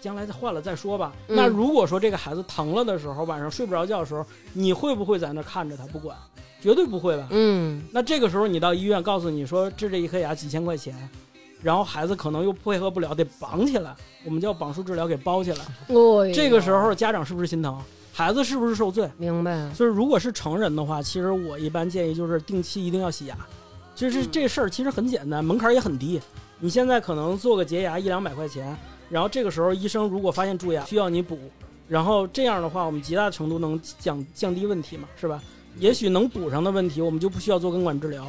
Speaker 4: 将来再换了再说吧。
Speaker 1: 嗯
Speaker 4: 那如果说这个孩子疼了的时候，晚上睡不着觉的时候，你会不会在那看着他不管？绝对不会吧？
Speaker 1: 嗯
Speaker 4: 那这个时候你到医院告诉你说治这一颗牙几千块钱，然后孩子可能又配合不了，得绑起来，我们叫绑束治疗，给包起来。
Speaker 1: 哦，
Speaker 4: 这个时候家长是不是心疼？孩子是不是受罪？
Speaker 1: 明白了，
Speaker 4: 就是如果是成人的话，其实我一般建议就是定期一定要洗牙。就是这事儿其实很简单，门槛儿也很低。你现在可能做个洁牙一两百块钱，然后这个时候医生如果发现蛀牙需要你补，然后这样的话，我们极大程度能降降低问题嘛，是吧？也许能补上的问题，我们就不需要做根管治疗。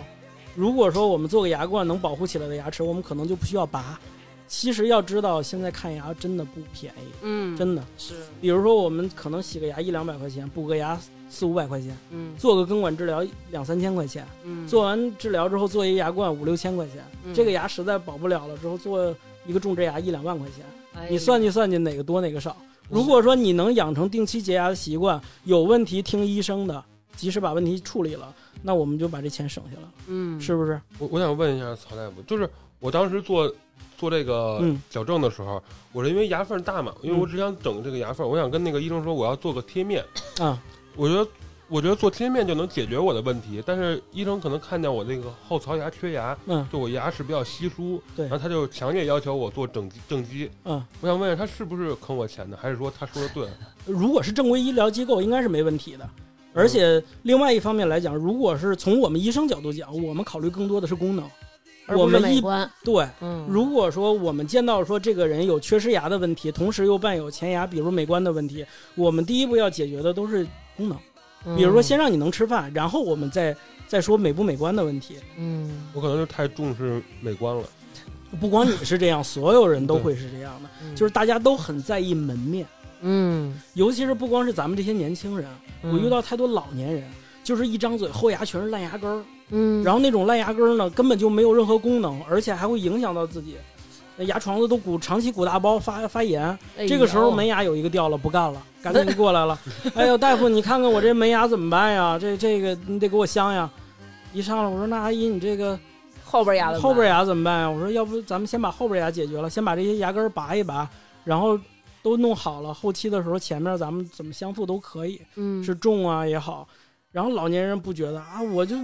Speaker 4: 如果说我们做个牙冠能保护起来的牙齿，我们可能就不需要拔。其实要知道，现在看牙真的不便宜，
Speaker 1: 嗯，
Speaker 4: 真的。
Speaker 1: 是，
Speaker 4: 比如说，我们可能洗个牙一两百块钱，补个牙四五百块钱，
Speaker 1: 嗯
Speaker 4: 做个根管治疗两三千块钱，
Speaker 1: 嗯，
Speaker 4: 做完治疗之后做一牙冠五六千块钱，
Speaker 1: 嗯
Speaker 4: 这个牙实在保不了了之后做一个种植牙一两万块钱，
Speaker 1: 哎嗯
Speaker 4: 你算计算计哪个多哪个少。如果说你能养成定期洁牙的习惯，有问题听医生的，及时把问题处理了，那我们就把这钱省下了，
Speaker 1: 嗯
Speaker 4: 是不是？
Speaker 5: 我我想问一下曹大夫，就是我当时做做这个
Speaker 4: 嗯
Speaker 5: 矫正的时候，我是因为牙缝大嘛，因为我
Speaker 4: 嗯
Speaker 5: 只想整这个牙缝，我想跟那个医生说我要做个贴面
Speaker 4: 啊。
Speaker 5: 我觉得我觉得做贴面就能解决我的问题，但是医生可能看见我那个后槽牙缺牙，
Speaker 4: 嗯
Speaker 5: 就我牙齿比较稀疏，
Speaker 4: 对
Speaker 5: 然后他就强烈要求我做整畸正畸。
Speaker 4: 嗯，
Speaker 5: 我想问一下，他是不是坑我钱的，还是说他说的对？
Speaker 4: 如果是正规医疗机构，应该是没问题的。而且另外一方面来讲，如果是从我们医生角度讲，我们考虑更多的是功能。
Speaker 1: 而
Speaker 4: 我
Speaker 1: 不是
Speaker 4: 们
Speaker 1: 美
Speaker 4: 一
Speaker 1: 观，
Speaker 4: 对，
Speaker 1: 嗯，
Speaker 4: 如果说我们见到说这个人有缺失牙的问题，同时又伴有前牙，比如美观的问题，我们第一步要解决的都是功能，
Speaker 1: 嗯
Speaker 4: 比如说先让你能吃饭，然后我们再再说美不美观的问题。
Speaker 1: 嗯，
Speaker 5: 我可能是太重视美观了。
Speaker 4: 不光你是这样，所有人都会是这样的，
Speaker 1: 嗯，
Speaker 4: 就是大家都很在意门面，
Speaker 1: 嗯，
Speaker 4: 尤其是不光是咱们这些年轻人，啊
Speaker 1: 嗯
Speaker 4: 我遇，到太多老年人，就是一张嘴后牙全是烂牙根儿，
Speaker 1: 嗯，
Speaker 4: 然后那种烂牙根儿呢根本就没有任何功能，而且还会影响到自己，那牙床子都鼓长期鼓大包发发炎，
Speaker 1: 哎
Speaker 4: 这个时候
Speaker 1: 呦
Speaker 4: 门牙有一个掉了，不干了，赶紧过来了。哎呦，大夫，你看看我这门牙怎么办呀？这这个你得给我镶呀。一上来我说那阿姨，你这个
Speaker 1: 后边牙的
Speaker 4: 后边牙怎么办呀？我说要不咱们先把后边牙解决了，先把这些牙根儿拔一拔，然后都弄好了，后期的时候前面咱们怎么相互都可以，
Speaker 1: 嗯
Speaker 4: 是种啊也好。然后老年人不觉得啊，我就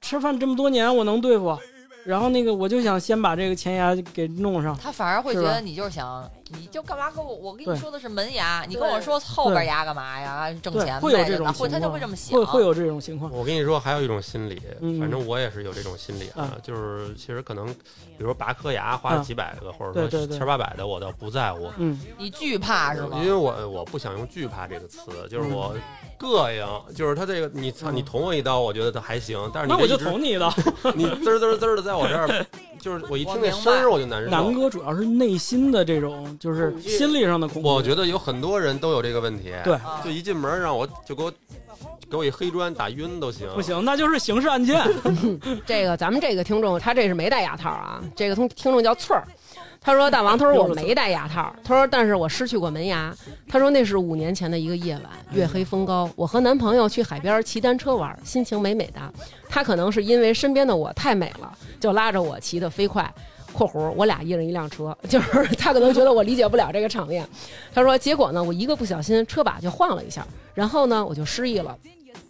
Speaker 4: 吃饭这么多年，我能对付。然后那个我就想先把这个前牙给弄上，
Speaker 3: 他反而会
Speaker 4: 是
Speaker 3: 觉
Speaker 4: 吧
Speaker 3: 得你就是想，你就干嘛跟我？我跟
Speaker 4: 对
Speaker 3: 你说的是门牙，你
Speaker 1: 对
Speaker 3: 跟我说后边牙干嘛呀？挣
Speaker 4: 对
Speaker 3: 钱
Speaker 4: 会有
Speaker 3: 呗
Speaker 4: 这种
Speaker 3: 然后会
Speaker 4: 情
Speaker 3: 他就
Speaker 4: 况
Speaker 3: 会这么想，
Speaker 4: 会会有这种情况。
Speaker 2: 我跟你说，还有一种心理，
Speaker 4: 嗯
Speaker 2: 反正我也是有这种心理啊，
Speaker 4: 啊
Speaker 2: 就是其实可能，比如说拔颗牙花
Speaker 4: 啊
Speaker 2: 几百个，或
Speaker 4: 对
Speaker 2: 者
Speaker 4: 对
Speaker 2: 说
Speaker 4: 对
Speaker 2: 千八百的，我倒不在乎，
Speaker 4: 嗯
Speaker 3: 你惧怕是吗
Speaker 2: 因？为我我不想用惧怕这个词，就是我膈应，就是他这个你操
Speaker 4: 嗯
Speaker 2: 你捅我一刀，我觉得他还行，但是
Speaker 4: 那
Speaker 2: 你
Speaker 4: 我
Speaker 2: 这
Speaker 4: 就
Speaker 2: 一直
Speaker 4: 捅你一刀。
Speaker 2: 你滋儿滋儿滋儿的在我这儿，就是我一听那
Speaker 3: 我明
Speaker 2: 声
Speaker 3: 白
Speaker 2: 儿我就难受。
Speaker 4: 南哥主要是内心的这种，就是心理上的恐惧。
Speaker 2: 我觉得有很多人都有这个问题，
Speaker 4: 对
Speaker 3: 啊
Speaker 2: 就一进门让我就给我给我一黑砖打晕都行，
Speaker 4: 不行，那就是刑事案 [LAUGHS] 件。
Speaker 1: 这个咱们这个听众，他这是没戴牙套啊。这个听听众叫翠儿，他说：“大王，他说我没戴牙套，他说但是我失去过门牙。他说那是五年前的一个夜晚，月黑风高，我和男朋友去海边骑单车玩，心情美美的。他可能是因为身边的我太美了，就拉着我骑得飞快。”（括弧我俩一人一辆车，就是他可能觉得我理解不了这个场面。他说，结果呢，我一个不小心车把就晃了一下，然后呢我就失忆了。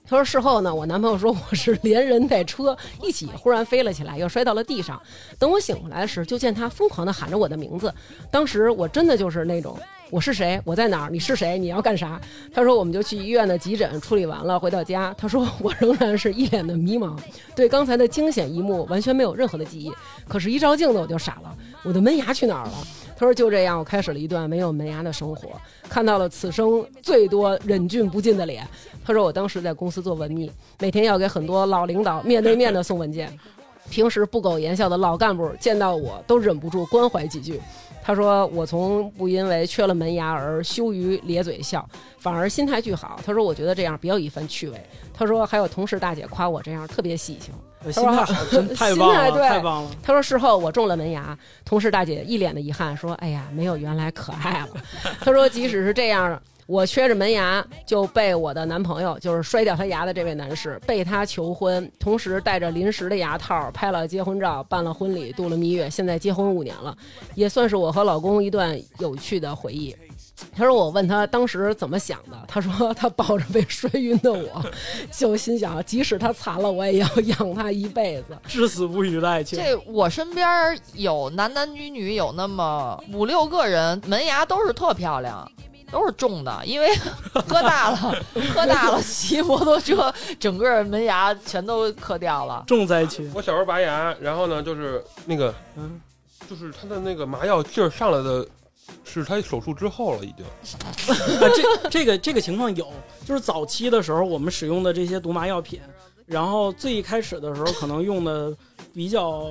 Speaker 1: 他说事后呢，我男朋友说我是连人带车一起忽然飞了起来，又摔到了地上。等我醒过来时，就见他疯狂地喊着我的名字。当时我真的就是那种。我是谁？我在哪儿？你是谁？你要干啥？他说，我们就去医院的急诊处理完了，回到家。他说，我仍然是一脸的迷茫，对刚才的惊险一幕完全没有任何的记忆。可是，一照镜子我就傻了，我的门牙去哪儿了？他说，就这样，我开始了一段没有门牙的生活，看到了此生最多忍俊不禁的脸。他说我当时在公司做文秘，每天要给很多老领导面对面的送文件，平时不苟言笑的老干部见到我都忍不住关怀几句。他说：“我从不因为缺了门牙而羞于咧嘴笑，反而心态巨好。”他说：“我觉得这样别有一番趣味。”他说：“还有同事大姐夸我这样特别喜庆。”
Speaker 4: 心态好，真太棒
Speaker 1: 心态
Speaker 4: 了，
Speaker 1: 对
Speaker 4: 太棒了。
Speaker 1: 他说事后我种了门牙，同事大姐一脸的遗憾说：“哎呀，没有原来可爱了。” [LAUGHS] 他说即使是这样，我缺着门牙就被我的男朋友，就是摔掉他牙的这位男士，被他求婚，同时戴着临时的牙套拍了结婚照，办了婚礼，度了蜜月，现在结婚五年了，也算是我和老公一段有趣的回忆。他说：“我问他当时怎么想的，他说他抱着被摔晕的我，就心想，即使他残了，我也要 [LAUGHS] 养他一辈子。
Speaker 4: 至死不渝的爱情，
Speaker 3: 这我身边儿有男男女女有那么五六个人，门牙都是特漂亮，都是重的，因为喝大了，喝大了，骑摩托车，整个门牙全都磕掉了。
Speaker 4: 重灾区。
Speaker 5: 我小时候拔牙，然后呢，就是那个
Speaker 4: 嗯，
Speaker 5: 就是他的那个麻药劲儿上来的是他手术之后了，已经。
Speaker 4: 啊，这这个这个情况有，就是早期的时候我们使用的这些毒麻药品，然后最一开始的时候可能用的比较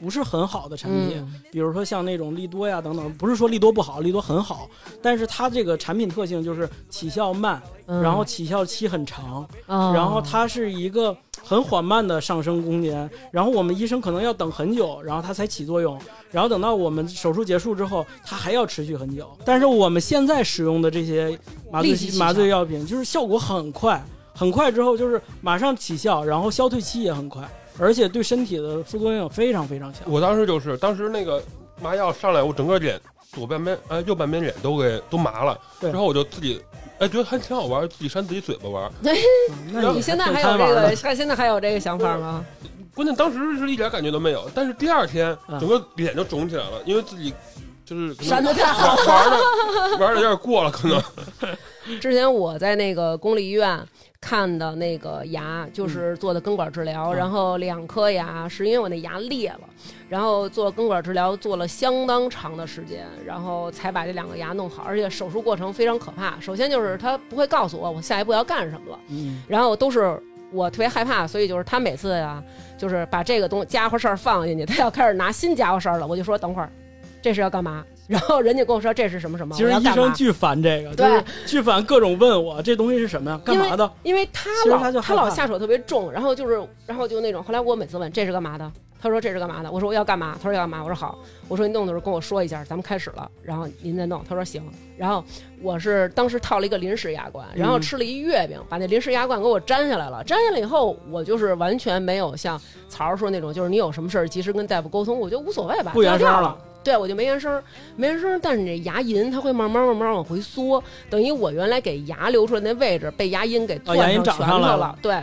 Speaker 4: 不是很好的产品，
Speaker 1: 嗯
Speaker 4: 比如说像那种利多呀等等，不是说利多不好，利多很好，但是它这个产品特性就是起效慢，
Speaker 1: 嗯
Speaker 4: 然后起效期很长，
Speaker 3: 嗯
Speaker 1: 哦
Speaker 4: 然后它是一个很缓慢的上升空间，然后我们医生可能要等很久，然后它才起作用，然后等到我们手术结束之后，它还要持续很久。但是我们现在使用的这些麻醉
Speaker 3: 立即起效
Speaker 4: 麻醉药品，就是效果很快，很快之后就是马上起效，然后消退期也很快，而且对身体的副作用非常非常小。
Speaker 5: 我当时就是，当时那个麻药上来，我整个脸左半边呃右半边脸都给都麻了，
Speaker 4: 对
Speaker 5: 之后我就自己哎觉得还挺好玩，自己扇自己嘴巴玩。
Speaker 4: 嗯那 [LAUGHS]
Speaker 1: 你现在
Speaker 4: 很
Speaker 1: 还有
Speaker 4: 贪
Speaker 1: 这
Speaker 4: 玩
Speaker 1: 个，
Speaker 4: 了
Speaker 1: 还现在还有这个想法
Speaker 4: [LAUGHS]
Speaker 1: 吗？
Speaker 5: 关键当时是一点感觉都没有，但是第二天
Speaker 4: 嗯
Speaker 5: 整个脸就肿起来了，因为自己就是可能
Speaker 1: 扇得太
Speaker 5: 玩玩的玩的有点过了，可能
Speaker 1: 之前我在那个公立医院看的那个牙，就是做的根管治疗，
Speaker 4: 嗯
Speaker 1: 然后两颗牙是因为我那牙裂了，然后做根管治疗做了相当长的时间，然后才把这两个牙弄好，而且手术过程非常可怕。首先就是他不会告诉我我下一步要干什么了，
Speaker 4: 嗯，
Speaker 1: 然后都是我特别害怕，所以就是他每次啊，就是把这个东家伙事儿放进去，他要开始拿新家伙事儿了，我就说等会儿，这是要干嘛？然后人家跟我说这是什么什么，
Speaker 4: 其实
Speaker 1: 我要
Speaker 4: 医
Speaker 1: 干
Speaker 4: 生
Speaker 1: 嘛？
Speaker 4: 巨烦这个，就
Speaker 1: 对
Speaker 4: 是巨烦各种问我这东西是什么呀，干嘛的？
Speaker 1: 因为他
Speaker 4: 其实
Speaker 1: 老
Speaker 4: 他就害
Speaker 1: 老
Speaker 4: 怕
Speaker 1: 下手特别重，然后就是然后就那种，后来我每次问这是干嘛的，他说这是干嘛的，我说我要干嘛，他说要干嘛，我说好，我说你弄的时候跟我说一下，咱们开始了，然后您再弄，他说行，然后我是当时套了一个临时牙冠，然后
Speaker 4: 嗯
Speaker 1: 吃了一月饼，把那临时牙冠给我粘下来了，粘下来以后我就是完全没有像曹儿说那种，就是你有什么事儿及时跟大夫沟通，我觉得无所谓吧，
Speaker 4: 不
Speaker 1: 掉
Speaker 4: 原声
Speaker 1: 掉
Speaker 4: 儿
Speaker 1: 了
Speaker 4: 了。
Speaker 1: 对，我就没原声儿，没原声儿，但是你这牙龈它会慢慢慢慢往回缩，等于我原来给牙留出来那位置被牙龈给
Speaker 4: 哦
Speaker 1: 攥
Speaker 4: 牙龈
Speaker 1: 拳
Speaker 4: 长上
Speaker 1: 头
Speaker 4: 来
Speaker 1: 了
Speaker 4: 了。
Speaker 1: 对，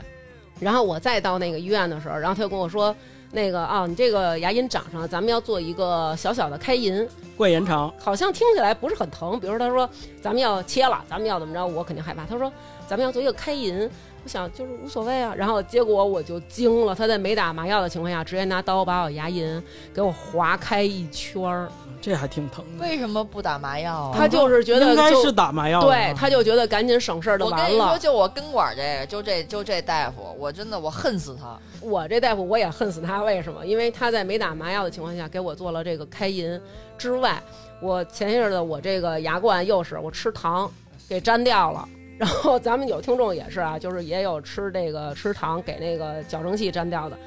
Speaker 1: 然后我再到那个医院的时候，然后他就跟我说，那个啊，你这个牙龈长上了，咱们要做一个小小的开银，
Speaker 4: 灌延长，
Speaker 1: 好像听起来不是很疼。比如说他说咱们要切了，咱们要怎么着，我肯定害怕。他说咱们要做一个开银。我想就是无所谓啊，然后结果我就惊了，他在没打麻药的情况下，直接拿刀把我牙龈给我划开一圈儿，
Speaker 4: 这还挺疼
Speaker 3: [LAUGHS]
Speaker 4: 的。
Speaker 3: 为什么不打麻药啊？
Speaker 1: 他就是觉得
Speaker 4: 哦应该
Speaker 1: 就是
Speaker 4: 打麻药啊的吧，
Speaker 1: 对，他就觉得赶紧省事儿就
Speaker 3: 我跟
Speaker 1: 完
Speaker 3: 你说，
Speaker 1: 了。
Speaker 3: 就我根管这个，就这就这大夫，我真的我恨死他。
Speaker 1: 我这大夫我也恨死他，为什么？因为他在没打麻药的情况下给我做了这个开银之外，我前些日子我这个牙冠又是我吃糖给粘掉了。然后咱们有听众也是啊，就是也有吃这个吃糖给那个矫正器粘掉的。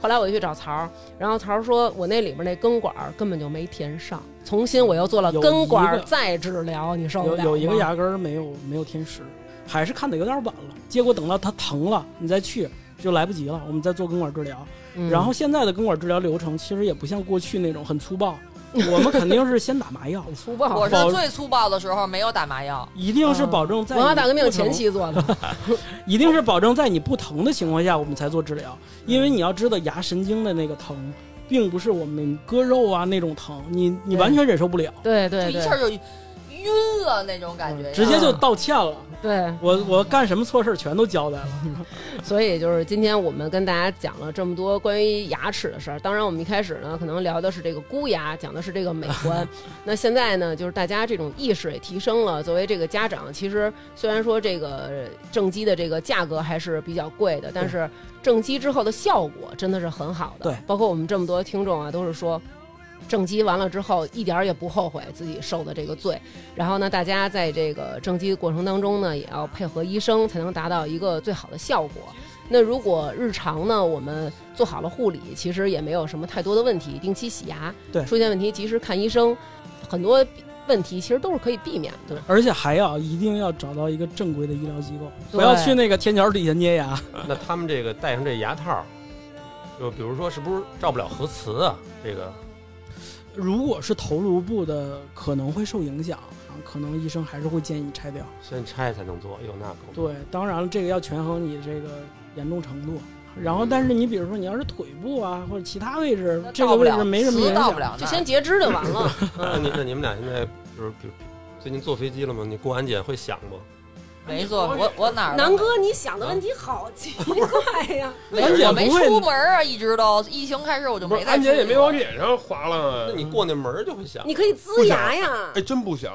Speaker 1: 后来我就去找曹儿，然后曹儿说我那里面那根管儿根本就没填上，重新我又做了
Speaker 4: 有
Speaker 1: 根管
Speaker 4: 一
Speaker 1: 儿
Speaker 4: 个
Speaker 1: 再治疗，你受得
Speaker 4: 有
Speaker 1: 了
Speaker 4: 有一个
Speaker 1: 吗
Speaker 4: 牙根儿没有没有天时，还是看的有点晚了。结果等到它疼了，你再去就来不及了，我们再做根管治疗。
Speaker 1: 嗯
Speaker 4: 然后现在的根管治疗流程其实也不像过去那种很粗暴，我们肯定是先打麻药，
Speaker 1: 粗暴，
Speaker 3: 我
Speaker 4: 保
Speaker 3: 是最粗暴的时候没有打麻药，
Speaker 4: 一定
Speaker 1: 嗯
Speaker 4: 是保证在
Speaker 1: 文化
Speaker 4: 你
Speaker 1: 大革命
Speaker 4: 不疼
Speaker 1: 前，期做的，
Speaker 4: 一定是保证在你不疼的情况下我们才做治疗，因
Speaker 1: 嗯
Speaker 4: 为你要知道牙神经的那个疼。并不是我们割肉啊那种疼，你
Speaker 1: 对
Speaker 4: 你完全忍受不了，
Speaker 1: 对
Speaker 3: 就
Speaker 1: 对
Speaker 3: 一
Speaker 1: 对
Speaker 3: 下就晕了那种感觉。
Speaker 4: 直接
Speaker 1: 啊
Speaker 4: 就道歉了。
Speaker 1: 对。
Speaker 4: 我我干什么错事儿全都交代了。
Speaker 1: [LAUGHS] 所以就是今天我们跟大家讲了这么多关于牙齿的事儿。当然，我们一开始呢可能聊的是这个箍牙，讲的是这个美观。那现在呢，就是大家这种意识也提升了。作为这个家长，其实虽然说这个正畸的这个价格还是比较贵的，但是正畸之后的效果真的是很好的。
Speaker 4: 对
Speaker 1: 包括我们这么多听众啊，都是说。正畸完了之后，一点儿也不后悔自己受的这个罪。然后呢，大家在这个正畸过程当中呢，也要配合医生，才能达到一个最好的效果。那如果日常呢，我们做好了护理，其实也没有什么太多的问题。定期洗牙，
Speaker 4: 对
Speaker 1: 出现问题及时看医生，很多问题其实都是可以避免的。
Speaker 4: 而且还要一定要找到一个正规的医疗机构，
Speaker 1: 对
Speaker 4: 不要去那个天桥底下捏牙。
Speaker 2: 那他们这个戴上这牙套，就比如说是不是照不了核磁啊？这个
Speaker 4: 如果是头颅部的，可能会受影响，啊可能医生还是会建议拆掉。
Speaker 2: 先拆才能做，有哎那够。
Speaker 4: 对，当然了，这个要权衡你这个严重程度。嗯然后，但是你比如说你要是腿部啊，或者其他位置，这个
Speaker 3: 到不
Speaker 4: 位
Speaker 3: 了，
Speaker 4: 置没什么
Speaker 3: 死
Speaker 4: 影
Speaker 3: 到不了
Speaker 4: 响。
Speaker 3: 那
Speaker 1: 就
Speaker 3: 儿
Speaker 1: 先截肢就完了。
Speaker 2: 那你那你们俩现在就是比如最近坐飞机了吗？你过安检会想吗？
Speaker 3: 没做过，我我哪儿了
Speaker 7: 南哥，你想的问题好奇怪呀！
Speaker 3: 没
Speaker 4: 安检
Speaker 3: 我没
Speaker 4: 不会
Speaker 3: 出门啊，一直都疫情开始我就
Speaker 5: 不
Speaker 3: 没
Speaker 5: 是
Speaker 3: 再
Speaker 5: 安检也没
Speaker 3: 出
Speaker 5: 往
Speaker 3: 门
Speaker 5: 脸上划了。
Speaker 2: 那你过那门儿就会响。
Speaker 7: 你可以呲牙呀
Speaker 5: 哎，，真不想，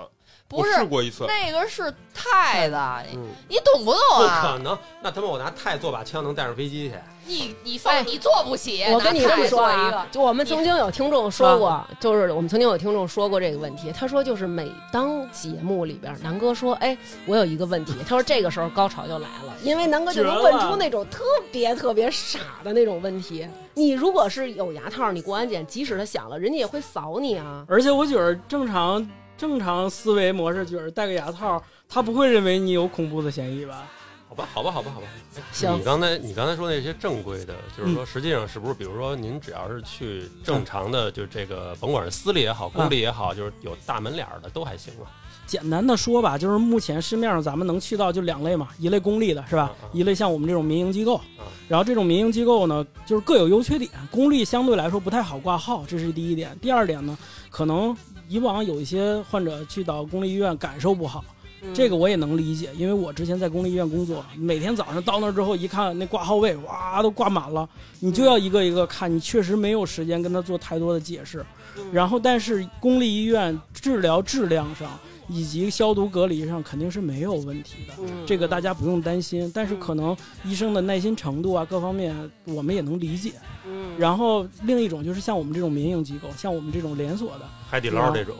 Speaker 3: 不
Speaker 5: 我
Speaker 3: 是
Speaker 5: 试过一次，
Speaker 3: 那个是太的，你
Speaker 2: 嗯
Speaker 3: 你懂不懂
Speaker 2: 不
Speaker 3: 啊
Speaker 2: 可？能，那他妈我拿钛做把枪能带上飞机去？
Speaker 3: 你你放你做不起，
Speaker 1: 我跟你这么说
Speaker 3: 拿太做
Speaker 1: 啊
Speaker 3: 一个，
Speaker 1: 就我们曾经有听众说
Speaker 4: 啊
Speaker 1: 过，就是我们曾经有听众说过这个问题。他说，就是每当节目里边，南哥说：“哎，我有一个问题。”他说这个时候高潮就来了，因为南哥就能问出那种特别特别傻的那种问题。你如果是有牙套，你过安检，即使他响了，人家也会扫你啊。
Speaker 4: 而且我觉得正常正常思维模式，觉得戴个牙套，他不会认为你有恐怖的嫌疑吧？
Speaker 2: 好吧，好吧，好吧，好吧。哎
Speaker 1: 行
Speaker 2: 你刚才你刚才说那些正规的，就是
Speaker 4: 嗯
Speaker 2: 说实际上是不是，比如说您只要是去正常的，就这个甭管是私立也好，公立也
Speaker 4: 嗯
Speaker 2: 好，就是有大门脸儿的都还行吧。
Speaker 4: 简单的说吧，就是目前市面上咱们能去到就两类嘛，一类公立的是吧
Speaker 2: 嗯嗯，
Speaker 4: 一类像我们这种民营机构
Speaker 2: 嗯。
Speaker 4: 然后这种民营机构呢，就是各有优缺点，公立相对来说不太好挂号，这是第一点。第二点呢，可能以往有一些患者去到公立医院感受不好，嗯
Speaker 1: 嗯
Speaker 4: 这个我也能理解，因为我之前在公立医院工作，每天早上到那儿之后一看那挂号位，哇，都挂满了，你就要一个一个看，你确实没有时间跟他做太多的解释。然后，但是公立医院治疗质量上以及消毒隔离上肯定是没有问题的，这个大家不用担心。但是可能医生的耐心程度啊，各方面我们也能理解。
Speaker 1: 嗯
Speaker 4: 然后另一种就是像我们这种民营机构，像我们这种连锁的，
Speaker 2: 海底捞这种，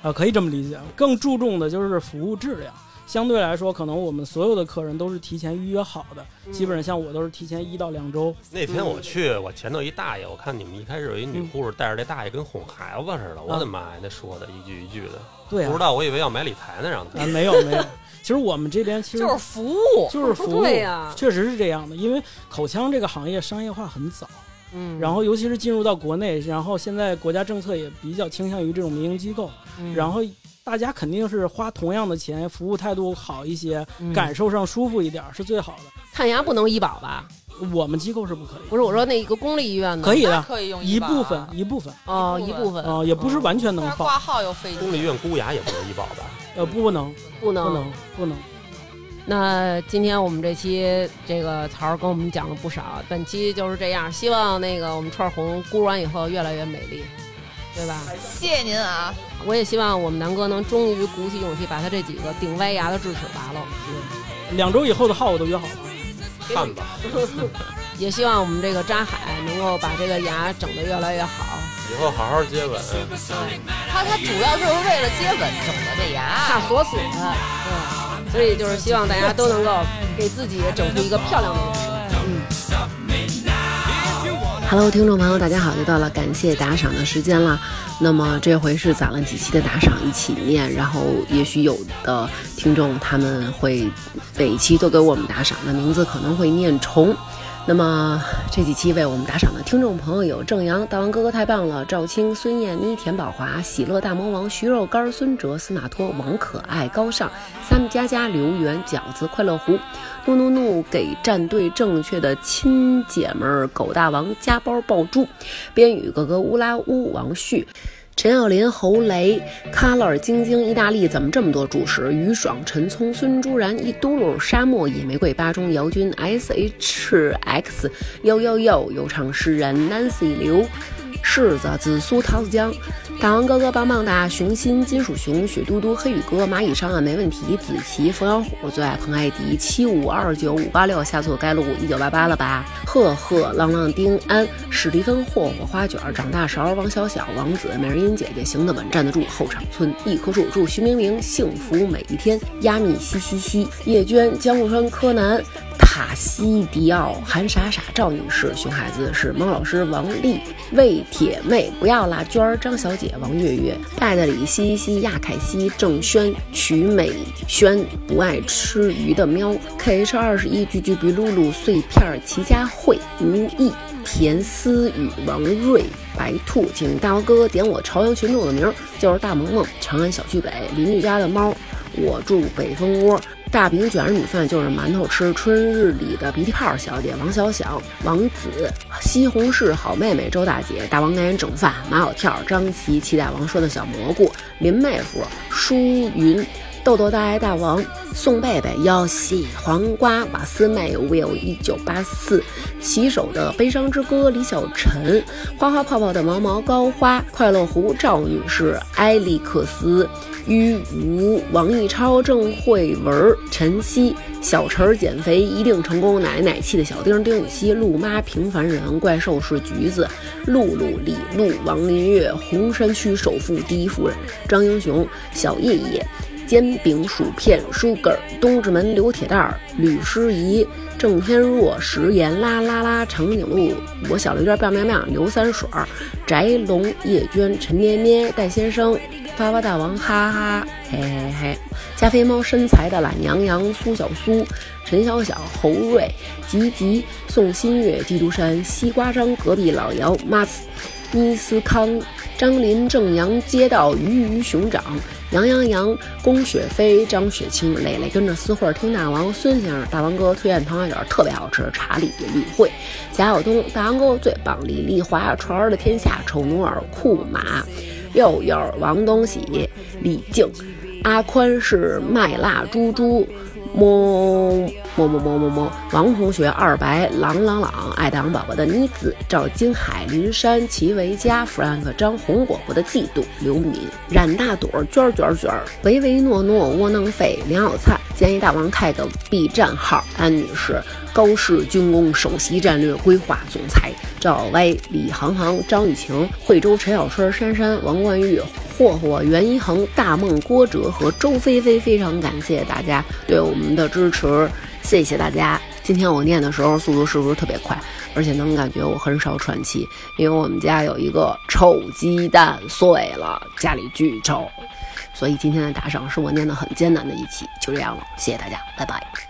Speaker 4: 啊，可以这么理解。更注重的就是服务质量。相对来说，可能我们所有的客人都是提前预约好的，基本上像我都是提前一到两周。
Speaker 2: 那天
Speaker 4: 嗯
Speaker 2: 我去，我前头一大爷，我看你们一开始有一女护士带着这大爷跟哄孩子似的，我的妈呀，那说的一句一句的，
Speaker 4: 嗯对
Speaker 2: 不知
Speaker 4: 啊，
Speaker 2: 道我以为要买理财呢，让他
Speaker 4: 啊没有没有，其实我们这边其实
Speaker 3: 就是服务，
Speaker 4: 就是服
Speaker 1: 哦
Speaker 4: 务，
Speaker 7: 对呀
Speaker 4: 确实是这样的。因为口腔这个行业商业化很早，
Speaker 1: 嗯
Speaker 4: 然后尤其是进入到国内，然后现在国家政策也比较倾向于这种民营机构，
Speaker 1: 嗯
Speaker 4: 然后大家肯定是花同样的钱，服务态度好一些，感受上舒服一点儿是最好的。
Speaker 1: 嗯看牙不能医保吧？
Speaker 4: 我们机构是不可以，
Speaker 1: 不是，我说那个公立医院呢？
Speaker 4: 可以
Speaker 3: 那
Speaker 4: 的，
Speaker 3: 可以用
Speaker 4: 一
Speaker 3: 把
Speaker 4: 部分一部分，
Speaker 1: 哦，
Speaker 3: 一
Speaker 1: 一
Speaker 3: 部
Speaker 1: 部分哦
Speaker 4: 啊、也不是
Speaker 1: 嗯
Speaker 4: 完全能
Speaker 3: 但是
Speaker 4: 放，
Speaker 3: 挂号又费
Speaker 2: 公立医
Speaker 3: 劲。
Speaker 2: 院箍牙也不能医保吧？
Speaker 4: 呃，不能，
Speaker 1: 不
Speaker 4: 不
Speaker 1: 能。
Speaker 4: 能，不能。
Speaker 1: 那今天我们这期这个曹儿跟我们讲了不少，本期就是这样，希望那个我们串红箍完以后越来越美丽，对吧？
Speaker 3: 谢谢您啊，
Speaker 1: 我也希望我们南哥能终于鼓起勇气把他这几个顶歪牙的智齿拔了，
Speaker 4: 两周以后的号我都约好了。
Speaker 2: 看吧，
Speaker 1: 也希望我们这个扎海能够把这个牙整得越来越好。
Speaker 2: 以后好好接吻。
Speaker 3: 他他主要就是为了接吻整的这牙。
Speaker 1: 怕锁死他，对，所以就是希望大家都能够给自己整出一个漂亮的人生。
Speaker 8: Hello，听众朋友，大家好，又到了感谢打赏的时间了。那么这回是攒了几期的打赏一起念，然后也许有的听众他们会每期都给我们打赏的名字可能会念重。那么这几期为我们打赏的听众朋友有郑阳、大王哥哥太棒了、赵青、孙燕妮、田宝华、喜乐大魔王、徐肉干、孙哲、司马托、王可爱、高尚、三佳佳、刘源、饺子、快乐湖、怒怒怒给站队正确的亲姐们儿狗大王加包爆珠，边宇哥哥乌拉乌王旭。陈耀林、侯雷、卡勒尔、晶晶、意大利怎么这么多主食？于爽、陈聪、孙朱然、一嘟噜、沙漠、野玫瑰、巴中、姚军、S H X 幺幺幺、有唱诗人 Nancy 刘柿子、紫苏、桃子酱、大王哥哥、棒棒哒、熊心、金属熊、雪嘟嘟、黑羽哥、蚂蚁上岸没问题、子琪、冯小虎、最爱彭艾迪、七五二九五八六，下错该录一九八八了吧？赫赫、浪浪丁、安、史蒂芬、霍霍、花卷、长大勺、王小小、王子、美人音姐姐、行得稳、站得住、后场村、一棵树、祝徐明明幸福每一天、压密嘻嘻嘻、叶娟、江户川柯南。塔西迪奥、韩傻傻、赵女士、熊孩子是猫老师、王丽、魏铁妹、不要啦娟儿、张小姐、王月月、戴戴里、西西、亚凯西、郑轩、曲美轩、不爱吃鱼的喵、KH 二十一、聚聚比露露、碎片儿、齐佳慧、吴毅、田思雨、王瑞、白兔，请大姚哥哥点我朝阳群众的名儿，就是大萌萌、长安小区北邻居家的猫。我住北蜂窝，大饼卷着米饭就是馒头吃。春日里的鼻涕泡小姐王小小、王子、西红柿好妹妹周大姐、大王男人整饭马小跳、张琪、齐大王说的小蘑菇、林妹夫、舒云、豆豆大爱大王、宋贝贝、要喜黄瓜、瓦斯妹、Will 一九八四、骑手的悲伤之歌、李小晨、花花泡泡的毛毛高花、快乐湖赵女士、埃利克斯、于吴、王一超、郑慧文、晨曦、小陈儿减肥一定成功、奶奶气的小丁、丁禹兮、陆妈、平凡人、怪兽是橘子、露露、李露、王林月、红山区首富第一夫人、张英雄、小叶叶。煎饼、薯片、舒根、东直门刘铁蛋儿、吕诗怡、郑天若、食盐、啦啦啦、长颈鹿、我小驴儿棒棒棒、刘三水儿、翟龙、叶娟、陈咩咩、戴先生、发发大王，哈哈，嘿嘿嘿，加菲猫身材的懒羊羊、苏小苏、陈小小、侯瑞、吉吉、宋新月、基督山、西瓜张、隔壁老姚、马斯、尼斯康、张林、正阳街道、鱼鱼熊掌。杨洋洋、龚雪飞、张雪清、磊磊跟着私会儿听大王、孙先生、大王哥推荐糖花卷儿特别好吃，查理、吕慧、贾晓东、大王哥最棒，李丽华、传儿的天下、丑努尔、库马、佑佑、王东喜、李静、阿宽是麦辣猪猪。么么么么么么，王同学、二白、朗朗朗、爱党宝宝的妮子、赵金海、林珊、齐维佳、Frank、张红果果的嫉妒、刘敏、冉大朵、娟儿娟儿娟儿、唯唯诺诺、窝囊废、梁小菜、建议大王开个 B 站号、安女士、高氏军工首席战略规划总裁、赵薇、李航航、张雨晴、惠州陈小春、珊珊、王冠玉、霍霍、袁一恒、大梦、郭哲和周菲菲，非常感谢大家对我们的支持，谢谢大家。今天我念的时候速度是不是特别快？而且能感觉我很少喘气，因为我们家有一个臭鸡蛋碎了，家里巨臭，所以今天的打赏是我念的很艰难的一期，就这样了，谢谢大家，拜拜。